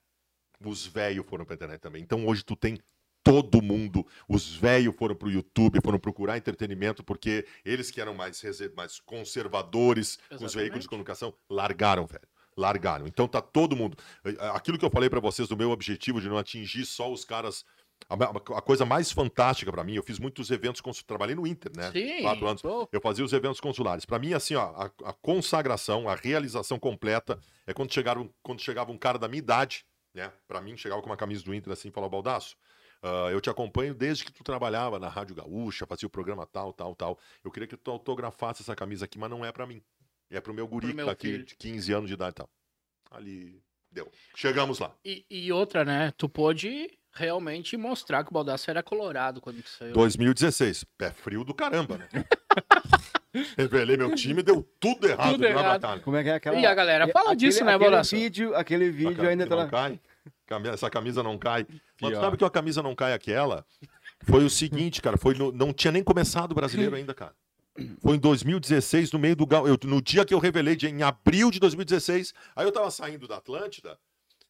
Speaker 4: Os velhos foram pra internet também. Então, hoje tu tem todo mundo. Os velhos foram pro YouTube, foram procurar entretenimento, porque eles que eram mais, rese- mais conservadores com os
Speaker 1: Exatamente.
Speaker 4: veículos de comunicação, largaram, velho. Largaram. Então, tá todo mundo. Eh, Aquilo que eu falei pra vocês do meu objetivo de não atingir só os caras. A, ma- a coisa mais fantástica pra mim, eu fiz muitos eventos, consul- trabalhei no Inter, né?
Speaker 1: Sim.
Speaker 4: Quatro anos.
Speaker 1: pô.
Speaker 4: Eu fazia os eventos consulares. Para mim, assim, ó, a, a consagração, a realização completa é quando, chegaram, quando chegava um cara da minha idade, né? Para mim, chegava com uma camisa do Inter assim e falava, Baldaço, ah, eu te acompanho desde que tu trabalhava na Rádio Gaúcha, fazia o programa tal, tal, tal. Eu queria que tu autografasse essa camisa aqui, mas não é para mim. É pro meu guri
Speaker 1: Pro
Speaker 4: que
Speaker 1: meu
Speaker 4: tá aqui
Speaker 1: filho.
Speaker 4: de 15 anos de idade e tal. Ali, deu. Chegamos lá.
Speaker 1: E, e outra, né? Tu pôde realmente mostrar que o Baldassio era colorado quando tu saiu.
Speaker 4: 2016. Pé frio do caramba, né? Revelei meu time, deu tudo errado,
Speaker 1: Tudo
Speaker 4: na
Speaker 1: errado.
Speaker 4: batalha.
Speaker 3: Como é que é aquela.
Speaker 1: E a galera fala disso, né,
Speaker 3: aquele
Speaker 1: Boraço?
Speaker 3: vídeo, Aquele
Speaker 4: A
Speaker 3: vídeo
Speaker 4: camisa
Speaker 3: ainda tá
Speaker 4: não
Speaker 3: lá.
Speaker 4: cai. Cami- Essa camisa não cai. Mas
Speaker 2: Pior.
Speaker 4: tu sabe que a camisa não cai aquela? Foi o seguinte, cara. Foi no- não tinha nem começado o brasileiro ainda, cara. Foi em 2016, no meio do gal- eu- no dia que eu revelei, de- em abril de 2016, aí eu tava saindo da Atlântida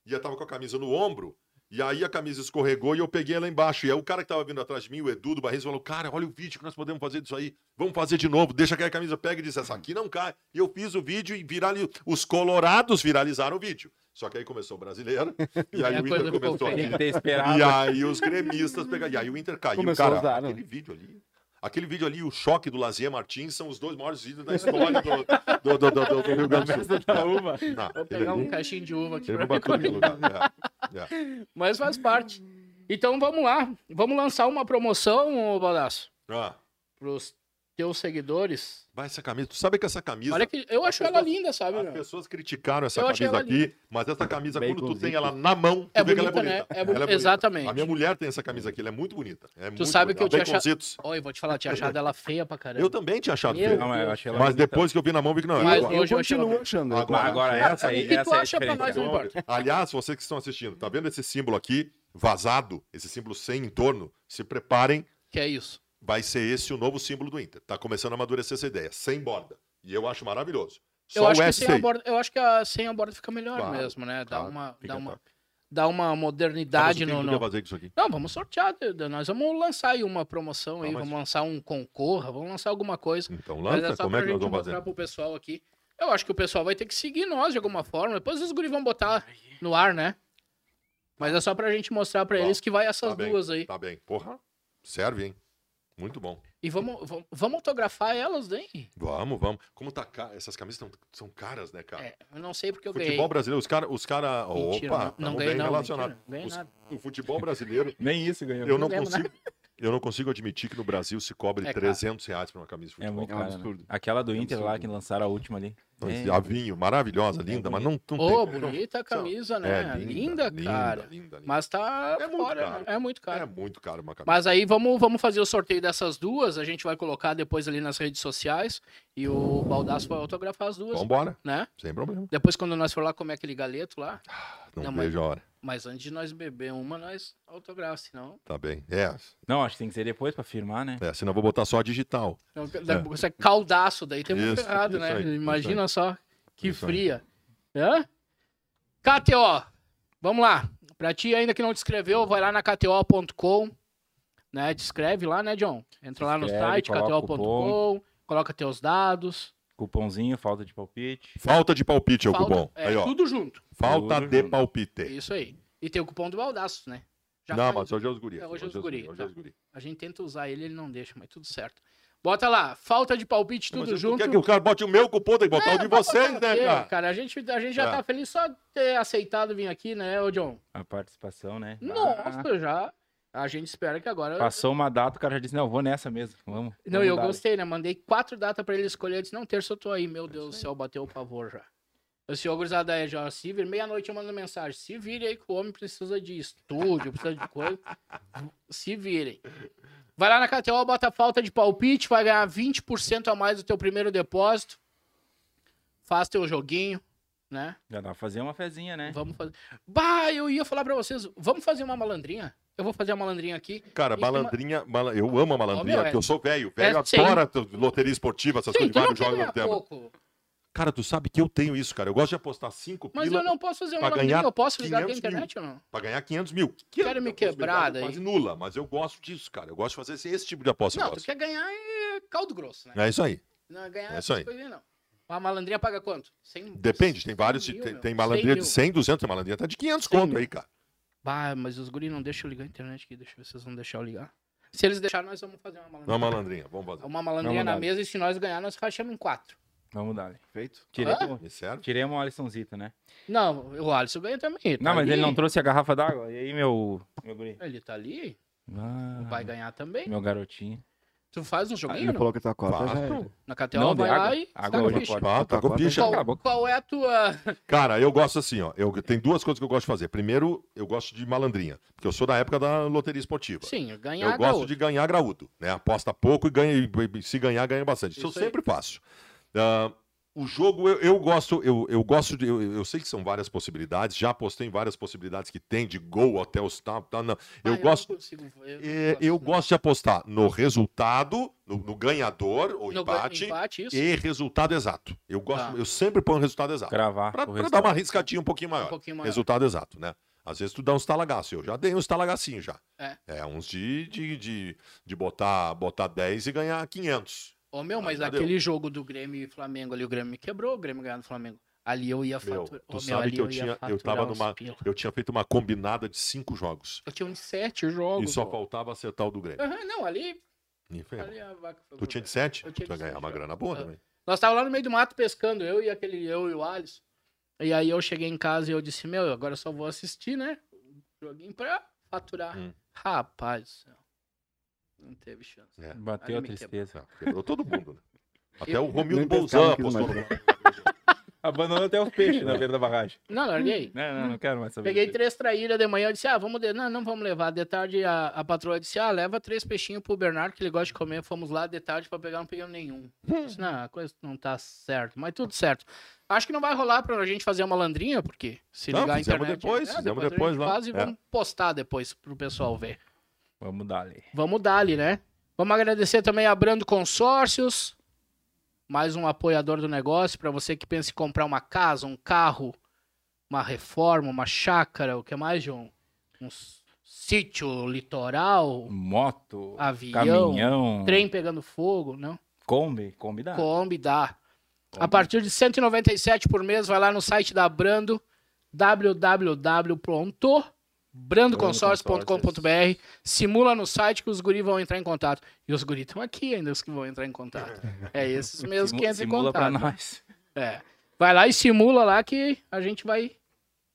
Speaker 4: e eu tava com a camisa no ombro. E aí a camisa escorregou e eu peguei ela embaixo. E aí o cara que tava vindo atrás de mim, o Edu do Barris, falou: Cara, olha o vídeo que nós podemos fazer disso aí. Vamos fazer de novo. Deixa que a camisa pega e disse: Essa aqui não cai. E eu fiz o vídeo e virali... os colorados viralizaram o vídeo. Só que aí começou o brasileiro. E aí
Speaker 1: a
Speaker 4: o
Speaker 1: É coisa
Speaker 4: Inter
Speaker 1: ficou
Speaker 4: começou a
Speaker 1: feia.
Speaker 2: Tem que ter
Speaker 4: e
Speaker 2: esperado.
Speaker 4: aí os gremistas pegaram. E aí o Inter caiu,
Speaker 3: Começou
Speaker 4: cara.
Speaker 3: a usar, né?
Speaker 4: aquele vídeo ali. Aquele vídeo ali, o choque do Lazier Martins, são os dois maiores vídeos da história do, do, do, do- do Rio Grande do Sul.
Speaker 2: Da uva.
Speaker 4: Não,
Speaker 1: Vou
Speaker 4: ele é
Speaker 1: pegar um cachinho de uva aqui
Speaker 4: ele
Speaker 1: pra
Speaker 4: não
Speaker 1: mim
Speaker 4: bateu
Speaker 1: comer.
Speaker 4: aquele lugar. É, é.
Speaker 1: Mas faz parte. Então vamos lá. Vamos lançar uma promoção, ô Baldaço,
Speaker 4: Ah,
Speaker 1: pros teus seguidores.
Speaker 4: vai essa camisa. Tu sabe que essa camisa.
Speaker 1: Olha que eu acho ela linda, sabe?
Speaker 4: As
Speaker 1: meu?
Speaker 4: pessoas criticaram essa
Speaker 1: Eu achei
Speaker 4: camisa
Speaker 1: ela
Speaker 4: aqui, mas essa camisa, quando tu
Speaker 2: Baconzinho.
Speaker 4: tem ela na mão, tu
Speaker 1: É
Speaker 4: vê que ela é
Speaker 1: bonita, né?
Speaker 4: bonita.
Speaker 1: É
Speaker 4: Ela
Speaker 1: bo-
Speaker 4: bonita.
Speaker 1: exatamente.
Speaker 4: A minha mulher tem essa camisa aqui, ela é muito bonita. É muito
Speaker 1: sabe que
Speaker 4: bonita.
Speaker 1: eu tinha achado-
Speaker 4: Baconzitos.
Speaker 1: Olha, eu vou te falar, tinha achado ela feia pra caramba.
Speaker 4: Eu também tinha achado
Speaker 1: Meu
Speaker 4: feio.
Speaker 1: Deus.
Speaker 2: Não, eu achei ela
Speaker 4: Mas
Speaker 2: bonita.
Speaker 4: depois que eu vi na mão, vi que não. é
Speaker 1: Mas
Speaker 4: igual.
Speaker 1: hoje eu
Speaker 3: eu
Speaker 1: achei
Speaker 3: continuo
Speaker 1: ela-
Speaker 3: achando.
Speaker 4: Agora-
Speaker 2: Mas agora essa
Speaker 1: O
Speaker 2: aí,
Speaker 1: que tu
Speaker 2: essa é a
Speaker 1: acha pra nós,
Speaker 2: diferença.
Speaker 1: não importa.
Speaker 4: Aliás, vocês que estão assistindo, tá vendo esse símbolo aqui, vazado, esse símbolo sem entorno? Se preparem,
Speaker 1: Que é isso.
Speaker 4: vai ser esse o novo símbolo do Inter. Tá começando a amadurecer essa ideia, sem borda. E eu acho maravilhoso. Só
Speaker 1: Eu acho,
Speaker 4: o
Speaker 1: que
Speaker 4: S
Speaker 1: sem a borda, eu acho que a, sem a borda fica melhor
Speaker 4: Claro,
Speaker 1: mesmo, né? Dá
Speaker 4: claro,
Speaker 1: uma,
Speaker 4: fica Tá,
Speaker 1: dá uma,
Speaker 4: top.
Speaker 1: dá uma modernidade no, no-
Speaker 4: fazer com isso aqui.
Speaker 1: Não, vamos sortear. Duda. Nós vamos lançar aí uma promoção aí,
Speaker 4: Ah, mas-
Speaker 1: vamos lançar um concorra, vamos lançar alguma coisa.
Speaker 4: Então,
Speaker 1: Mas
Speaker 4: lança,
Speaker 1: é só
Speaker 4: como
Speaker 1: pra
Speaker 4: é que nós
Speaker 1: gente
Speaker 4: vamos
Speaker 1: mostrar
Speaker 4: fazer?
Speaker 1: pro pessoal aqui. Eu acho que o pessoal vai ter que seguir nós de alguma forma. Depois os guris vão botar
Speaker 4: é.
Speaker 1: no ar, né? Mas é só pra gente mostrar pra
Speaker 4: Tá.
Speaker 1: eles que vai essas
Speaker 4: Tá bem.
Speaker 1: duas aí.
Speaker 4: Tá bem. Porra, serve, hein? Muito bom.
Speaker 1: E vamos, vamos, vamos autografar elas, hein?
Speaker 4: Vamos, vamos. Como tá caro? Essas camisas tão- são caras, né, cara?
Speaker 1: É, eu não sei porque eu ganhei.
Speaker 4: Futebol brasileiro, os caras. Os cara...
Speaker 1: Mentira,
Speaker 4: Opa,
Speaker 1: não, não
Speaker 4: tamo
Speaker 1: ganhei
Speaker 4: bem
Speaker 1: não,
Speaker 4: relacionado.
Speaker 1: mentira, não ganhei
Speaker 4: Os-
Speaker 1: nada.
Speaker 4: O futebol brasileiro
Speaker 2: Nem isso ganhou.
Speaker 4: Eu não,
Speaker 1: lembro
Speaker 4: consigo. Eu não consigo admitir que no Brasil se cobre
Speaker 1: É, cara.
Speaker 4: 300 reais pra uma camisa de
Speaker 2: É
Speaker 4: futebol.
Speaker 2: muito
Speaker 3: É um
Speaker 2: caro, né?
Speaker 3: absurdo.
Speaker 2: Aquela do
Speaker 4: É um
Speaker 2: Inter lá
Speaker 4: absurdo.
Speaker 2: que lançaram a última ali.
Speaker 4: Mas
Speaker 2: É.
Speaker 4: A vinho, maravilhosa, linda, mas não, não
Speaker 1: É Ô,
Speaker 4: tem.
Speaker 1: bonita a camisa,
Speaker 4: É,
Speaker 1: né? linda, cara.
Speaker 4: Linda, linda.
Speaker 1: Mas tá
Speaker 4: É muito
Speaker 1: fora,
Speaker 4: caro.
Speaker 1: né? É muito
Speaker 4: É
Speaker 1: caro.
Speaker 4: muito caro uma camisa.
Speaker 1: Mas aí vamos, vamos fazer o sorteio dessas duas. A gente vai colocar depois ali nas redes sociais. E o Baldaço vai autografar as duas,
Speaker 4: Vambora,
Speaker 1: né?
Speaker 4: sem problema.
Speaker 1: Depois, quando nós for lá comer aquele galeto lá.
Speaker 4: Não,
Speaker 1: Ah, Não, mas-
Speaker 4: vejo a hora.
Speaker 1: Mas antes de nós beber uma, nós autografa, senão.
Speaker 4: Tá bem. É,
Speaker 2: Não, acho que tem que ser depois pra firmar, né?
Speaker 4: é, senão eu vou botar só a digital.
Speaker 1: senão daqui a pouco Você é caldaço, daí tem muito
Speaker 4: Isso,
Speaker 1: errado,
Speaker 4: isso
Speaker 1: né?
Speaker 4: aí, isso
Speaker 1: Imagina só que
Speaker 4: Isso aí.
Speaker 1: fria. Hã? KTO, vamos lá. Pra ti ainda que não te inscreveu, vai lá na KTO.com, né? Te inscreve lá, né, John? Entra lá no
Speaker 2: Inscreve,
Speaker 1: site,
Speaker 2: coloca o
Speaker 1: KTO.com, coloca teus dados.
Speaker 2: Cupomzinho, falta de palpite.
Speaker 4: Falta de palpite é o
Speaker 1: falta-
Speaker 4: cupom.
Speaker 1: é,
Speaker 4: aí, ó.
Speaker 1: Tudo junto.
Speaker 4: Falta
Speaker 2: Tudo
Speaker 4: de
Speaker 2: junto.
Speaker 4: palpite.
Speaker 1: Isso aí. E tem o cupom do Baldaço, né? Já
Speaker 4: não,
Speaker 1: faz-
Speaker 4: mas hoje é os guris.
Speaker 1: É, hoje é os guri,
Speaker 4: Hoje é os
Speaker 1: tá.
Speaker 4: guri.
Speaker 1: A gente tenta usar ele, ele não deixa, mas tudo certo. Bota lá, falta de palpite,
Speaker 4: Mas
Speaker 1: tudo
Speaker 4: eu- tu
Speaker 1: junto.
Speaker 4: Quer que o cara bote o meu cupom, tem que botar
Speaker 1: É,
Speaker 4: o de
Speaker 1: bota
Speaker 4: vocês,
Speaker 1: pra
Speaker 4: né,
Speaker 1: ter,
Speaker 4: cara?
Speaker 1: A gente, a gente já
Speaker 4: É.
Speaker 1: tá feliz só de ter aceitado vir aqui, né, ô John?
Speaker 2: A participação, né? Ah,
Speaker 1: Nossa, já. A gente espera que agora.
Speaker 2: Passou uma data, o cara já disse, não, vou nessa mesmo. Vamos.
Speaker 1: Não,
Speaker 2: vamos
Speaker 1: eu
Speaker 2: dar.
Speaker 1: gostei, né? Mandei quatro datas pra ele escolher. Eu disse, não, terça eu tô É aí. Meu Deus do céu, bateu o pavor já. Eu disse, ô gurizada, é, já se vira. Meia-noite eu mando mensagem. Se vire aí que o homem precisa de estúdio, precisa de coisa. Se virem. Vai lá na KTO, bota falta de palpite, vai ganhar 20% a mais do teu primeiro depósito. Faz teu joguinho, né?
Speaker 2: Já dá pra fazer uma fezinha, né?
Speaker 1: Vamos fazer. Bah, eu ia falar pra vocês, vamos fazer uma malandrinha? Eu vou fazer uma malandrinha aqui.
Speaker 4: Cara,
Speaker 1: Isso é uma-
Speaker 4: malandrinha, mala- eu amo a malandrinha,
Speaker 1: meu, é-
Speaker 4: porque eu sou velho. Velho
Speaker 1: é, sim.
Speaker 4: adora t- loteria esportiva, essas
Speaker 1: Sim, é
Speaker 4: coisas de
Speaker 1: tu não
Speaker 4: vários
Speaker 1: quer
Speaker 4: jogos ao
Speaker 1: ganhar
Speaker 4: mesmo tempo.
Speaker 1: pouco,
Speaker 4: Cara, tu sabe que eu tenho isso, cara. Eu gosto de apostar cinco
Speaker 1: mas
Speaker 4: pila
Speaker 1: eu não posso fazer uma
Speaker 4: pra
Speaker 1: malandrinha,
Speaker 4: ganhar
Speaker 1: eu posso ligar pra
Speaker 4: 500 mil.
Speaker 1: internet ou não?
Speaker 4: pra ganhar 500 mil.
Speaker 1: Quero me quebrar daí.
Speaker 4: Quase nula, mas eu gosto disso, cara. Eu gosto de fazer esse, esse tipo de aposta. eu
Speaker 1: Não, tu
Speaker 4: gosto.
Speaker 1: quer ganhar é caldo grosso, né?
Speaker 4: É isso aí.
Speaker 1: Não é ganhar
Speaker 4: É isso aí.
Speaker 1: essas coisinhas, não. A malandrinha paga quanto? 100,
Speaker 4: Depende, tem vários.
Speaker 1: mil,
Speaker 4: tem,
Speaker 1: meu.
Speaker 4: tem malandrinha
Speaker 1: 100
Speaker 4: de 100, 200, tem malandrinha até de 500
Speaker 1: 100
Speaker 4: conto
Speaker 1: mil.
Speaker 4: aí, cara.
Speaker 1: Bah, mas os guri não deixam eu ligar a internet aqui, deixa eu ver se vocês vão deixar eu ligar. Se eles deixarem, nós vamos fazer uma
Speaker 4: Não,
Speaker 1: malandrinha.
Speaker 4: malandrinha, vamos fazer.
Speaker 1: Uma malandrinha
Speaker 2: Vamos
Speaker 1: na
Speaker 2: dar.
Speaker 1: mesa e se nós ganhar, nós rachamos em quatro.
Speaker 2: Vamos dar.
Speaker 3: Feito.
Speaker 2: Tirei,
Speaker 4: Me serve?
Speaker 2: tirei uma Alissonzita, né?
Speaker 1: Não, o Alisson ganha também. tá
Speaker 2: Não, mas ele
Speaker 1: ali.
Speaker 2: não trouxe a garrafa d'água. E aí, meu, meu guri?
Speaker 1: Ele tá ali,
Speaker 2: Ah,
Speaker 1: vai ganhar também.
Speaker 2: meu garotinho.
Speaker 1: Tu faz um joguinho
Speaker 3: Ele
Speaker 1: não?
Speaker 3: falou que tá a tua cota
Speaker 4: Faz,
Speaker 3: já
Speaker 4: pô.
Speaker 3: era.
Speaker 1: na KTO, vai
Speaker 2: água.
Speaker 1: lá e
Speaker 2: Água
Speaker 1: saca
Speaker 2: hoje
Speaker 1: ficha.
Speaker 2: pode.
Speaker 4: Ah, tá com
Speaker 3: Qual-
Speaker 4: picha.
Speaker 2: Cala a
Speaker 1: Qual,
Speaker 2: boca.
Speaker 1: qual é a tua...
Speaker 4: Cara, eu gosto assim, ó. Eu tenho duas coisas que eu gosto de fazer. Primeiro, eu gosto de malandrinha, porque eu sou da época da loteria esportiva.
Speaker 1: Sim, ganhar
Speaker 4: Eu gosto
Speaker 1: gaúcho.
Speaker 4: de ganhar graúdo, né? Aposta pouco e ganha, e- e se ganhar, ganha bastante. Isso,
Speaker 1: Isso
Speaker 4: eu
Speaker 1: aí.
Speaker 4: sempre faço. Ah, o jogo, eu, eu gosto, eu, eu gosto de. Eu, eu sei que são várias possibilidades, já apostei em várias possibilidades que tem, de gol até os tal, tal, não. Eu
Speaker 1: Ah,
Speaker 4: gosto.
Speaker 1: não consigo, eu,
Speaker 4: é, eu gosto de apostar no resultado, no, no ganhador ou
Speaker 1: No
Speaker 4: empate, é
Speaker 1: empate, isso.
Speaker 4: e resultado exato. Eu gosto,
Speaker 1: Tá.
Speaker 4: eu sempre ponho resultado exato.
Speaker 2: Cravar
Speaker 4: Tá. Pra,
Speaker 2: o
Speaker 4: pra dar
Speaker 2: resultado.
Speaker 4: uma riscadinha um pouquinho maior.
Speaker 1: Um pouquinho maior.
Speaker 4: Resultado exato, né? Às vezes tu dá uns talagaços. Eu já dei uns talagacinhos já.
Speaker 1: É.
Speaker 4: uns de, de, de, de botar, botar 10 e ganhar 500.
Speaker 1: Ô, meu, mas
Speaker 4: Ah, já deu.
Speaker 1: aquele jogo do Grêmio e Flamengo ali, o Grêmio me quebrou, o Grêmio ganhando o Flamengo. Ali eu ia
Speaker 4: Meu,
Speaker 1: faturar.
Speaker 4: tu sabe que eu tinha, eu tava numa, eu tinha feito uma combinada de cinco jogos.
Speaker 1: Eu tinha uns sete jogos.
Speaker 4: e só
Speaker 1: pô.
Speaker 4: faltava acertar o do Grêmio.
Speaker 1: Aham, não, ali,
Speaker 4: E ferrou.
Speaker 1: ali a vaca foi
Speaker 4: Tu
Speaker 1: pro
Speaker 4: tinha
Speaker 1: Grêmio.
Speaker 4: de 7?
Speaker 1: Eu
Speaker 4: Tu
Speaker 1: tinha
Speaker 4: ia
Speaker 1: de
Speaker 4: ganhar
Speaker 1: sete,
Speaker 4: uma
Speaker 1: cara.
Speaker 4: grana boa
Speaker 1: Ah.
Speaker 4: também.
Speaker 1: Nós tava lá no meio do mato pescando, eu e aquele, eu e o Alisson. E aí eu cheguei em casa e eu disse, meu, agora eu só vou assistir, né? Um joguinho pra faturar.
Speaker 4: Hum.
Speaker 1: Rapaz, do céu. não teve chance.
Speaker 4: É.
Speaker 2: Bateu a
Speaker 1: Aí me
Speaker 2: tristeza.
Speaker 4: Não, quebrou todo mundo, né? Até
Speaker 1: Eu-
Speaker 4: o Romildo
Speaker 3: Nem pescava,
Speaker 4: Bolzan
Speaker 3: quis mais
Speaker 4: apostou.
Speaker 2: Abandonou até os peixes na beira da barragem.
Speaker 1: Não, larguei.
Speaker 2: Não, não, não quero mais saber.
Speaker 1: Peguei
Speaker 2: disso.
Speaker 1: três traíras de manhã, eu disse, ah, vamos, de... não, não vamos levar. De tarde a, a patroa disse, ah, leva três peixinhos pro Bernardo, que ele gosta de comer. Fomos lá de tarde pra pegar, não pegamos nenhum.
Speaker 4: Hum.
Speaker 1: Eu disse, não, a coisa não tá certo, mas tudo certo. Acho que não vai rolar pra gente fazer uma landrinha, porque se
Speaker 4: Não,
Speaker 1: ligar a
Speaker 4: fizemos
Speaker 1: internet...
Speaker 4: depois, fizemos
Speaker 1: a
Speaker 4: depois
Speaker 1: gente
Speaker 4: lá,
Speaker 1: Faz e
Speaker 4: é.
Speaker 1: vamos postar depois pro pessoal ver.
Speaker 2: Vamos dar ali.
Speaker 1: Vamos dali, né? Vamos agradecer também a Brando Consórcios, mais um apoiador do negócio. Para você que pensa em comprar uma casa, um carro, uma reforma, uma chácara, o que mais, João? Um s- sítio litoral,
Speaker 2: Moto,
Speaker 1: avião,
Speaker 2: caminhão,
Speaker 1: trem pegando fogo, não?
Speaker 2: Kombi, Kombi dá.
Speaker 1: Kombi dá. A partir de 197 por mês, vai lá no site da Brando, www.brandoconsórcio.com.br, simula no site que os guri vão entrar em contato. E os guri estão aqui ainda, os que vão entrar em contato. É esses mesmos que entram
Speaker 2: Simu-
Speaker 1: em
Speaker 2: Simula pra
Speaker 1: contato.
Speaker 2: nós.
Speaker 1: É. Vai lá e simula lá que a gente vai,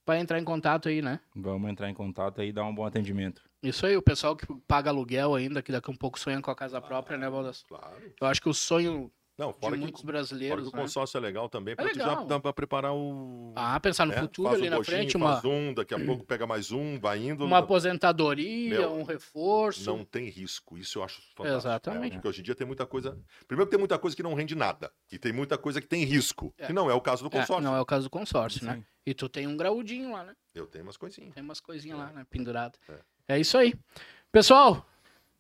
Speaker 1: vai entrar em contato aí, né?
Speaker 2: Vamos entrar em contato aí e dar um bom atendimento.
Speaker 1: Isso aí, o pessoal que paga aluguel ainda, que daqui a um pouco sonha com a casa própria, né, Baldas?
Speaker 4: Claro.
Speaker 1: Eu acho que o sonho
Speaker 4: Não,
Speaker 1: de
Speaker 4: fora que,
Speaker 1: muitos
Speaker 4: fora que
Speaker 1: brasileiros,
Speaker 4: o
Speaker 1: né?
Speaker 4: consórcio é legal também,
Speaker 1: É
Speaker 4: porque tu já
Speaker 1: legal.
Speaker 4: dá pra preparar o.
Speaker 1: Ah, pensar no
Speaker 4: né?
Speaker 1: futuro
Speaker 4: Faz
Speaker 1: ali
Speaker 4: um
Speaker 1: na
Speaker 4: gostinho,
Speaker 1: frente, uma...
Speaker 4: Faz um, daqui a pouco pega mais um, vai indo.
Speaker 1: uma
Speaker 4: não-
Speaker 1: aposentadoria,
Speaker 4: Meu,
Speaker 1: um reforço.
Speaker 4: Não tem risco. Isso eu acho fantástico.
Speaker 1: Exatamente.
Speaker 4: né? Porque hoje em dia tem muita coisa. Primeiro que tem muita coisa que não rende nada. E tem muita coisa que tem risco.
Speaker 1: É.
Speaker 4: Que não é o caso do
Speaker 1: É,
Speaker 4: consórcio.
Speaker 1: não é o caso do consórcio, né?
Speaker 2: Sim.
Speaker 1: E tu tem um graudinho lá, né?
Speaker 4: Eu tenho umas coisinhas.
Speaker 1: Tem umas coisinhas
Speaker 4: É.
Speaker 1: lá, né? Pendurado. É. isso aí. Pessoal,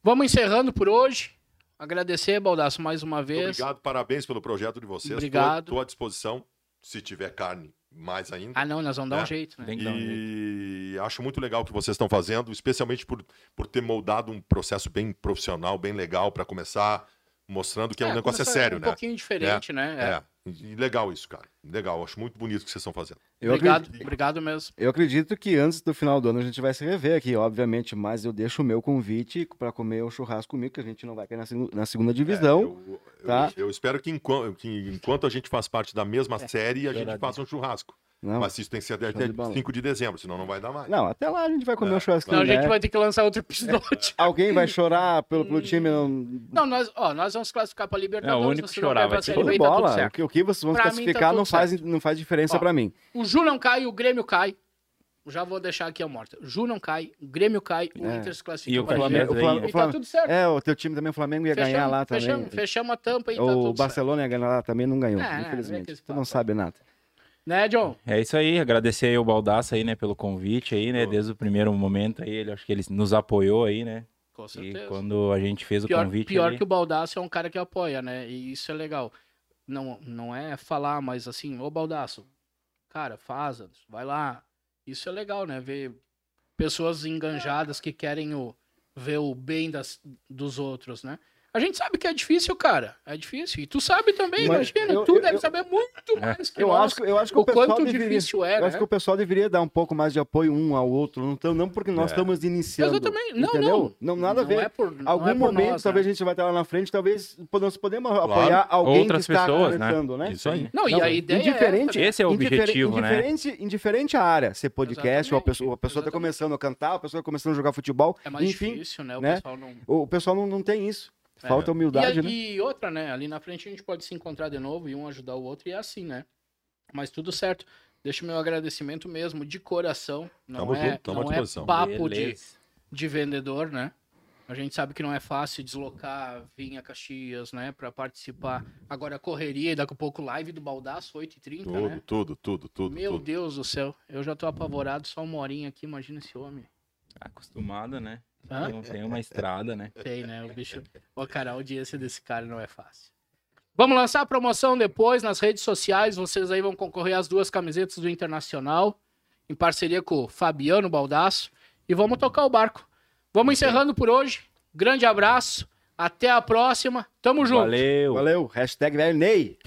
Speaker 1: vamos encerrando por hoje. Agradecer, Baldaço, mais uma
Speaker 4: Muito
Speaker 1: vez.
Speaker 4: Obrigado, parabéns pelo projeto de vocês. Tô-
Speaker 1: Obrigado.
Speaker 4: Tô, à disposição. Se tiver carne, mais ainda.
Speaker 1: Ah, não, nós vamos dar
Speaker 4: É.
Speaker 1: um jeito, né?
Speaker 2: Tem que
Speaker 3: Então,
Speaker 2: dar um jeito.
Speaker 4: E acho muito legal o que vocês estão fazendo, especialmente por, por ter moldado um processo bem profissional, bem legal, para começar mostrando que é, um negócio é
Speaker 1: começar
Speaker 4: sério,
Speaker 1: um
Speaker 4: né?
Speaker 1: pouquinho diferente, né? É.
Speaker 4: É. E legal isso, cara. Legal. Acho muito bonito o que vocês estão fazendo.
Speaker 3: Eu
Speaker 1: obrigado,
Speaker 3: acredito-
Speaker 1: obrigado mesmo.
Speaker 3: Eu acredito que antes do final do ano a gente vai se rever aqui, obviamente, mas eu deixo o meu convite para comer um churrasco comigo, que a gente não vai cair na, segu- na segunda divisão.
Speaker 4: É, eu, eu-
Speaker 3: tá?
Speaker 4: eu espero que enquanto, que enquanto a gente faz parte da mesma
Speaker 1: É,
Speaker 4: série, a gente
Speaker 2: verdade.
Speaker 4: faça um churrasco.
Speaker 3: Não,
Speaker 4: Mas isso tem que ser até
Speaker 3: Show de bola.
Speaker 4: 5 de dezembro, senão não vai dar mais.
Speaker 3: não, até lá a gente vai comer
Speaker 4: É.
Speaker 3: um churrasquinho,
Speaker 1: Senão a gente
Speaker 3: né?
Speaker 1: vai um ter que lançar outro episódio.
Speaker 3: Alguém vai chorar pelo, pelo time, não...
Speaker 1: Não, nós, ó, nós vamos classificar pra Libertadores.
Speaker 2: É, o único
Speaker 1: nós
Speaker 2: que
Speaker 1: não
Speaker 2: chorar
Speaker 1: vai pra
Speaker 2: vai ser
Speaker 1: Série
Speaker 3: Show
Speaker 1: B,
Speaker 3: de
Speaker 1: tá tudo
Speaker 3: bola.
Speaker 1: certo.
Speaker 3: o, que, o que vocês vão
Speaker 1: Pra mim tá
Speaker 3: classificar
Speaker 1: tudo
Speaker 3: não, faz, não faz diferença
Speaker 1: Ó,
Speaker 3: para mim.
Speaker 1: O Ju não cai, o Grêmio cai. Já vou deixar aqui a morta. O Ju não cai, o Grêmio cai, o
Speaker 3: É.
Speaker 1: Inter se classifica.
Speaker 2: E o
Speaker 1: pra
Speaker 2: Flamengo-
Speaker 1: Libertadores. E
Speaker 2: o Flam-
Speaker 3: o Flam-
Speaker 1: tá tudo certo.
Speaker 3: É, o teu time também, o Flamengo ia ganhar lá também.
Speaker 1: fechamos, Fechamos a tampa e tá
Speaker 3: o
Speaker 1: tudo certo.
Speaker 3: Barcelona ia ganhar lá também, não ganhou,
Speaker 1: É, é, vem com
Speaker 3: infelizmente.
Speaker 1: esse
Speaker 3: Tu
Speaker 1: papo.
Speaker 3: não sabe nada.
Speaker 1: Né, John?
Speaker 2: É isso aí, agradecer aí o Baldaço aí, né, pelo convite aí, né,
Speaker 4: Pô.
Speaker 2: desde o primeiro momento aí, ele, acho que ele nos apoiou aí, né,
Speaker 1: Com
Speaker 2: e
Speaker 1: certeza.
Speaker 2: quando a gente fez o
Speaker 1: pior
Speaker 2: convite
Speaker 1: pior
Speaker 2: ali,
Speaker 1: que o Baldaço é um cara que apoia, né? E isso é legal. Não, não é falar, mas assim, ô Baldaço, cara, faz, Anderson, vai lá. Isso é legal, né? Ver pessoas enganjadas que querem o, ver o bem das, dos outros, né? A gente sabe que é difícil, cara. É difícil. E tu sabe também,
Speaker 3: Mas
Speaker 1: imagina.
Speaker 3: eu-
Speaker 1: tu
Speaker 3: eu-
Speaker 1: deve
Speaker 3: eu-
Speaker 1: saber muito
Speaker 2: É.
Speaker 1: mais que
Speaker 3: Eu
Speaker 1: nós,
Speaker 3: acho, que- eu acho que o,
Speaker 1: o
Speaker 3: pessoal
Speaker 1: quanto
Speaker 3: deveria...
Speaker 1: difícil é,
Speaker 3: Eu acho
Speaker 1: né?
Speaker 3: que o pessoal deveria dar um pouco mais de apoio um ao outro, não, tam- não porque nós
Speaker 4: É.
Speaker 3: estamos iniciando.
Speaker 1: Mas né? eu também- não,
Speaker 3: entendeu? não. nada a
Speaker 1: Não
Speaker 3: ver.
Speaker 1: é por- não
Speaker 3: Algum
Speaker 1: é por
Speaker 3: momento,
Speaker 1: nós, né?
Speaker 3: talvez a gente vai estar lá na frente, talvez po- nós podemos apoiar alguém
Speaker 2: Outras
Speaker 3: que está
Speaker 2: pessoas, né?
Speaker 3: começando, né?
Speaker 4: Isso aí.
Speaker 1: Não, e a ideia
Speaker 3: indiferente,
Speaker 1: é essa,
Speaker 2: Esse é o
Speaker 3: indifer-
Speaker 2: objetivo, né?
Speaker 3: indiferente, Indiferente à área, ser podcast, ou a
Speaker 1: Exatamente,
Speaker 3: pessoa, a pessoa está
Speaker 1: exatamente.
Speaker 3: tá começando a cantar, a pessoa está começando a jogar futebol,
Speaker 1: é mais
Speaker 3: enfim,
Speaker 1: difícil, né? O
Speaker 3: né?
Speaker 1: pessoal não.
Speaker 3: o pessoal não, não tem isso. Falta humildade,
Speaker 1: e,
Speaker 3: né?
Speaker 1: aí- e outra, né? Ali na frente a gente pode se encontrar de novo e um ajudar o outro, e é assim, né? Mas tudo certo. Deixo meu agradecimento mesmo, de coração. Não
Speaker 4: Tamo
Speaker 1: é,
Speaker 4: junto, tamo à
Speaker 1: não é
Speaker 4: disposição.
Speaker 1: papo de,
Speaker 2: Beleza.
Speaker 1: de vendedor, né? A gente sabe que não é fácil deslocar, vir a Caxias, né? Pra participar. Agora a correria, e daqui a pouco live do Baldaço, 8h30,
Speaker 4: Tudo,
Speaker 1: né?
Speaker 4: tudo, tudo, tudo,
Speaker 1: Meu
Speaker 4: tudo.
Speaker 1: Deus do céu, eu já tô apavorado, só uma horinha aqui, imagina esse homem.
Speaker 2: Acostumado, né?
Speaker 1: Hã?
Speaker 2: Tem, tem uma estrada, né?
Speaker 1: Tem, né? O bicho. Ô, cara, a audiência desse cara não é fácil. Vamos lançar a promoção depois nas redes sociais. Vocês aí vão concorrer às duas camisetas do Internacional, em parceria com o Fabiano Baldasso. E vamos tocar o barco. Vamos encerrando por hoje. Grande abraço. Até a próxima. Tamo junto.
Speaker 2: Valeu!
Speaker 3: Valeu. Hashtag velho Ney.